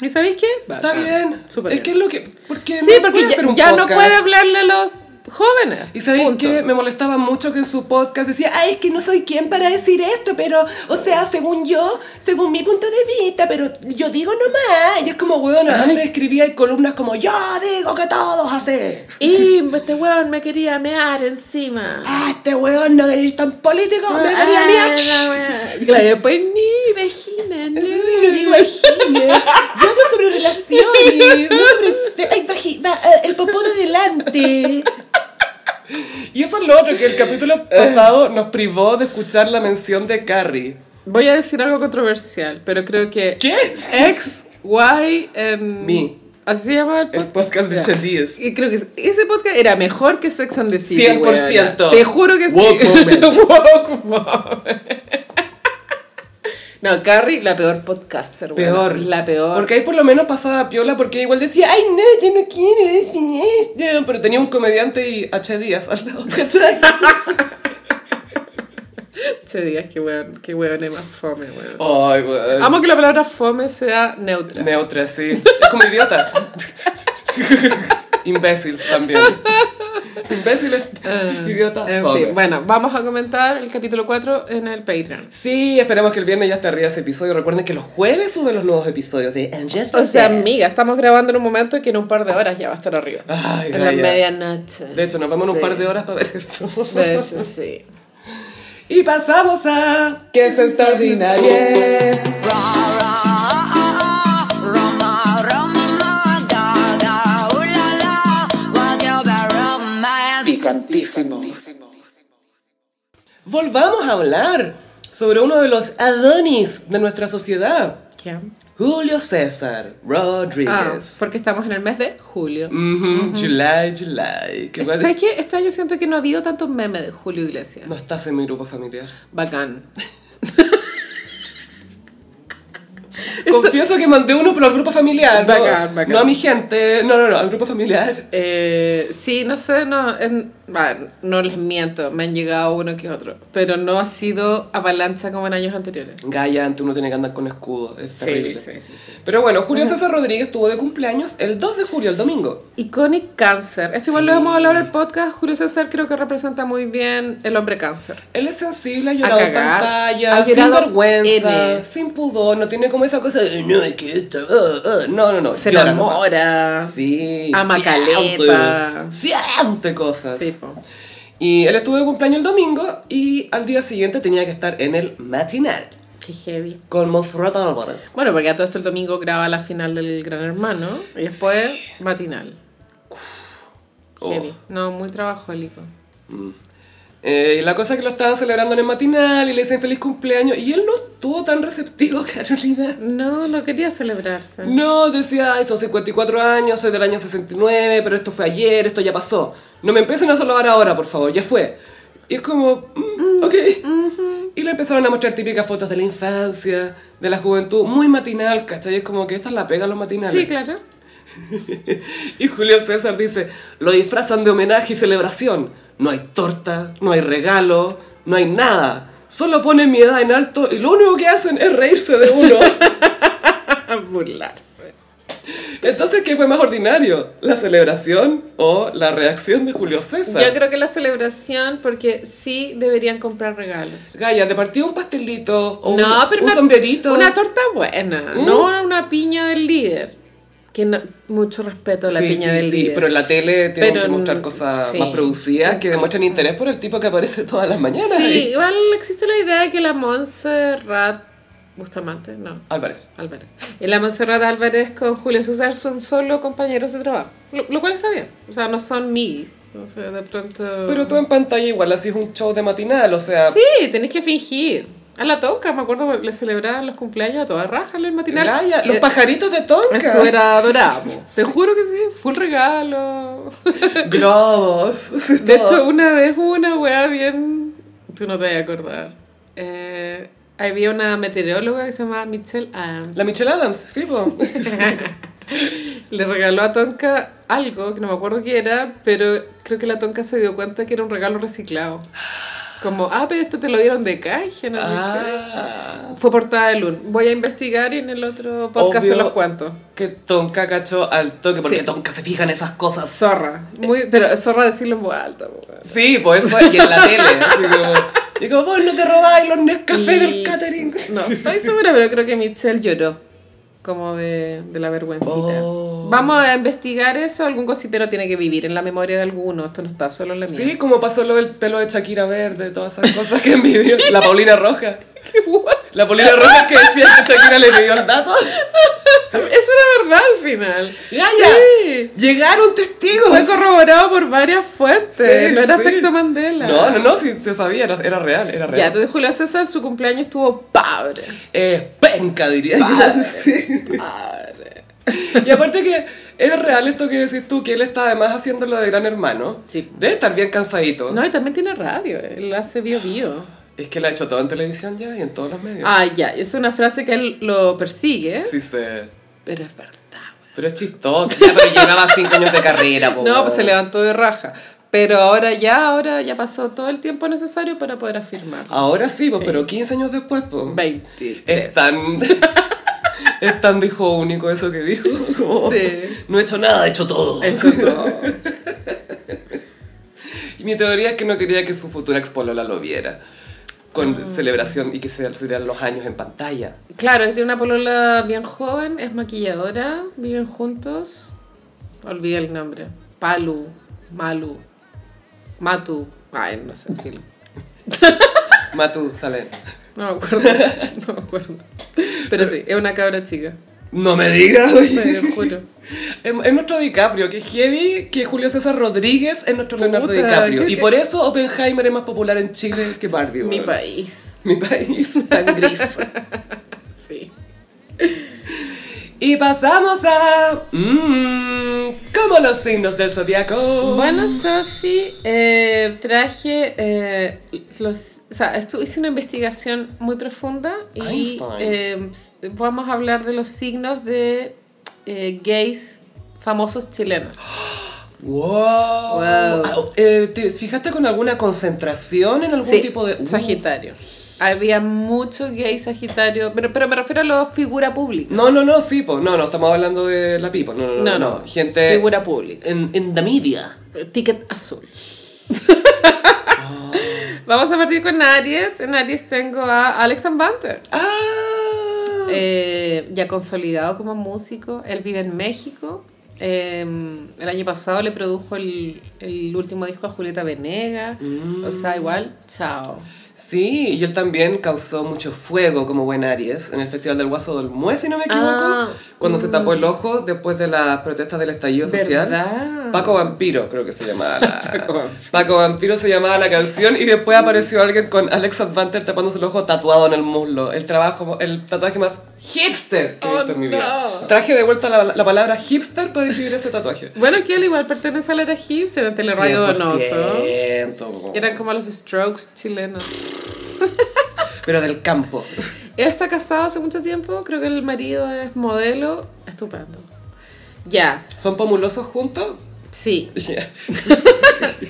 [SPEAKER 2] ¿Y sabéis qué?
[SPEAKER 1] Está
[SPEAKER 2] Bacán.
[SPEAKER 1] bien.
[SPEAKER 2] Súper
[SPEAKER 1] es que es lo que. Porque
[SPEAKER 2] Sí, porque
[SPEAKER 1] puede hacer
[SPEAKER 2] ya,
[SPEAKER 1] un
[SPEAKER 2] ya no
[SPEAKER 1] podcast.
[SPEAKER 2] puede hablarle a los jóvenes.
[SPEAKER 1] Y sabéis
[SPEAKER 2] Punto.
[SPEAKER 1] que me molestaba mucho que en su podcast decía,
[SPEAKER 3] Ay, es que no soy quien para decir esto, pero, o sea, según yo, según mi punto de vista, pero yo digo nomás.
[SPEAKER 1] ay, es como huevona,
[SPEAKER 2] Ay.
[SPEAKER 1] antes escribía columnas como yo digo que todos hacen.
[SPEAKER 2] Y este weón me quería mear encima.
[SPEAKER 3] Ah, este weón no queréis tan político, me daría miedo.
[SPEAKER 2] Y Ah, Claro, y después ni vagina, no.
[SPEAKER 3] No digo vagina, yo hablo sobre relaciones, no sobre... se- Ay, vagina, eh, el popó de delante.
[SPEAKER 1] Y eso es lo otro, que el capítulo pasado nos privó de escuchar la mención de Carrie.
[SPEAKER 2] Voy a decir algo controversial, pero creo que.
[SPEAKER 1] ¿Qué?
[SPEAKER 2] Ex, Y, en.
[SPEAKER 1] Me.
[SPEAKER 2] Así se llama el
[SPEAKER 1] El
[SPEAKER 2] podcast.
[SPEAKER 1] podcast de
[SPEAKER 2] Ya.
[SPEAKER 1] Chadíes.
[SPEAKER 2] Y creo que ese podcast era mejor que Sex and the City.
[SPEAKER 1] 100%.
[SPEAKER 2] weona. Te juro que sí.
[SPEAKER 1] Woke moment.
[SPEAKER 2] Woke moment. no, Carrie, la peor podcaster. weona.
[SPEAKER 1] Peor.
[SPEAKER 2] La peor.
[SPEAKER 1] Porque ahí por lo menos pasaba piola porque igual decía, ay no, yo no quiero decir esto. Pero tenía un comediante y H. Díaz al lado. ¿cachai?
[SPEAKER 2] Che días, qué weón, qué weón es más fome, weón.
[SPEAKER 1] Ay, weón.
[SPEAKER 2] Amo que la palabra fome sea neutra.
[SPEAKER 1] Neutra, sí. Es como idiota. Imbécil también. Imbécil es idiota.
[SPEAKER 2] Ah, En
[SPEAKER 1] fome.
[SPEAKER 2] fin, bueno, vamos a comentar el capítulo 4 en el Patreon.
[SPEAKER 1] Sí, esperemos que el viernes ya esté arriba ese episodio. Recuerden que los jueves suben los nuevos episodios de And Just
[SPEAKER 2] O sea,
[SPEAKER 1] That.
[SPEAKER 2] amiga, estamos grabando en un momento que en un par de horas ya va a estar arriba.
[SPEAKER 1] Ay,
[SPEAKER 2] en la
[SPEAKER 1] Gaia.
[SPEAKER 2] medianoche.
[SPEAKER 1] Ah, De hecho, nos vamos en un
[SPEAKER 2] Sí.
[SPEAKER 1] par de horas para ver esto.
[SPEAKER 2] De hecho, sí.
[SPEAKER 1] Y pasamos a... Que es extraordinario. Picantísimo. Volvamos a hablar sobre uno de los Adonis de nuestra sociedad.
[SPEAKER 2] ¿Quién?
[SPEAKER 1] Julio César
[SPEAKER 2] Ah,
[SPEAKER 1] Rodríguez.
[SPEAKER 2] porque estamos en el mes de julio.
[SPEAKER 1] Mhm, July, July. ¿Qué pasa?
[SPEAKER 2] ¿Sabes qué? Este año siento que no ha habido tantos memes de Julio Iglesias.
[SPEAKER 1] No estás en mi grupo familiar.
[SPEAKER 2] Bacán.
[SPEAKER 1] Confieso que mandé uno, pero al grupo familiar. ¿no?
[SPEAKER 2] Bacán, bacán.
[SPEAKER 1] No a mi gente. No, no, no, al grupo familiar.
[SPEAKER 2] Eh, sí, no sé, no, en- bueno, no les miento, me han llegado uno que otro, pero no ha sido avalancha como en años anteriores.
[SPEAKER 1] Gaia, antes uno tiene que andar con escudo. Es
[SPEAKER 2] Sí,
[SPEAKER 1] terrible.
[SPEAKER 2] sí, sí, sí.
[SPEAKER 1] Pero bueno, Julio César Rodríguez tuvo de cumpleaños el 2 de julio, el domingo.
[SPEAKER 2] Iconic Cáncer, esto igual
[SPEAKER 1] Sí.
[SPEAKER 2] lo hemos hablado en el podcast, Julio César creo que representa muy bien el hombre cáncer.
[SPEAKER 1] Él es sensible, ha llorado en
[SPEAKER 2] cagar.
[SPEAKER 1] pantalla,
[SPEAKER 2] Ha llorado
[SPEAKER 1] sin vergüenza,
[SPEAKER 2] N.
[SPEAKER 1] sin pudor, no tiene como esa cosa de no, es que esto, ah, ah". no, no, no.
[SPEAKER 2] Se
[SPEAKER 1] llora nomás.
[SPEAKER 2] enamora.
[SPEAKER 1] Sí.
[SPEAKER 2] Ama
[SPEAKER 1] siente,
[SPEAKER 2] caleta.
[SPEAKER 1] Siente cosas.
[SPEAKER 2] Sí, po.
[SPEAKER 1] Y él estuvo de cumpleaños el domingo y al día siguiente tenía que estar en el matinal
[SPEAKER 2] Qué heavy.
[SPEAKER 1] con Monserrat Álvarez.
[SPEAKER 2] Bueno, porque a todo esto el domingo graba la final del Gran Hermano y después matinal.
[SPEAKER 1] Oh.
[SPEAKER 2] Heavy. No, muy trabajólico.
[SPEAKER 1] Eh, y la cosa es que lo estaban celebrando en el matinal y le dicen feliz cumpleaños y él no estuvo tan receptivo, Carolina.
[SPEAKER 2] No, no quería celebrarse.
[SPEAKER 1] No, decía, ay, son 54 años, soy del año 69, pero esto fue ayer, esto ya pasó. No me empiecen a saludar ahora, por favor, ya fue. Y es como, mm, ok. Y le empezaron a mostrar típicas fotos de la infancia, de la juventud, muy matinal, ¿cachai? Es como que esta es la pega a los matinales.
[SPEAKER 2] Sí, claro.
[SPEAKER 1] Y Julio César dice, lo disfrazan de homenaje y celebración. No hay torta, no hay regalo, no hay nada. Solo ponen mi edad en alto y lo único que hacen es reírse de uno.
[SPEAKER 2] burlarse.
[SPEAKER 1] Entonces, ¿qué fue más ordinario? ¿La celebración o la reacción de Julio César?
[SPEAKER 2] Yo creo que la celebración, porque sí deberían comprar regalos.
[SPEAKER 1] Gaya, te partió un pastelito o
[SPEAKER 2] no,
[SPEAKER 1] un,
[SPEAKER 2] pero
[SPEAKER 1] un
[SPEAKER 2] una,
[SPEAKER 1] sombrerito. Mm.
[SPEAKER 2] una torta buena, no una piña del líder. Que no- mucho respeto a la
[SPEAKER 1] Sí,
[SPEAKER 2] piña
[SPEAKER 1] sí,
[SPEAKER 2] del
[SPEAKER 1] sí,
[SPEAKER 2] líder.
[SPEAKER 1] pero en la tele tienen
[SPEAKER 2] Pero
[SPEAKER 1] que mostrar
[SPEAKER 2] n-
[SPEAKER 1] cosas
[SPEAKER 2] sí.
[SPEAKER 1] más producidas que demuestran interés por el tipo que aparece todas las mañanas.
[SPEAKER 2] Sí,
[SPEAKER 1] ahí.
[SPEAKER 2] igual existe la idea de que la Montserrat Bustamante, no,
[SPEAKER 1] Álvarez.
[SPEAKER 2] Álvarez. Y la Montserrat Álvarez con Julio César son solo compañeros de trabajo. Lo, lo cual está bien. O sea, no son mis. No sé, de pronto.
[SPEAKER 1] Pero tú en pantalla igual así es un show de matinal, o sea,
[SPEAKER 2] Sí, tenés que fingir. A la Tonka, me acuerdo, le celebraban los cumpleaños a toda raja en el matinal.
[SPEAKER 1] Gaya, los
[SPEAKER 2] Eh,
[SPEAKER 1] pajaritos de
[SPEAKER 2] Eso
[SPEAKER 1] Tonka.
[SPEAKER 2] era adorable. Te juro que sí, full regalo.
[SPEAKER 1] Globos.
[SPEAKER 2] De hecho, una vez hubo una weá bien. Tú no te vas a acordar. Eh, había una meteoróloga que se llamaba Michelle Adams.
[SPEAKER 1] La Michelle Adams, sí, po.
[SPEAKER 2] Le regaló a Tonka algo que no me acuerdo qué era, pero creo que la Tonka se dio cuenta que era un regalo reciclado. Como, ah, pero esto te lo dieron de caja, no sé
[SPEAKER 1] Ah,
[SPEAKER 2] qué. Fue portada de Lun. Voy a investigar y en el otro podcast
[SPEAKER 1] Obvio.
[SPEAKER 2] se los cuento.
[SPEAKER 1] que Tonka cachó al toque, porque
[SPEAKER 2] Sí.
[SPEAKER 1] Tonka se fija en esas cosas.
[SPEAKER 2] Zorra. Muy, pero zorra decirlo en voz alta. po, weón.
[SPEAKER 1] Sí, pues eso, y en la tele. Así como, y como, vos no te robáis los Nescafé
[SPEAKER 2] Y-
[SPEAKER 1] del catering.
[SPEAKER 2] No, estoy segura, pero creo que Michelle lloró. Como de, de la vergüencita.
[SPEAKER 1] Oh.
[SPEAKER 2] Vamos a investigar eso. Algún gossipero tiene que vivir en la memoria de alguno. Esto no está solo en la mía.
[SPEAKER 1] Sí, como pasó lo del pelo de Shakira Verde, todas esas cosas que envidió. La Paulina Roja. La Paulina Roja que decía que Shakira le pidió el dato.
[SPEAKER 2] Eso era verdad al final.
[SPEAKER 1] Gaya,
[SPEAKER 2] Sí.
[SPEAKER 1] Llegaron testigos.
[SPEAKER 2] Fue corroborado por varias fuentes.
[SPEAKER 1] Sí,
[SPEAKER 2] Eh, no era
[SPEAKER 1] sí.
[SPEAKER 2] efecto Mandela.
[SPEAKER 1] No, no, no, sí, se sabía, era, era real, era
[SPEAKER 2] Ya,
[SPEAKER 1] real.
[SPEAKER 2] entonces Julio César, su cumpleaños estuvo padre.
[SPEAKER 1] Eh, penca, diría yo. Sí. Y aparte que es real esto que decís tú, que él está además haciendo lo de Gran Hermano.
[SPEAKER 2] Sí.
[SPEAKER 1] Debe estar bien cansadito.
[SPEAKER 2] No, y también tiene radio. Él hace bio bio.
[SPEAKER 1] Es que lo ha hecho todo en televisión ya y en todos los medios.
[SPEAKER 2] Ah, ¿eh? ya. Es una frase que él lo persigue.
[SPEAKER 1] Sí, se...
[SPEAKER 2] Pero es verdad.
[SPEAKER 1] Pero es chistoso, ya, pero llevaba cinco años de carrera, po,
[SPEAKER 2] No,
[SPEAKER 1] weón.
[SPEAKER 2] pues se levantó de raja. Pero ahora ya, ahora ya pasó todo el tiempo necesario para poder afirmar.
[SPEAKER 1] Ahora sí, pues,
[SPEAKER 2] Sí.
[SPEAKER 1] pero 15 años después, pues.
[SPEAKER 2] 23.
[SPEAKER 1] Es tan... es tan dijo único eso que dijo. como,
[SPEAKER 2] Sí.
[SPEAKER 1] No he hecho nada, he hecho todo.
[SPEAKER 2] Eso es todo.
[SPEAKER 1] Y mi teoría es que no quería que su futura expolola lo viera. Con
[SPEAKER 2] Ah.
[SPEAKER 1] celebración y que se salieran los años en pantalla.
[SPEAKER 2] Claro, tiene una polola bien joven, es maquilladora, viven juntos. Olvidé el nombre. Palu, Malu, Matu. Ay, no sé, filo.
[SPEAKER 1] Matu, sale.
[SPEAKER 2] No me acuerdo, no me acuerdo. Pero sí, es una cabra chica,
[SPEAKER 1] No me digas.
[SPEAKER 2] te lo juro.
[SPEAKER 1] Es, es nuestro DiCaprio, que es heavy, que Julio César Rodríguez es nuestro Leonardo
[SPEAKER 2] Puta,
[SPEAKER 1] DiCaprio.
[SPEAKER 2] ¿qué-
[SPEAKER 1] Y
[SPEAKER 2] qué?
[SPEAKER 1] por eso Oppenheimer es más popular en Chile que Barbie.
[SPEAKER 2] Mi
[SPEAKER 1] weón.
[SPEAKER 2] país,
[SPEAKER 1] Mi país.
[SPEAKER 2] tan gris. Sí.
[SPEAKER 1] Y pasamos a... Mmm, como los signos del zodiaco.
[SPEAKER 2] Bueno, Sofi, eh, traje eh, los. O sea, estu- hice una investigación muy profunda y
[SPEAKER 1] Einstein.
[SPEAKER 2] eh, s- vamos a hablar de los signos de eh, gays famosos chilenos.
[SPEAKER 1] Ah, Wow.
[SPEAKER 2] Wow.
[SPEAKER 1] Ah, eh, ¿Te fijaste con alguna concentración en algún
[SPEAKER 2] Sí,
[SPEAKER 1] tipo de... Uh.
[SPEAKER 2] Sagitario. Había mucho gay Sagitario, pero, pero me refiero a la figura pública.
[SPEAKER 1] No, no, no, sí, pues. No, no, estamos hablando de la people. No, no, no. no, no. Gente...
[SPEAKER 2] Figura pública.
[SPEAKER 1] En, en the media.
[SPEAKER 2] Ticket azul.
[SPEAKER 1] Ah.
[SPEAKER 2] Vamos a partir con Aries. En Aries tengo a Alex and Banter.
[SPEAKER 1] Ah.
[SPEAKER 2] Eh, ya consolidado como músico, él vive en México. Eh, el año pasado le produjo el, el último disco a Julieta Venega. O sea,
[SPEAKER 1] Mm.
[SPEAKER 2] igual, chao.
[SPEAKER 1] Sí, y él también causó mucho fuego como buen Aries en el Festival del Guaso del Mue, si no me equivoco,
[SPEAKER 2] Ah,
[SPEAKER 1] cuando se tapó el ojo después de las protestas del estallido social.
[SPEAKER 2] ¿Verdad?
[SPEAKER 1] Paco Vampiro, creo que se llamaba
[SPEAKER 2] Paco
[SPEAKER 1] la...
[SPEAKER 2] Vampiro.
[SPEAKER 1] Paco Vampiro se llamaba la canción y después apareció alguien con Alex Advanter tapándose el ojo tatuado en el muslo. El trabajo, el tatuaje más hipster que he visto en mi vida.
[SPEAKER 2] Oh, no.
[SPEAKER 1] Traje de vuelta la, la palabra hipster para describir ese tatuaje.
[SPEAKER 2] Bueno, que él igual pertenece a la era hipster, en Teleradio Donoso.
[SPEAKER 1] 100%.
[SPEAKER 2] Eran como los strokes chilenos.
[SPEAKER 1] Pero del campo.
[SPEAKER 2] Él está casado hace mucho tiempo, creo que el marido es modelo. Estupendo. Ya,
[SPEAKER 1] ¿Son pomulosos juntos?
[SPEAKER 2] sí.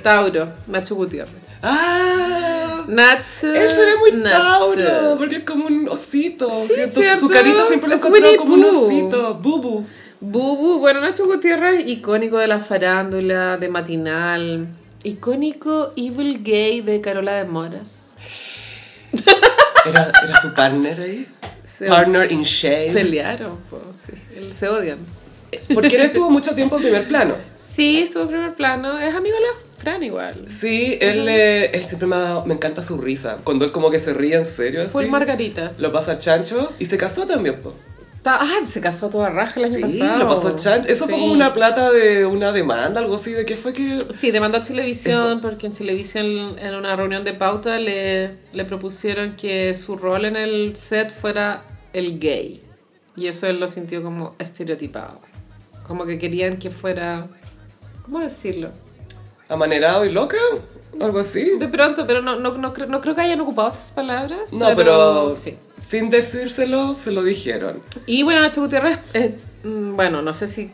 [SPEAKER 2] Tauro, Nacho Gutiérrez.
[SPEAKER 1] ¡Ah!
[SPEAKER 2] Nacho.
[SPEAKER 1] Él se ve muy
[SPEAKER 2] Nacho.
[SPEAKER 1] Tauro, porque es como un osito.
[SPEAKER 2] Sí,
[SPEAKER 1] ¿cierto?
[SPEAKER 2] ¿cierto?
[SPEAKER 1] Su carita siempre lo he
[SPEAKER 2] Es Winnie
[SPEAKER 1] encontrado como un
[SPEAKER 2] Pooh.
[SPEAKER 1] osito. Bubu.
[SPEAKER 2] Bubu, bueno, Nacho Gutiérrez, icónico de la farándula, de matinal, icónico evil gay de Carola de Moras.
[SPEAKER 1] ¿Era, era su partner ahí?
[SPEAKER 2] Se
[SPEAKER 1] Partner in shade.
[SPEAKER 2] pelearon, po, sí, él- se odian.
[SPEAKER 1] Porque él estuvo mucho tiempo en primer plano.
[SPEAKER 2] Sí, estuvo en primer plano, es amigo de la Fran igual.
[SPEAKER 1] Sí, él, eh, él siempre me, ha- me encanta su risa. Cuando él como que se ríe en serio
[SPEAKER 2] Fue
[SPEAKER 1] así,
[SPEAKER 2] en Margaritas.
[SPEAKER 1] Lo pasa chancho y se casó también, po.
[SPEAKER 2] Ta- ah, se casó a toda raja el año
[SPEAKER 1] Sí,
[SPEAKER 2] pasado.
[SPEAKER 1] lo pasó chancho. Eso fue
[SPEAKER 2] Sí.
[SPEAKER 1] como una plata de una demanda, algo así. ¿De qué fue que...?
[SPEAKER 2] Sí, demandó a Televisión
[SPEAKER 1] Eso.
[SPEAKER 2] porque en Televisión en una reunión de pauta le, le propusieron que su rol en el set fuera el gay. Y eso él lo sintió como estereotipado. Como que querían que fuera... ¿Cómo decirlo?
[SPEAKER 1] amanerado y loca, algo así.
[SPEAKER 2] De pronto, pero no, no, no, creo, no creo que hayan ocupado esas palabras.
[SPEAKER 1] No, pero
[SPEAKER 2] sí.
[SPEAKER 1] sin decírselo, se lo dijeron.
[SPEAKER 2] Y bueno, Nacho Gutiérrez, eh, mm, bueno, no sé si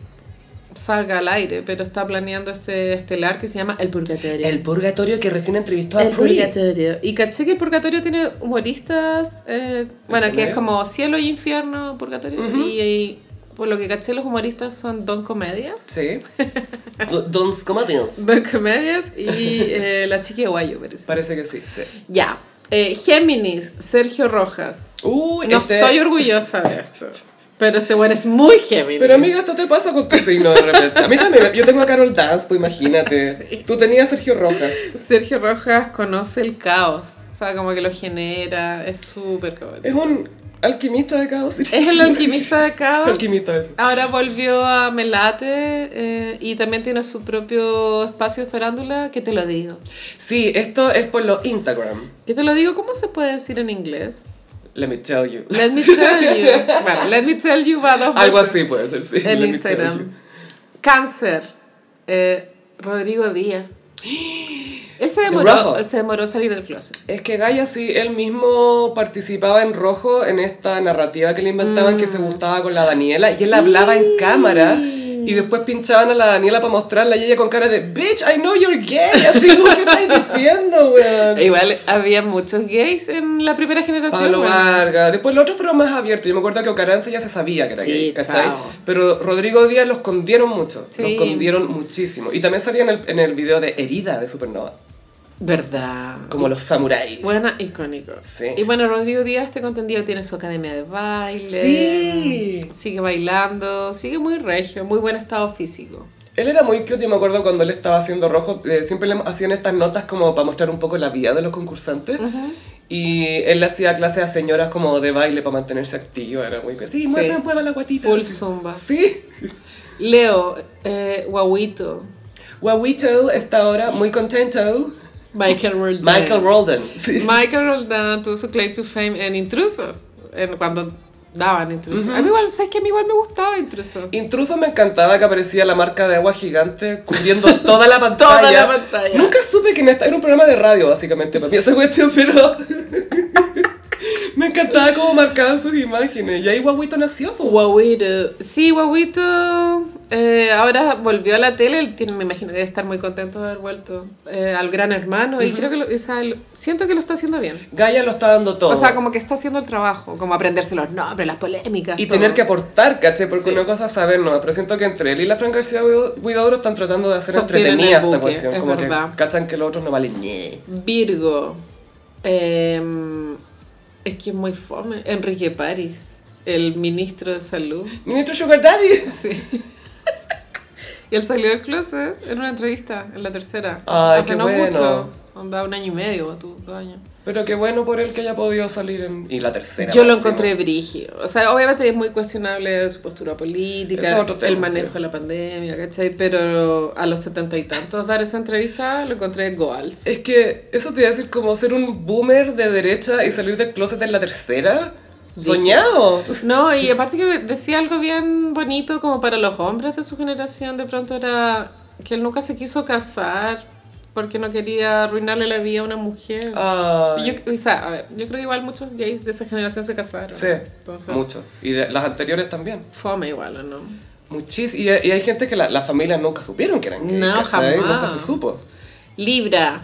[SPEAKER 2] salga al aire, pero está planeando este estelar que se llama El Purgatorio.
[SPEAKER 1] El purgatorio que recién entrevistó a
[SPEAKER 2] El
[SPEAKER 1] Pri.
[SPEAKER 2] Purgatorio. Y caché que el Purgatorio tiene humoristas, eh, bueno, que es
[SPEAKER 1] Infierno.
[SPEAKER 2] como cielo y infierno, Purgatorio. y, y por lo que caché, los humoristas son Don Comedias.
[SPEAKER 1] Sí. Do- Don Comedians.
[SPEAKER 2] Don Comedias y eh, la chica de Guayo, parece.
[SPEAKER 1] Parece que sí, sí.
[SPEAKER 2] Ya. Eh, Géminis, Sergio Rojas.
[SPEAKER 1] Uy,
[SPEAKER 2] No
[SPEAKER 1] este-
[SPEAKER 2] estoy orgullosa de esto. Pero este bueno es muy Géminis.
[SPEAKER 1] Pero amiga, esto te pasa con tu signo de repente. A mí también, yo tengo a Carol Dance, pues imagínate. Tú tenías Sergio Rojas.
[SPEAKER 2] Sergio Rojas conoce el caos. O sea, como que lo genera. Es súper caótico.
[SPEAKER 1] Es un alquimista de caos.
[SPEAKER 2] Es el alquimista de caos.
[SPEAKER 1] Alquimista eso.
[SPEAKER 2] Ahora volvió a Melate eh, y también tiene su propio espacio de farándula. ¿Qué te lo digo?
[SPEAKER 1] Sí, esto es por los Instagram.
[SPEAKER 2] ¿Qué te lo digo? ¿Cómo se puede decir en inglés?
[SPEAKER 1] Let me tell you.
[SPEAKER 2] Let me tell you. Bueno, let me tell you va dos
[SPEAKER 1] Algo
[SPEAKER 2] veces.
[SPEAKER 1] así puede ser, sí. Let
[SPEAKER 2] en
[SPEAKER 1] me tell
[SPEAKER 2] Instagram. Cáncer. Eh, Rodrigo Díaz. Él se demoró,
[SPEAKER 1] Rojo.
[SPEAKER 2] se demoró salir del closet.
[SPEAKER 1] you. Es que Gaia sí, él mismo participaba en rojo en esta narrativa que le inventaban que se
[SPEAKER 2] Mm.
[SPEAKER 1] gustaba con la Daniela y él hablaba en cámara y después pinchaban a la Daniela para mostrarla y ella con cara de Bitch, I know you're gay. Así como, ¿qué estás diciendo, weón?
[SPEAKER 2] Igual había muchos gays en la primera generación.
[SPEAKER 1] Pablo
[SPEAKER 2] bueno.
[SPEAKER 1] Vargas. Después los otros fueron más abiertos. Yo me acuerdo que Ocaranza ya se sabía que era
[SPEAKER 2] Sí,
[SPEAKER 1] gay, ¿cachai?
[SPEAKER 2] chao.
[SPEAKER 1] Pero Rodrigo Díaz lo escondieron mucho. Lo
[SPEAKER 2] Sí.
[SPEAKER 1] escondieron muchísimo. Y también salía en el, en el video de Herida de Supernova.
[SPEAKER 2] ¿Verdad?
[SPEAKER 1] Como los samuráis.
[SPEAKER 2] Buena, icónico.
[SPEAKER 1] Sí.
[SPEAKER 2] Y bueno, Rodrigo Díaz, este contendido, tiene su academia de baile.
[SPEAKER 1] Sí.
[SPEAKER 2] Sigue bailando, sigue muy regio, muy buen estado físico.
[SPEAKER 1] Él era muy cute. Yo me acuerdo cuando él estaba haciendo rojo, eh, siempre le hacían estas notas como para mostrar un poco la vida de los concursantes. Y él le hacía clases a señoras como de baile para mantenerse activo. Era muy Sí, muerden, puedan la guatita.
[SPEAKER 2] Full zumba.
[SPEAKER 1] Sí.
[SPEAKER 2] Leo, eh, Guauito,
[SPEAKER 1] Guaguito está ahora muy contento.
[SPEAKER 2] Michael Roldán.
[SPEAKER 1] Michael Rolden. Sí.
[SPEAKER 2] Michael Roldán tuvo su claim to fame en Intrusos, en cuando daban Intrusos. A mí igual, ¿sabes qué? A mí igual me gustaba Intrusos.
[SPEAKER 1] Intruso me encantaba que aparecía la marca de agua gigante cubriendo toda la pantalla.
[SPEAKER 2] Toda la pantalla.
[SPEAKER 1] Nunca supe quién estaba. Era un programa de radio, básicamente, para mí esa cuestión, pero. me encantaba cómo marcaban sus imágenes. Y ahí Guaguito nació, po.
[SPEAKER 2] Guauito. eh, Sí, Guauito eh, ahora volvió a la tele. Él tiene- me imagino que debe estar muy contento de haber vuelto eh, al gran hermano. Y creo que lo, o sea, lo- siento que lo está haciendo bien.
[SPEAKER 1] Gaia lo está dando todo.
[SPEAKER 2] O sea, como que está haciendo el trabajo, como aprenderse los nombres, las polémicas.
[SPEAKER 1] y
[SPEAKER 2] todo.
[SPEAKER 1] tener que aportar, ¿cachai? Porque
[SPEAKER 2] Sí.
[SPEAKER 1] una cosa es saber nomás, pero siento que entre él y la Fran García Guido- Guidobro están tratando de hacer
[SPEAKER 2] Sostienen
[SPEAKER 1] entretenida
[SPEAKER 2] el
[SPEAKER 1] esta
[SPEAKER 2] buque,
[SPEAKER 1] cuestión.
[SPEAKER 2] es
[SPEAKER 1] como
[SPEAKER 2] verdad.
[SPEAKER 1] que cachan que los otros no valen ni.
[SPEAKER 2] Virgo. Em, es que es muy fome. Enrique París, el ministro de salud.
[SPEAKER 1] Ministro Sugar Daddy.
[SPEAKER 2] Sí. y él salió del closet en una entrevista, en la tercera.
[SPEAKER 1] Ay,
[SPEAKER 2] hace
[SPEAKER 1] qué
[SPEAKER 2] no
[SPEAKER 1] bueno.
[SPEAKER 2] mucho. Onda un año y medio, o tú, dos años.
[SPEAKER 1] Pero qué bueno por él que haya podido salir en. Y la tercera.
[SPEAKER 2] Yo lo
[SPEAKER 1] máximo.
[SPEAKER 2] encontré brígido. O sea, obviamente es muy cuestionable su postura
[SPEAKER 1] Eso es
[SPEAKER 2] política,
[SPEAKER 1] otro tema,
[SPEAKER 2] el manejo
[SPEAKER 1] sí.
[SPEAKER 2] de la pandemia, ¿cachai? Pero a los setenta y tantos dar esa entrevista lo encontré goals.
[SPEAKER 1] Es que eso te iba a decir como ser un boomer de derecha y salir del closet en la tercera. Soñado.
[SPEAKER 2] No, y aparte que decía algo bien bonito como para los hombres de su generación, de pronto era que él nunca se quiso casar porque no quería arruinarle la vida a una mujer.
[SPEAKER 1] Ay,
[SPEAKER 2] Yo, o sea, a ver, yo creo que igual muchos gays de esa generación se casaron.
[SPEAKER 1] sí,
[SPEAKER 2] Entonces,
[SPEAKER 1] mucho. Y de- las anteriores también.
[SPEAKER 2] fome igual, ¿o no?
[SPEAKER 1] Muchísimo. Y, y hay gente que la- las familias nunca supieron que eran gays.
[SPEAKER 2] No,
[SPEAKER 1] ¿cachai?
[SPEAKER 2] jamás.
[SPEAKER 1] Nunca se supo.
[SPEAKER 2] Libra.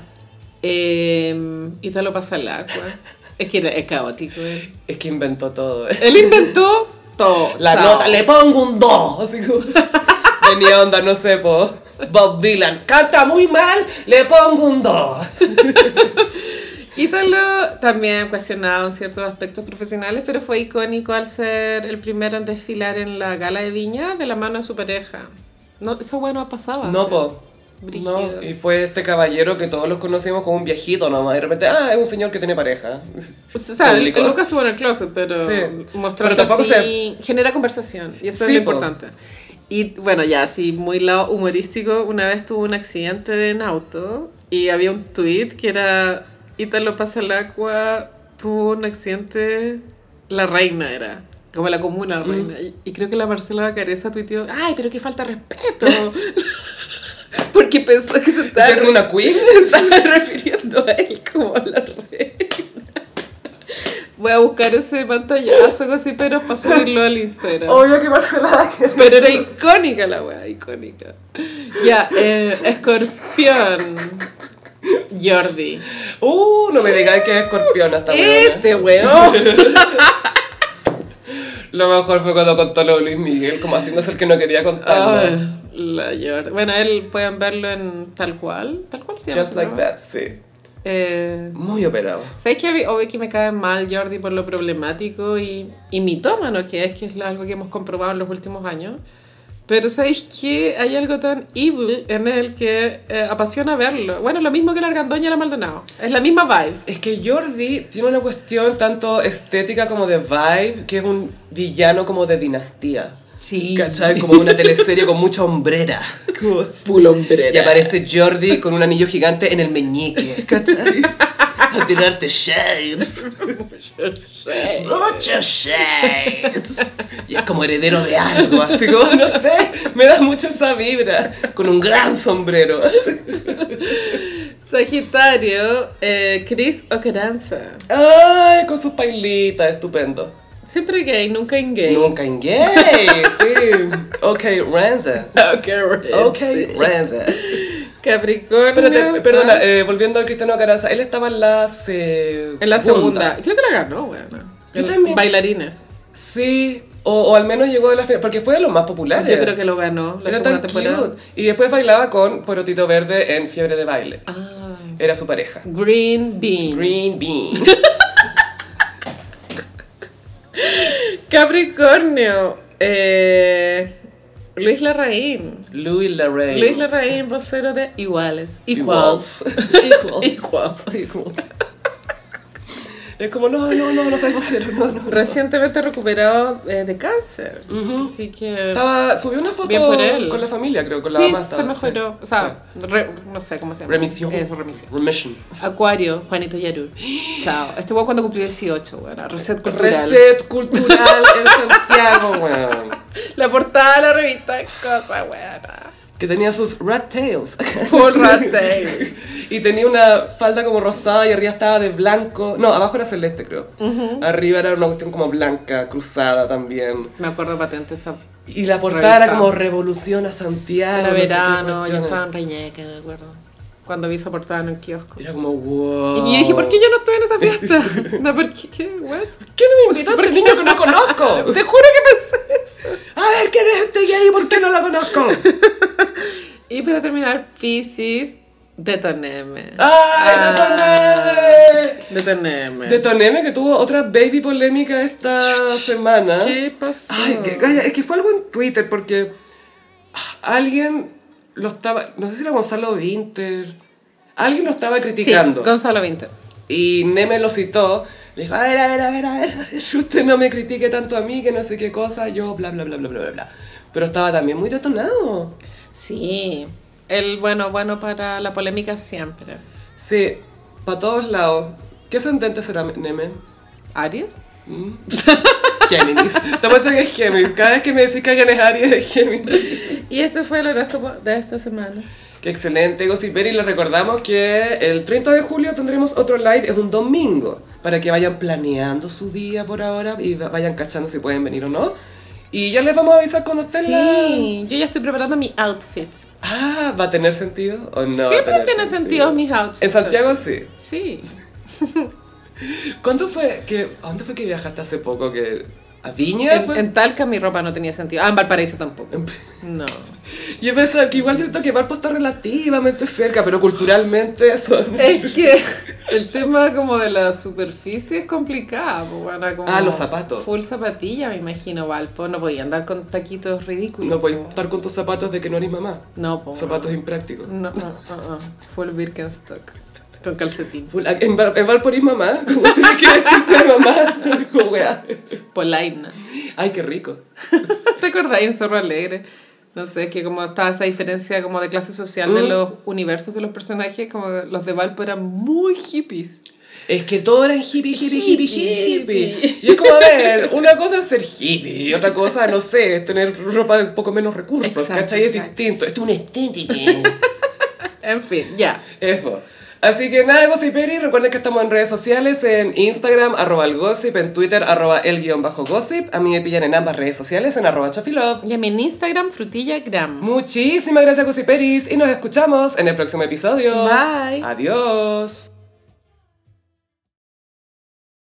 [SPEAKER 2] Eh, y tal lo pasa el agua. Es que era, es caótico él.
[SPEAKER 1] Es que inventó todo.
[SPEAKER 2] Él inventó todo.
[SPEAKER 1] La
[SPEAKER 2] Chao.
[SPEAKER 1] nota, le pongo un 2. Así como. Tenía onda, no sé, po. Bob Dylan canta muy mal, le pongo un 2.
[SPEAKER 2] Ítalo también cuestionaba en ciertos aspectos profesionales, pero fue icónico al ser el primero en desfilar en la gala de Viña de la mano de su pareja. No, eso bueno pasaba.
[SPEAKER 1] No,
[SPEAKER 2] antes.
[SPEAKER 1] po.
[SPEAKER 2] Brígido.
[SPEAKER 1] No, y fue este caballero que todos los conocimos como un viejito nomás. Y de repente, ah, es un señor que tiene pareja.
[SPEAKER 2] Pues, O sea, el-
[SPEAKER 1] Público.
[SPEAKER 2] el Lucas estuvo en el closet, pero
[SPEAKER 1] Sí.
[SPEAKER 2] mostrarse
[SPEAKER 1] Pero tampoco
[SPEAKER 2] así genera conversación y eso
[SPEAKER 1] Sí,
[SPEAKER 2] es lo
[SPEAKER 1] po.
[SPEAKER 2] importante. Y bueno, ya así muy lado humorístico, una vez tuvo un accidente en auto y había un tweet que era Ítalo pasa el agua, tuvo un accidente, la reina era. Como la comuna la
[SPEAKER 1] Mm.
[SPEAKER 2] reina. Y, y creo que la Marcela Bacareza tuiteó, ay, pero qué falta de respeto. porque pensó que se estaba,
[SPEAKER 1] ¿Es una queen?
[SPEAKER 2] se estaba refiriendo a él como a la reina. Voy a buscar ese pantallazo así, pero para subirlo al Instagram.
[SPEAKER 3] Obvio que Marcela
[SPEAKER 2] Pero era icónica la weá, icónica. Ya, eh, escorpión. Jordi.
[SPEAKER 1] Uh, no me digáis que es escorpión hasta
[SPEAKER 3] Eh,
[SPEAKER 1] weona.
[SPEAKER 2] Este weón.
[SPEAKER 1] Lo mejor fue cuando contó lo de Luis Miguel, como haciéndose el que no quería contarlo.
[SPEAKER 2] Ay, la Jordi. Bueno, él pueden verlo en tal cual. Tal cual se llama.
[SPEAKER 1] Just like that, sí.
[SPEAKER 2] Eh,
[SPEAKER 1] Muy operado.
[SPEAKER 2] ¿Sabes qué? A mí- obvio que me cae mal Jordi por lo problemático y, y mitómano que es, que es algo que hemos comprobado en los últimos años. Pero ¿sabéis qué? Hay algo tan evil en él que eh, apasiona verlo. Bueno, lo mismo que la Argandoña y la Maldonado. Es la misma vibe.
[SPEAKER 1] Es que Jordi tiene una cuestión tanto estética como de vibe, que es un villano como de dinastía.
[SPEAKER 2] Sí.
[SPEAKER 1] ¿Cachai? Como de una teleserie con mucha hombrera. Como
[SPEAKER 2] Full hombre.
[SPEAKER 1] Y aparece Jordi con un anillo gigante en el meñique. ¿Cachai? A tirarte shades. Muchos shades. Y es como heredero de algo, así como, no sé, me da mucho esa vibra. Con un gran sombrero.
[SPEAKER 2] Sagitario, eh, Chris Oqueranza.
[SPEAKER 1] Ay, con sus pailitas, estupendo.
[SPEAKER 2] Siempre gay, nunca en gay.
[SPEAKER 1] Nunca en gay, sí. Ok, Ranza.
[SPEAKER 2] Okay,
[SPEAKER 1] Ok,
[SPEAKER 2] sí.
[SPEAKER 1] Ranza.
[SPEAKER 2] Capricornio.
[SPEAKER 1] Pero te- perdona,
[SPEAKER 2] tal.
[SPEAKER 1] eh, volviendo a Cristiano Caraza, él estaba en eh, la segunda.
[SPEAKER 2] en la segunda. Creo que la ganó, weón.
[SPEAKER 1] Yo también.
[SPEAKER 2] Bailarines.
[SPEAKER 1] Sí, o, o al menos llegó de la final, porque fue de los más populares.
[SPEAKER 2] Yo creo que lo ganó la
[SPEAKER 1] Era
[SPEAKER 2] segunda
[SPEAKER 1] tan
[SPEAKER 2] temporada.
[SPEAKER 1] cute. Y después bailaba con Porotito Verde en Fiebre de Baile.
[SPEAKER 2] Ah,
[SPEAKER 1] Era su pareja.
[SPEAKER 2] Green Bean.
[SPEAKER 1] Green Bean.
[SPEAKER 2] Capricornio. eh, Luis Larraín.
[SPEAKER 1] Louis Larraín.
[SPEAKER 2] Luis Larraín, vocero de Iguales. Equals.
[SPEAKER 1] Equals. Equals.
[SPEAKER 2] Equals.
[SPEAKER 1] Equals. Es como, no, no, no, no soy vocero, no, no.
[SPEAKER 2] Recientemente recuperado eh, de cáncer. Así que.
[SPEAKER 1] Estaba, subió una
[SPEAKER 2] Bien por él.
[SPEAKER 1] foto con la familia, creo, con la
[SPEAKER 2] Sí,
[SPEAKER 1] mamá
[SPEAKER 2] se
[SPEAKER 1] estaba,
[SPEAKER 2] mejoró. O sea, re- no sé cómo se
[SPEAKER 1] sí.
[SPEAKER 2] llama.
[SPEAKER 1] Remisión.
[SPEAKER 2] Eso, remisión.
[SPEAKER 1] Remission.
[SPEAKER 2] Acuario, Juanito Yarur. Chao. Este weón cuando cumplió 18, bueno, reset cultural.
[SPEAKER 1] Reset cultural en Santiago, weón.
[SPEAKER 2] La portada de la revista, cosa buena.
[SPEAKER 1] Que tenía sus rat tails.
[SPEAKER 2] Full rat tail.
[SPEAKER 1] Y tenía una falda como rosada y arriba estaba de blanco. No, abajo era celeste, creo. Arriba era una cuestión como blanca, cruzada también.
[SPEAKER 2] Me acuerdo patente esa.
[SPEAKER 1] Y la portada era
[SPEAKER 2] Revista.
[SPEAKER 1] como Revolución a Santiago.
[SPEAKER 2] Era
[SPEAKER 1] Ah, no sé qué
[SPEAKER 2] verano, yo
[SPEAKER 1] cuestiones.
[SPEAKER 2] estaba en Reñeca, me acuerdo. Cuando vi esa portada en un kiosco.
[SPEAKER 1] Era como, wow.
[SPEAKER 2] Y yo dije, ¿por qué yo no estoy en esa fiesta? No, ¿por qué? ¿Qué? What?
[SPEAKER 1] ¿Qué no me invitaste, niño que no conozco?
[SPEAKER 2] Te juro que pensé eso.
[SPEAKER 1] A ver, ¿quién es este gay? ¿Por qué no lo conozco?
[SPEAKER 2] Y para terminar, Pisces, detoneme.
[SPEAKER 1] Ah.
[SPEAKER 2] Ah.
[SPEAKER 1] ¡Ay, Detoneme!
[SPEAKER 2] Detoneme.
[SPEAKER 1] Detoneme que tuvo otra baby polémica esta semana.
[SPEAKER 2] ¿Qué pasó?
[SPEAKER 1] Ay, que- calla, es que fue algo en Twitter porque alguien lo estaba, no sé si era Gonzalo Vinter, alguien lo estaba
[SPEAKER 2] Sí,
[SPEAKER 1] criticando.
[SPEAKER 2] Gonzalo Vinter.
[SPEAKER 1] y Neme lo citó, le dijo, a ver, a ver, a ver, a ver, a ver, usted no me critique tanto a mí, que no sé qué cosa, yo bla, bla, bla, bla, bla, bla, bla. Pero estaba también muy detonado.
[SPEAKER 2] Sí. El bueno, bueno para la polémica siempre.
[SPEAKER 1] Sí, para todos lados. ¿Qué ascendente será Neme?
[SPEAKER 2] ¿Aries?
[SPEAKER 1] Géminis. Te apuesto que es Géminis. Cada vez que me decís que alguien es Aries, es Géminis.
[SPEAKER 2] Y este fue el horóscopo de esta semana.
[SPEAKER 1] Qué excelente, Gossip y Les recordamos que el 30 de julio tendremos otro live, es un domingo, para que vayan planeando su día por ahora y va- vayan cachando si pueden venir o no. Y ya les vamos a avisar cuando estén la...
[SPEAKER 2] Sí, yo ya estoy preparando mi outfit.
[SPEAKER 1] Ah, ¿va a tener sentido o no? va a
[SPEAKER 2] Siempre
[SPEAKER 1] tener
[SPEAKER 2] tiene sentido mis outfits.
[SPEAKER 1] En Santiago sí.
[SPEAKER 2] Sí.
[SPEAKER 1] ¿Cuánto fue que... ¿A dónde fue que viajaste hace poco? que ¿A Viña?
[SPEAKER 2] En,
[SPEAKER 1] fue?
[SPEAKER 2] en Talca mi ropa no tenía sentido. Ah, en Valparaíso tampoco. No.
[SPEAKER 1] Yo pensaba que igual siento que Valpo está relativamente cerca, pero culturalmente son...
[SPEAKER 2] Es que el tema como de la superficie es complicado. pues, Bueno, como
[SPEAKER 1] Ah, los zapatos.
[SPEAKER 2] Full zapatilla, me imagino, Valpo. No podía andar con taquitos ridículos. pues.
[SPEAKER 1] No podéis estar con tus zapatos de que no eres mamá.
[SPEAKER 2] No, po.
[SPEAKER 1] Zapatos imprácticos.
[SPEAKER 2] No, no, no, no. Full Birkenstock. Con calcetín.
[SPEAKER 1] Full- En, Val- en Valporis mamá, como tienes que vestirte de mamá, como weá.
[SPEAKER 2] Polaina.
[SPEAKER 1] Ay, qué rico.
[SPEAKER 2] pues, ¿Te acordáis en Zorro Alegre? No sé, que como estaba esa diferencia como de clase social de
[SPEAKER 1] Mm.
[SPEAKER 2] los universos de los personajes, como los de Valpo eran muy hippies.
[SPEAKER 1] Es que todo era hippie, hippie, hippie,
[SPEAKER 2] Hippie,
[SPEAKER 1] hippie, Y es como, a ver, una cosa es ser hippie, y otra cosa, no sé, es tener ropa de un poco menos recursos,
[SPEAKER 2] Exacto,
[SPEAKER 1] ¿cachai? Es
[SPEAKER 2] exacto.
[SPEAKER 1] distinto. Esto es una estética.
[SPEAKER 2] En fin, ya.
[SPEAKER 1] Eso. Así que nada, Gossiperi, recuerden que estamos en redes sociales, en Instagram, arroba el gossip, en Twitter, arroba el guión bajo gossip. A mí me pillan en ambas redes sociales, en arroba chafilove.
[SPEAKER 2] Y a mi Instagram, frutillagram.
[SPEAKER 1] Muchísimas gracias, Gossiperis, y nos escuchamos en el próximo episodio.
[SPEAKER 2] Bye.
[SPEAKER 1] Adiós.